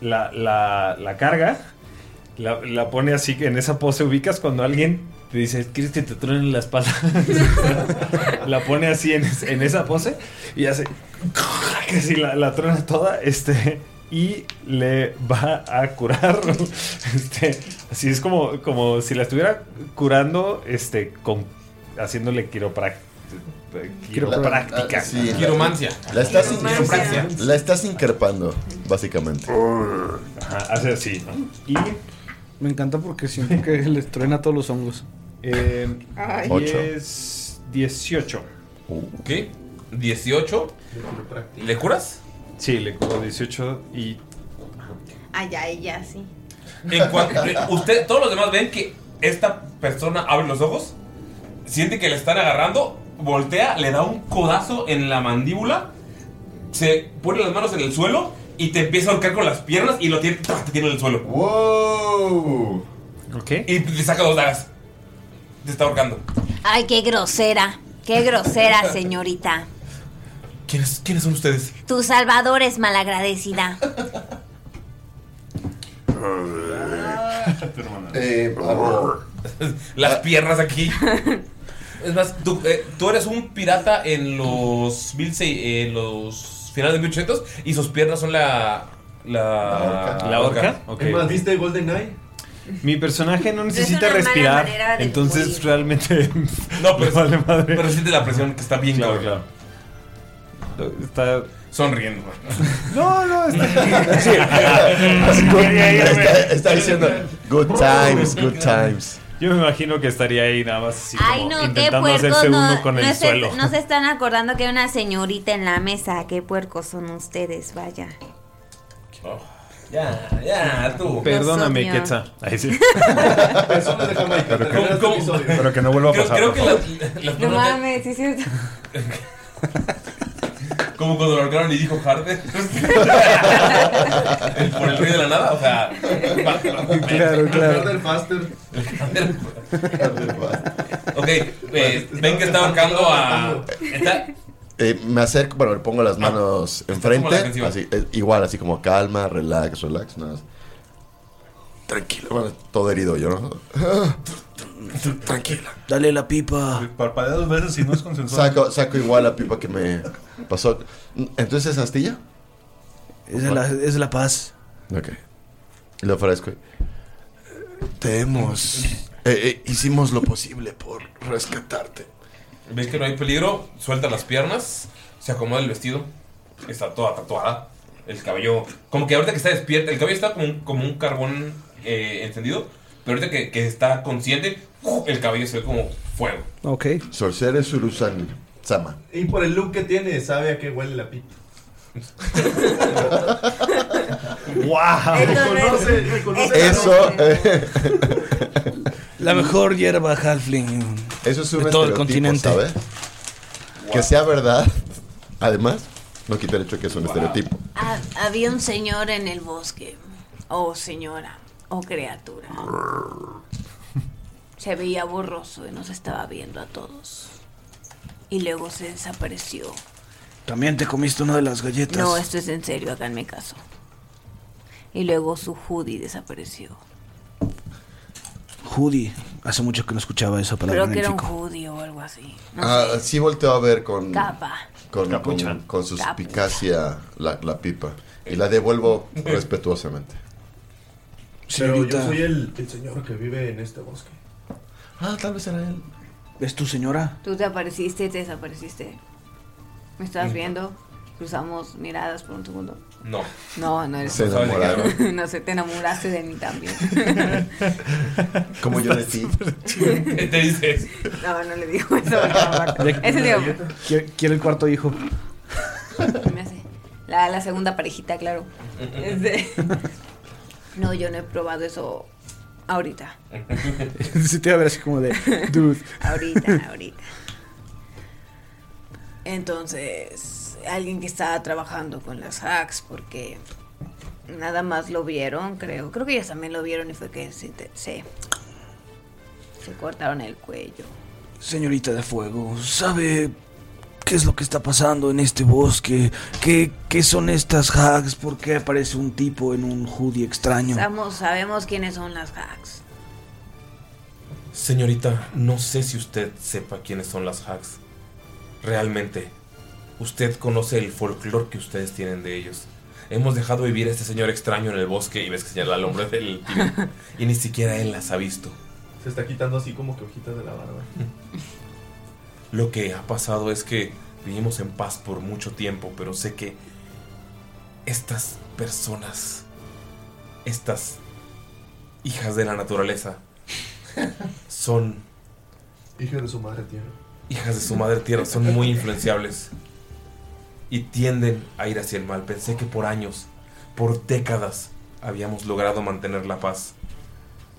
la, la- la carga, la, la pone así, que en esa pose ubicas cuando alguien te dice, ¿quieres que te truenen la espalda? la pone así en, es- en esa pose y hace, que si la, la truena toda, este... Y le va a curar. Este, así es como, como si la estuviera curando este, con, haciéndole quiroprac- quiropráctica. ah, Sí, la- La, estás, estás Quiropraxia. la estás increpando, básicamente. Ajá, hace así, ¿no? Y Me encanta porque siento que les truena todos los hongos. Eh, Ay. Ocho. diez- 18. ¿Qué? ¿18? ¿Le curas? Sí, le curo 18 y Allá ella, sí. En cuanto, usted, todos los demás ven que esta persona abre los ojos, siente que le están agarrando, voltea, le da un codazo en la mandíbula, se pone las manos en el suelo y te empieza a ahorcar con las piernas y lo tiene, ¡tra! te tiene en el suelo. ¡Wow! Y te saca dos dagas. Te está ahorcando. Ay, qué grosera. Qué grosera, señorita. ¿Quiénes, ¿Quiénes son ustedes? Tu salvador es malagradecida. Eh, hago- Las piernas aquí. Es más, tú, eh, tú eres un pirata en los, 1600, eh, en los finales de 1800 y sus piernas son la... Ah, La, ¿La horca? Ok. Es más, ¿viste Golden Eye? mi personaje no necesita una mala respirar, manera de entonces morir. realmente no, pero, vale madre. pero siente la presión que está bien claro, claro. Está sonriendo. No, no, Sí. Está, está diciendo good times, good times. Yo me imagino que estaría ahí nada más así Ay, como no, qué intentando puercos. hacerse No, uno con no el se, suelo. no se están acordando que hay una señorita en la mesa. Qué puercos son ustedes, vaya. Ya, Ah, ya, tú. Perdóname, Los odio. Quetzal. Ahí sí. Personas de Jamaica. Pero que- termina este ¿Cómo- episodio. pero que no vuelva a Creo- pasar, Creo por que favor. las- las No personas- mames, sí es cierto. Como cuando lo ahorcaron y dijo Harder. El- Por el ruido de la nada, o sea. Claro, claro. El Faster. Ok, eh, ven que está ahorcando a. Está, Eh, me acerco, bueno, le pongo las manos como la enfrente. defensiva. Así, eh, igual, así como calma, relax, relax. Nada más. Tranquilo, bueno, todo herido yo, ¿no? Tranquila. Dale la pipa. Parpadea dos veces si no es consensuado. Saco, saco igual la pipa que me pasó. Entonces, Astilla. Es la, es la paz. Ok. Le ofrezco. Te hemos. eh, eh, hicimos lo posible por rescatarte. ven que no hay peligro, suelta las piernas, se acomoda el vestido. Está toda tatuada. El cabello. Como que ahorita que está despierta, el cabello está como un, como un carbón eh, encendido. Pero ahorita que, que está consciente, ¡uf! el cabello se ve como fuego. Ok. Sorceres Surusan Sama. Y por el look que tiene, sabe a qué huele la pipa. ¡Wow! Reconoce, reconoce. Eso. eh, La mejor hierba Halfling. Eso es un de todo el estereotipo, continente. ¿sabe? Que sea verdad, además, no quita el hecho que es un estereotipo. Ha- Ah, había un señor en el bosque. Oh, señora. Oh, criatura. Se veía borroso y nos estaba viendo a todos. Y luego se desapareció. También te comiste una de las galletas. No, esto es en serio, háganme caso. Y luego su hoodie desapareció. Judy. Hace mucho que no escuchaba esa palabra Creo en que el era un chico. judío o algo así. No Ah, sé. sí volteó a ver con. Capa. Con, Capucha. con, con suspicacia Capucha. la, la pipa. Y la devuelvo respetuosamente. Pero Señorita. yo soy el, el señor que vive en este bosque. Ah, tal vez era él. ¿Es tu señora? Tú te apareciste y te desapareciste. ¿Me estabas Mm. viendo? Cruzamos miradas por un segundo. No. No, no eres Se tú. enamoraron. no sé, te enamoraste de mí también. Como yo de ti. ¿Qué te dices? No, no le digo eso. por favor. Es el digo, Quiere, quiere el cuarto hijo. la, la segunda parejita, claro. Este, No, yo no he probado eso ahorita. Sí te iba a ver así como de... Dude. Ahorita, ahorita. Entonces, alguien que estaba trabajando con las hacks porque nada más lo vieron, creo. Creo que ellas también lo vieron y fue que se, te- se, se cortaron el cuello. Señorita de fuego, ¿sabe qué es lo que está pasando en este bosque? ¿Qué, qué son estas hacks? ¿Por qué aparece un tipo en un hoodie extraño? Estamos- sabemos quiénes son las hacks. Señorita, no sé si usted sepa quiénes son las hacks. Realmente, usted conoce el folclore que ustedes tienen de ellos. Hemos dejado vivir a este señor extraño en el bosque y ves que señala al hombre del tibio, y ni siquiera él las ha visto. Se está quitando así como que hojitas de la barba. Mm. Lo que ha pasado es que vivimos en paz por mucho tiempo, pero sé que estas personas, estas hijas de la naturaleza, son Hijo de su madre tierra. hijas de su madre tierra son muy influenciables y tienden a ir hacia el mal. Pensé que por años, por décadas, habíamos logrado mantener la paz,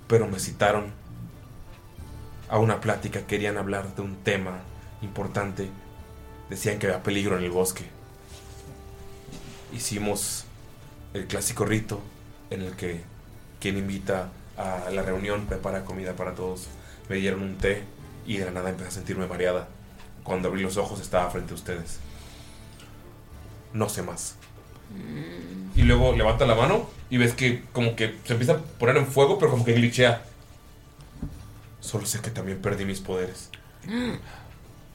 pero me citaron a una plática, querían hablar de un tema importante, decían que había peligro en el bosque. Hicimos el clásico rito en el que quien invita a la reunión prepara comida para todos. Me dieron un té y de la nada empecé a sentirme mareada. Cuando abrí los ojos estaba frente a ustedes. No sé más. Y luego levanta la mano y ves que como que se empieza a poner en fuego, pero como que glitchea. Solo sé que también perdí mis poderes. ¿Eh?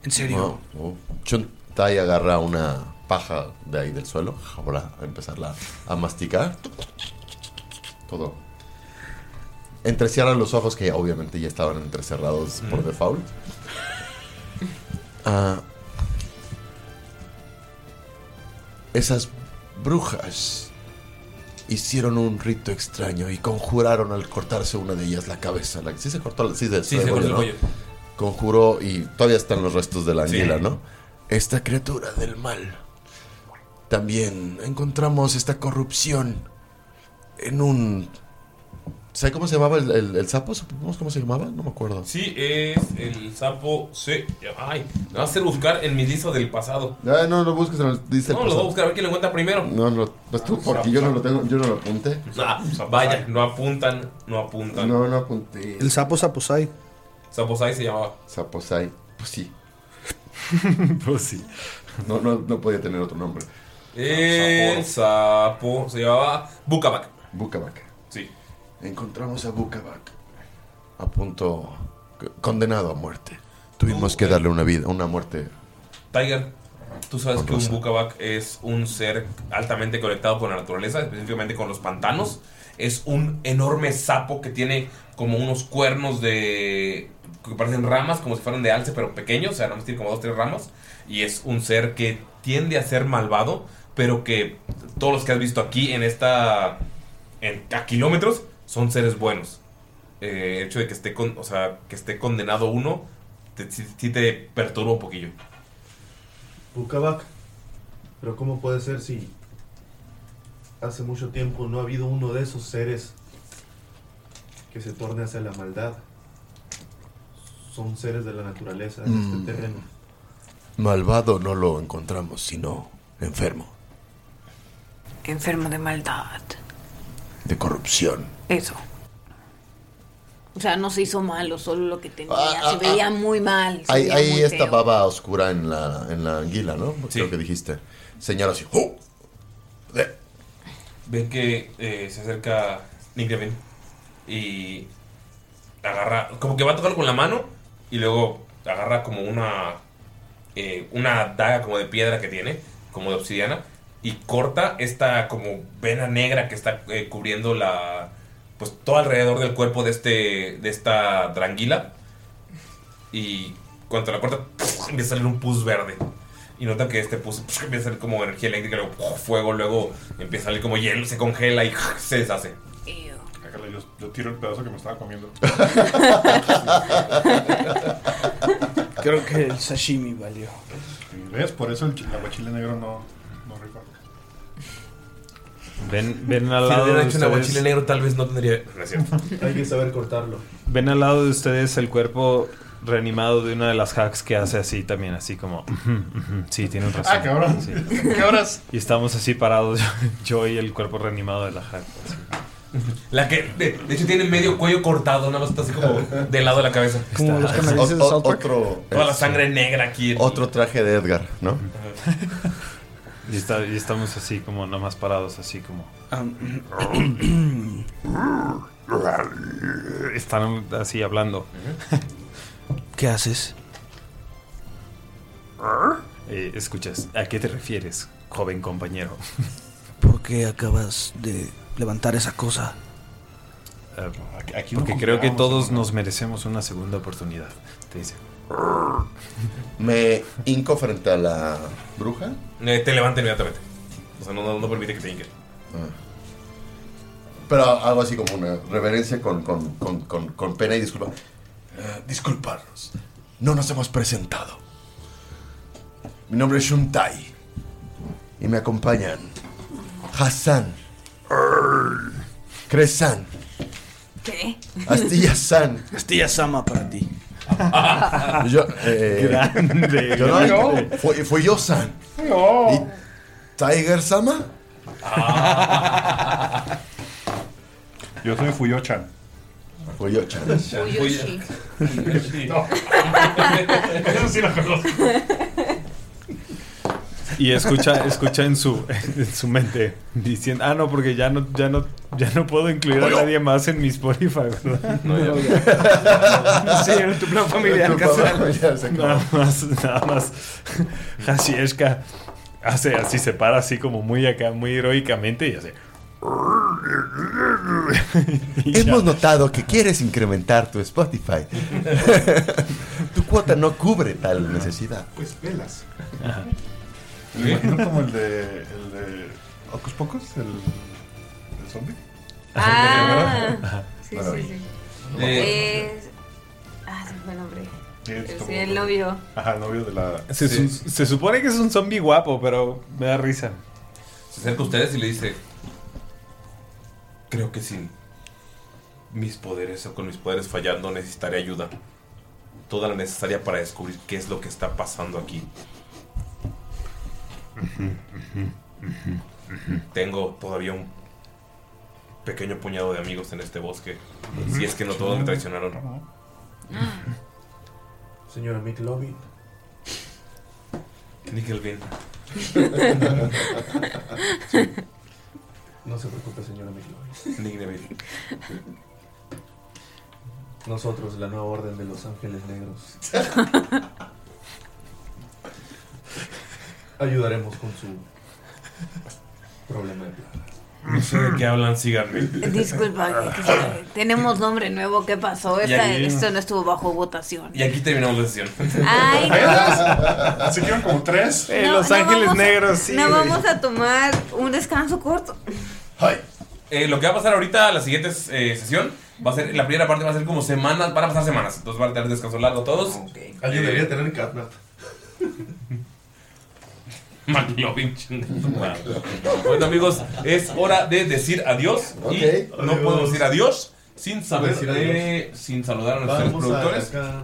¿En Wow, wow. Chuntai agarra una paja de ahí del suelo. Ahora a empezarla a masticar. Todo. Entrecierra los ojos que obviamente ya estaban entrecerrados por default. Ah, esas brujas hicieron un rito extraño y conjuraron al cortarse una de ellas la cabeza. La, sí se cortó, la- sí, se- Sí, el se cortó el ¿no? cuello. Conjuró y todavía están los restos de la Sí. anguila, ¿no? Esta criatura del mal. También encontramos esta corrupción en un... ¿Sabe cómo se llamaba el, el- el sapo? ¿Supimos cómo se llamaba? No me acuerdo. Sí, es el sapo C. Ay, me va a hacer buscar en mi listo del pasado. Ah, no, lo busques, no, dice el No, lo voy a pasado. buscar a ver quién lo encuentra primero. No, no, pues tú, porque yo no lo tengo, yo no lo apunté. Ah, vaya, no apuntan, no apuntan. No, no apunté. El sapo saposai. Saposai se llamaba. Saposai, pues sí. pues sí. No, no, no podía tener otro nombre. El sapo se llamaba Bucabac. Bucabac. Sí. Encontramos a Bucabac. A punto. c- condenado a muerte. Tuvimos que darle una vida, una muerte. Tiger, tú sabes que un Rosa. bucabac es un ser altamente conectado con la naturaleza, específicamente con los pantanos. Es un enorme sapo que tiene como unos cuernos de. que parecen ramas, como si fueran de alce, pero pequeños, o sea, nada más tiene como dos tres ramas. Y es un ser que tiende a ser malvado, pero que todos los que has visto aquí en esta. en- a kilómetros son seres buenos. Eh, el hecho de que esté, con, o sea, que esté condenado uno, te- sí- sí te perturba un poquillo. Bucabac. Pero ¿cómo puede ser si hace mucho tiempo no ha habido uno de esos seres que se torne hacia la maldad? Son seres de la naturaleza en Mm. este terreno. Malvado no lo encontramos, sino enfermo. Enfermo de maldad. De corrupción. Eso. O sea, no se hizo malo, solo lo que tenía. Ah, se ah, veía muy mal. se Hay, veía hay muy esta feo. baba oscura en la, en la anguila, ¿no? Creo que dijiste. Señala así. ¡Oh! Ven que eh, se acerca Nick Devin y agarra, como que va a tocarlo con la mano y luego agarra como una eh, una daga como de piedra que tiene, como de obsidiana y corta esta como vena negra que está eh, cubriendo la pues todo alrededor del cuerpo de este de esta dranguila y cuando la corta empieza a salir un pus verde y nota que este pus empieza a salir como energía eléctrica luego fuego luego empieza a salir como hielo se congela y se deshace Ájale, Yo, yo tiro el pedazo que me estaba comiendo. Creo que el sashimi valió. ¿Ves? Por eso el, chi- el aguachile negro no, no rifa. Ven, ven al Si lado hubiera de hecho un aguachile ustedes, negro tal vez no tendría no es cierto. Hay que saber cortarlo. ven al lado de ustedes el cuerpo reanimado de una de las hacks que hace así también, así como, "Ujú, ujú, sí, tienen razón. Ah, cabrón. Sí. Cabrón. Y estamos así parados, yo y el cuerpo reanimado de la hack. así. La que, de, de hecho, tiene medio cuello cortado, nada más está así como del lado de la cabeza. Como los canadienses de South Park. otro- Toda la es- sangre negra aquí. en- Otro traje de Edgar, ¿no? Y, está- y estamos así como nomás parados, así como... Ah, Están así hablando. ¿Qué haces? Eh, escuchas, ¿a qué te refieres, joven compañero? ¿Por qué acabas de levantar esa cosa? Eh, aquí no porque creo que compramos, todos nos merecemos una segunda oportunidad. Te dice. Me hinco frente a la bruja. Eh, te levanta inmediatamente. O sea, no, no, no permite que te hinque. Ah. Pero hago así como una reverencia con, con, con, con, con pena y disculpa. Eh, disculparnos. No nos hemos presentado. Mi nombre es Shuntai. Y me acompañan Hassan, Cresan, ¿Qué? Astilla San. Astilla Sama para ti. Yo, eh, Grande, yo no- grande. fue, fue yo San. ¿Y Tiger Sama? Yo soy Fuyo-chan. Fuyo-chan. Fuyoshi. Eso sí lo conozco. Y escucha, escucha en su en su mente diciendo, ah no, porque ya no, ya no, ya no puedo incluir a nadie más en mi Spotify, ¿verdad? No, ya no. Sí, en tu plan En familiar, tu plan casual. familiar, se acabó. nada más, nada más. Hashieshka hace así, se para así como muy acá, muy heroicamente y hace. Hemos notado que quieres incrementar tu Spotify. tu cuota no cubre tal necesidad. Pues velas. Ajá. Me imagino como el de. El de. Ocus Pocus, el. El zombie. Ah, Ajá. sí, Bueno, sí, sí. no Eh, me acuerdo. Es... Ah, se me fue el nombre. Es Sí, como- el novio. Ajá, el novio de la. Se, Sí. su- se supone que es un zombie guapo, pero me da risa. Se acerca a ustedes y le dice: Creo que sin mis poderes o con mis poderes fallando necesitaré ayuda. Toda la necesaria para descubrir qué es lo que está pasando aquí. Tengo todavía un pequeño puñado de amigos en este bosque. Si es que no todos me traicionaron. Señora McLovin. Nickelbean. No se preocupe, señora McLovin. Nickelbean. Nosotros, la nueva orden de los ángeles negros. Ayudaremos con su problema de plagas. No sé de qué hablan, síganme. Disculpa, que- que- tenemos nombre nuevo. ¿Qué pasó? Y Esta- ahí- esto no estuvo bajo votación. Y aquí terminamos la sesión. Ay, no. Se quedan como tres. Eh, No, no vamos a- güey. No vamos a tomar un descanso corto. Eh, lo que va a pasar ahorita, la siguiente eh, sesión, va a ser, la primera parte va a ser como semanas, van a pasar semanas, entonces van a tener descanso largo todos. Eh, Alguien debería tener catnap. McLovin, chingada. Bueno amigos, es hora de decir adiós y Ok, no adiós. podemos decir adiós sin saber Decir adiós. de- Eh, sin saludar a nuestros Vamos a productores. acá.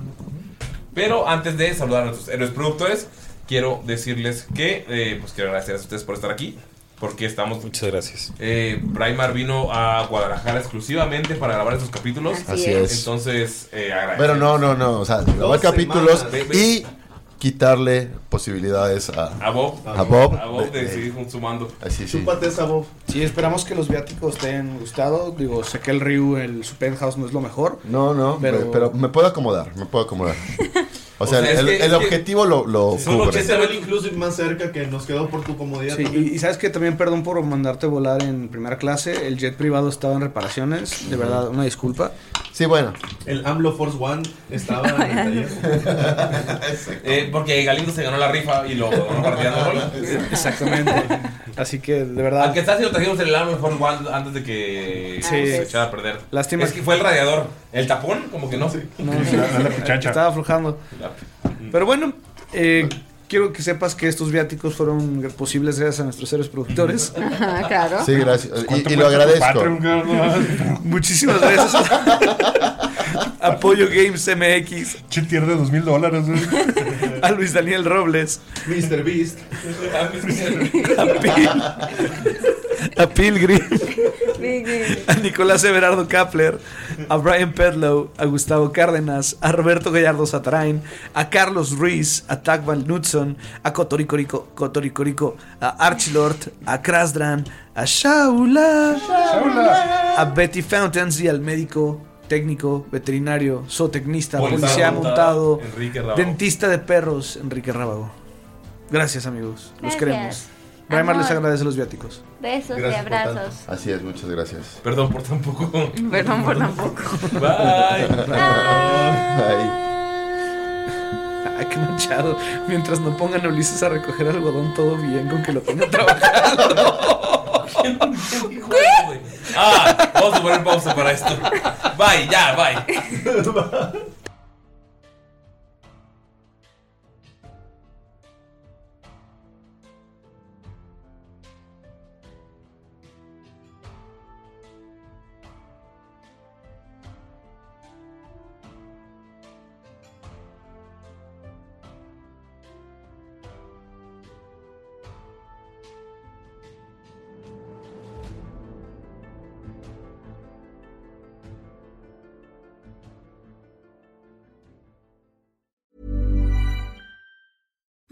Pero antes de saludar a nuestros héroes productores, quiero decirles que, eh, pues quiero agradecerles a ustedes por estar aquí, porque estamos... Muchas gracias. Eh, Braimar vino a Guadalajara exclusivamente para grabar estos capítulos. Así es. Entonces, eh, agradecemos. Pero no, no, no. O sea, Dos grabar capítulos semanas. y quitarle posibilidades a, A Bob. A Bob. A Bob de de- seguir consumando. Así sí. esa voz. Sí, esperamos que los viáticos te hayan gustado. Digo, sé que el Ryu, el su penthouse no es lo mejor. No, no, Pero- pero, pero me puedo acomodar, me puedo acomodar. O sea, sea, es el, que- el es que- objetivo lo, lo cubre. Ese Ese era incluso más cerca que nos quedó por tu comodidad. Sí, y, y sabes que también, perdón por mandarte volar en primera clase. El jet privado estaba en reparaciones. De verdad, una disculpa. Sí, bueno. El AMLO Force One estaba en el taller. Eh, porque Galindo se ganó la rifa y lo ganó partiendo Exactamente. Así que, de verdad. Aunque está si lo trajimos en el Arnold Force One antes de que Ah, Sí. se echara a perder. Lástima. Es que fue el radiador. El tapón, como que no. No, Estaba aflojando. Pero bueno, eh, quiero que sepas que estos viáticos fueron posibles gracias a nuestros seres productores. Ajá, Ah, claro. Sí, gracias. ¿Cuánto Y, y lo cuesta tu agradezco. Patreon, carnal? Muchísimas gracias. Apoyo Games MX. Che, de dos mil dólares. ¿eh? A Luis Daniel Robles. Mr. Beast. A Pil- A Pilgrim. a Nicolás Everardo Kapler, a Brian Pedlow, a Gustavo Cárdenas, a Roberto Gallardo Satrain, a Carlos Ruiz, a Tagval Knudson, a Cotoricorico, Cotoricorico, a Archilord, a Krasdran, a Shaula, a Betty Fountains y al médico, técnico, veterinario, zootecnista, Policía policía montado, montado, Enrique Rábago. dentista de perros, Enrique Rábago. Gracias amigos, los Gracias. queremos. Braimar les Amor. agradece los viáticos. Besos y Gracias por tanto. abrazos. Así es, muchas gracias. Perdón por tampoco. Perdón por tampoco. Ay, qué manchado. Mientras no pongan a Ulises a recoger algodón, todo bien con que lo tenga trabajado. Ah, vamos a poner pausa para esto. Bye, ya, bye.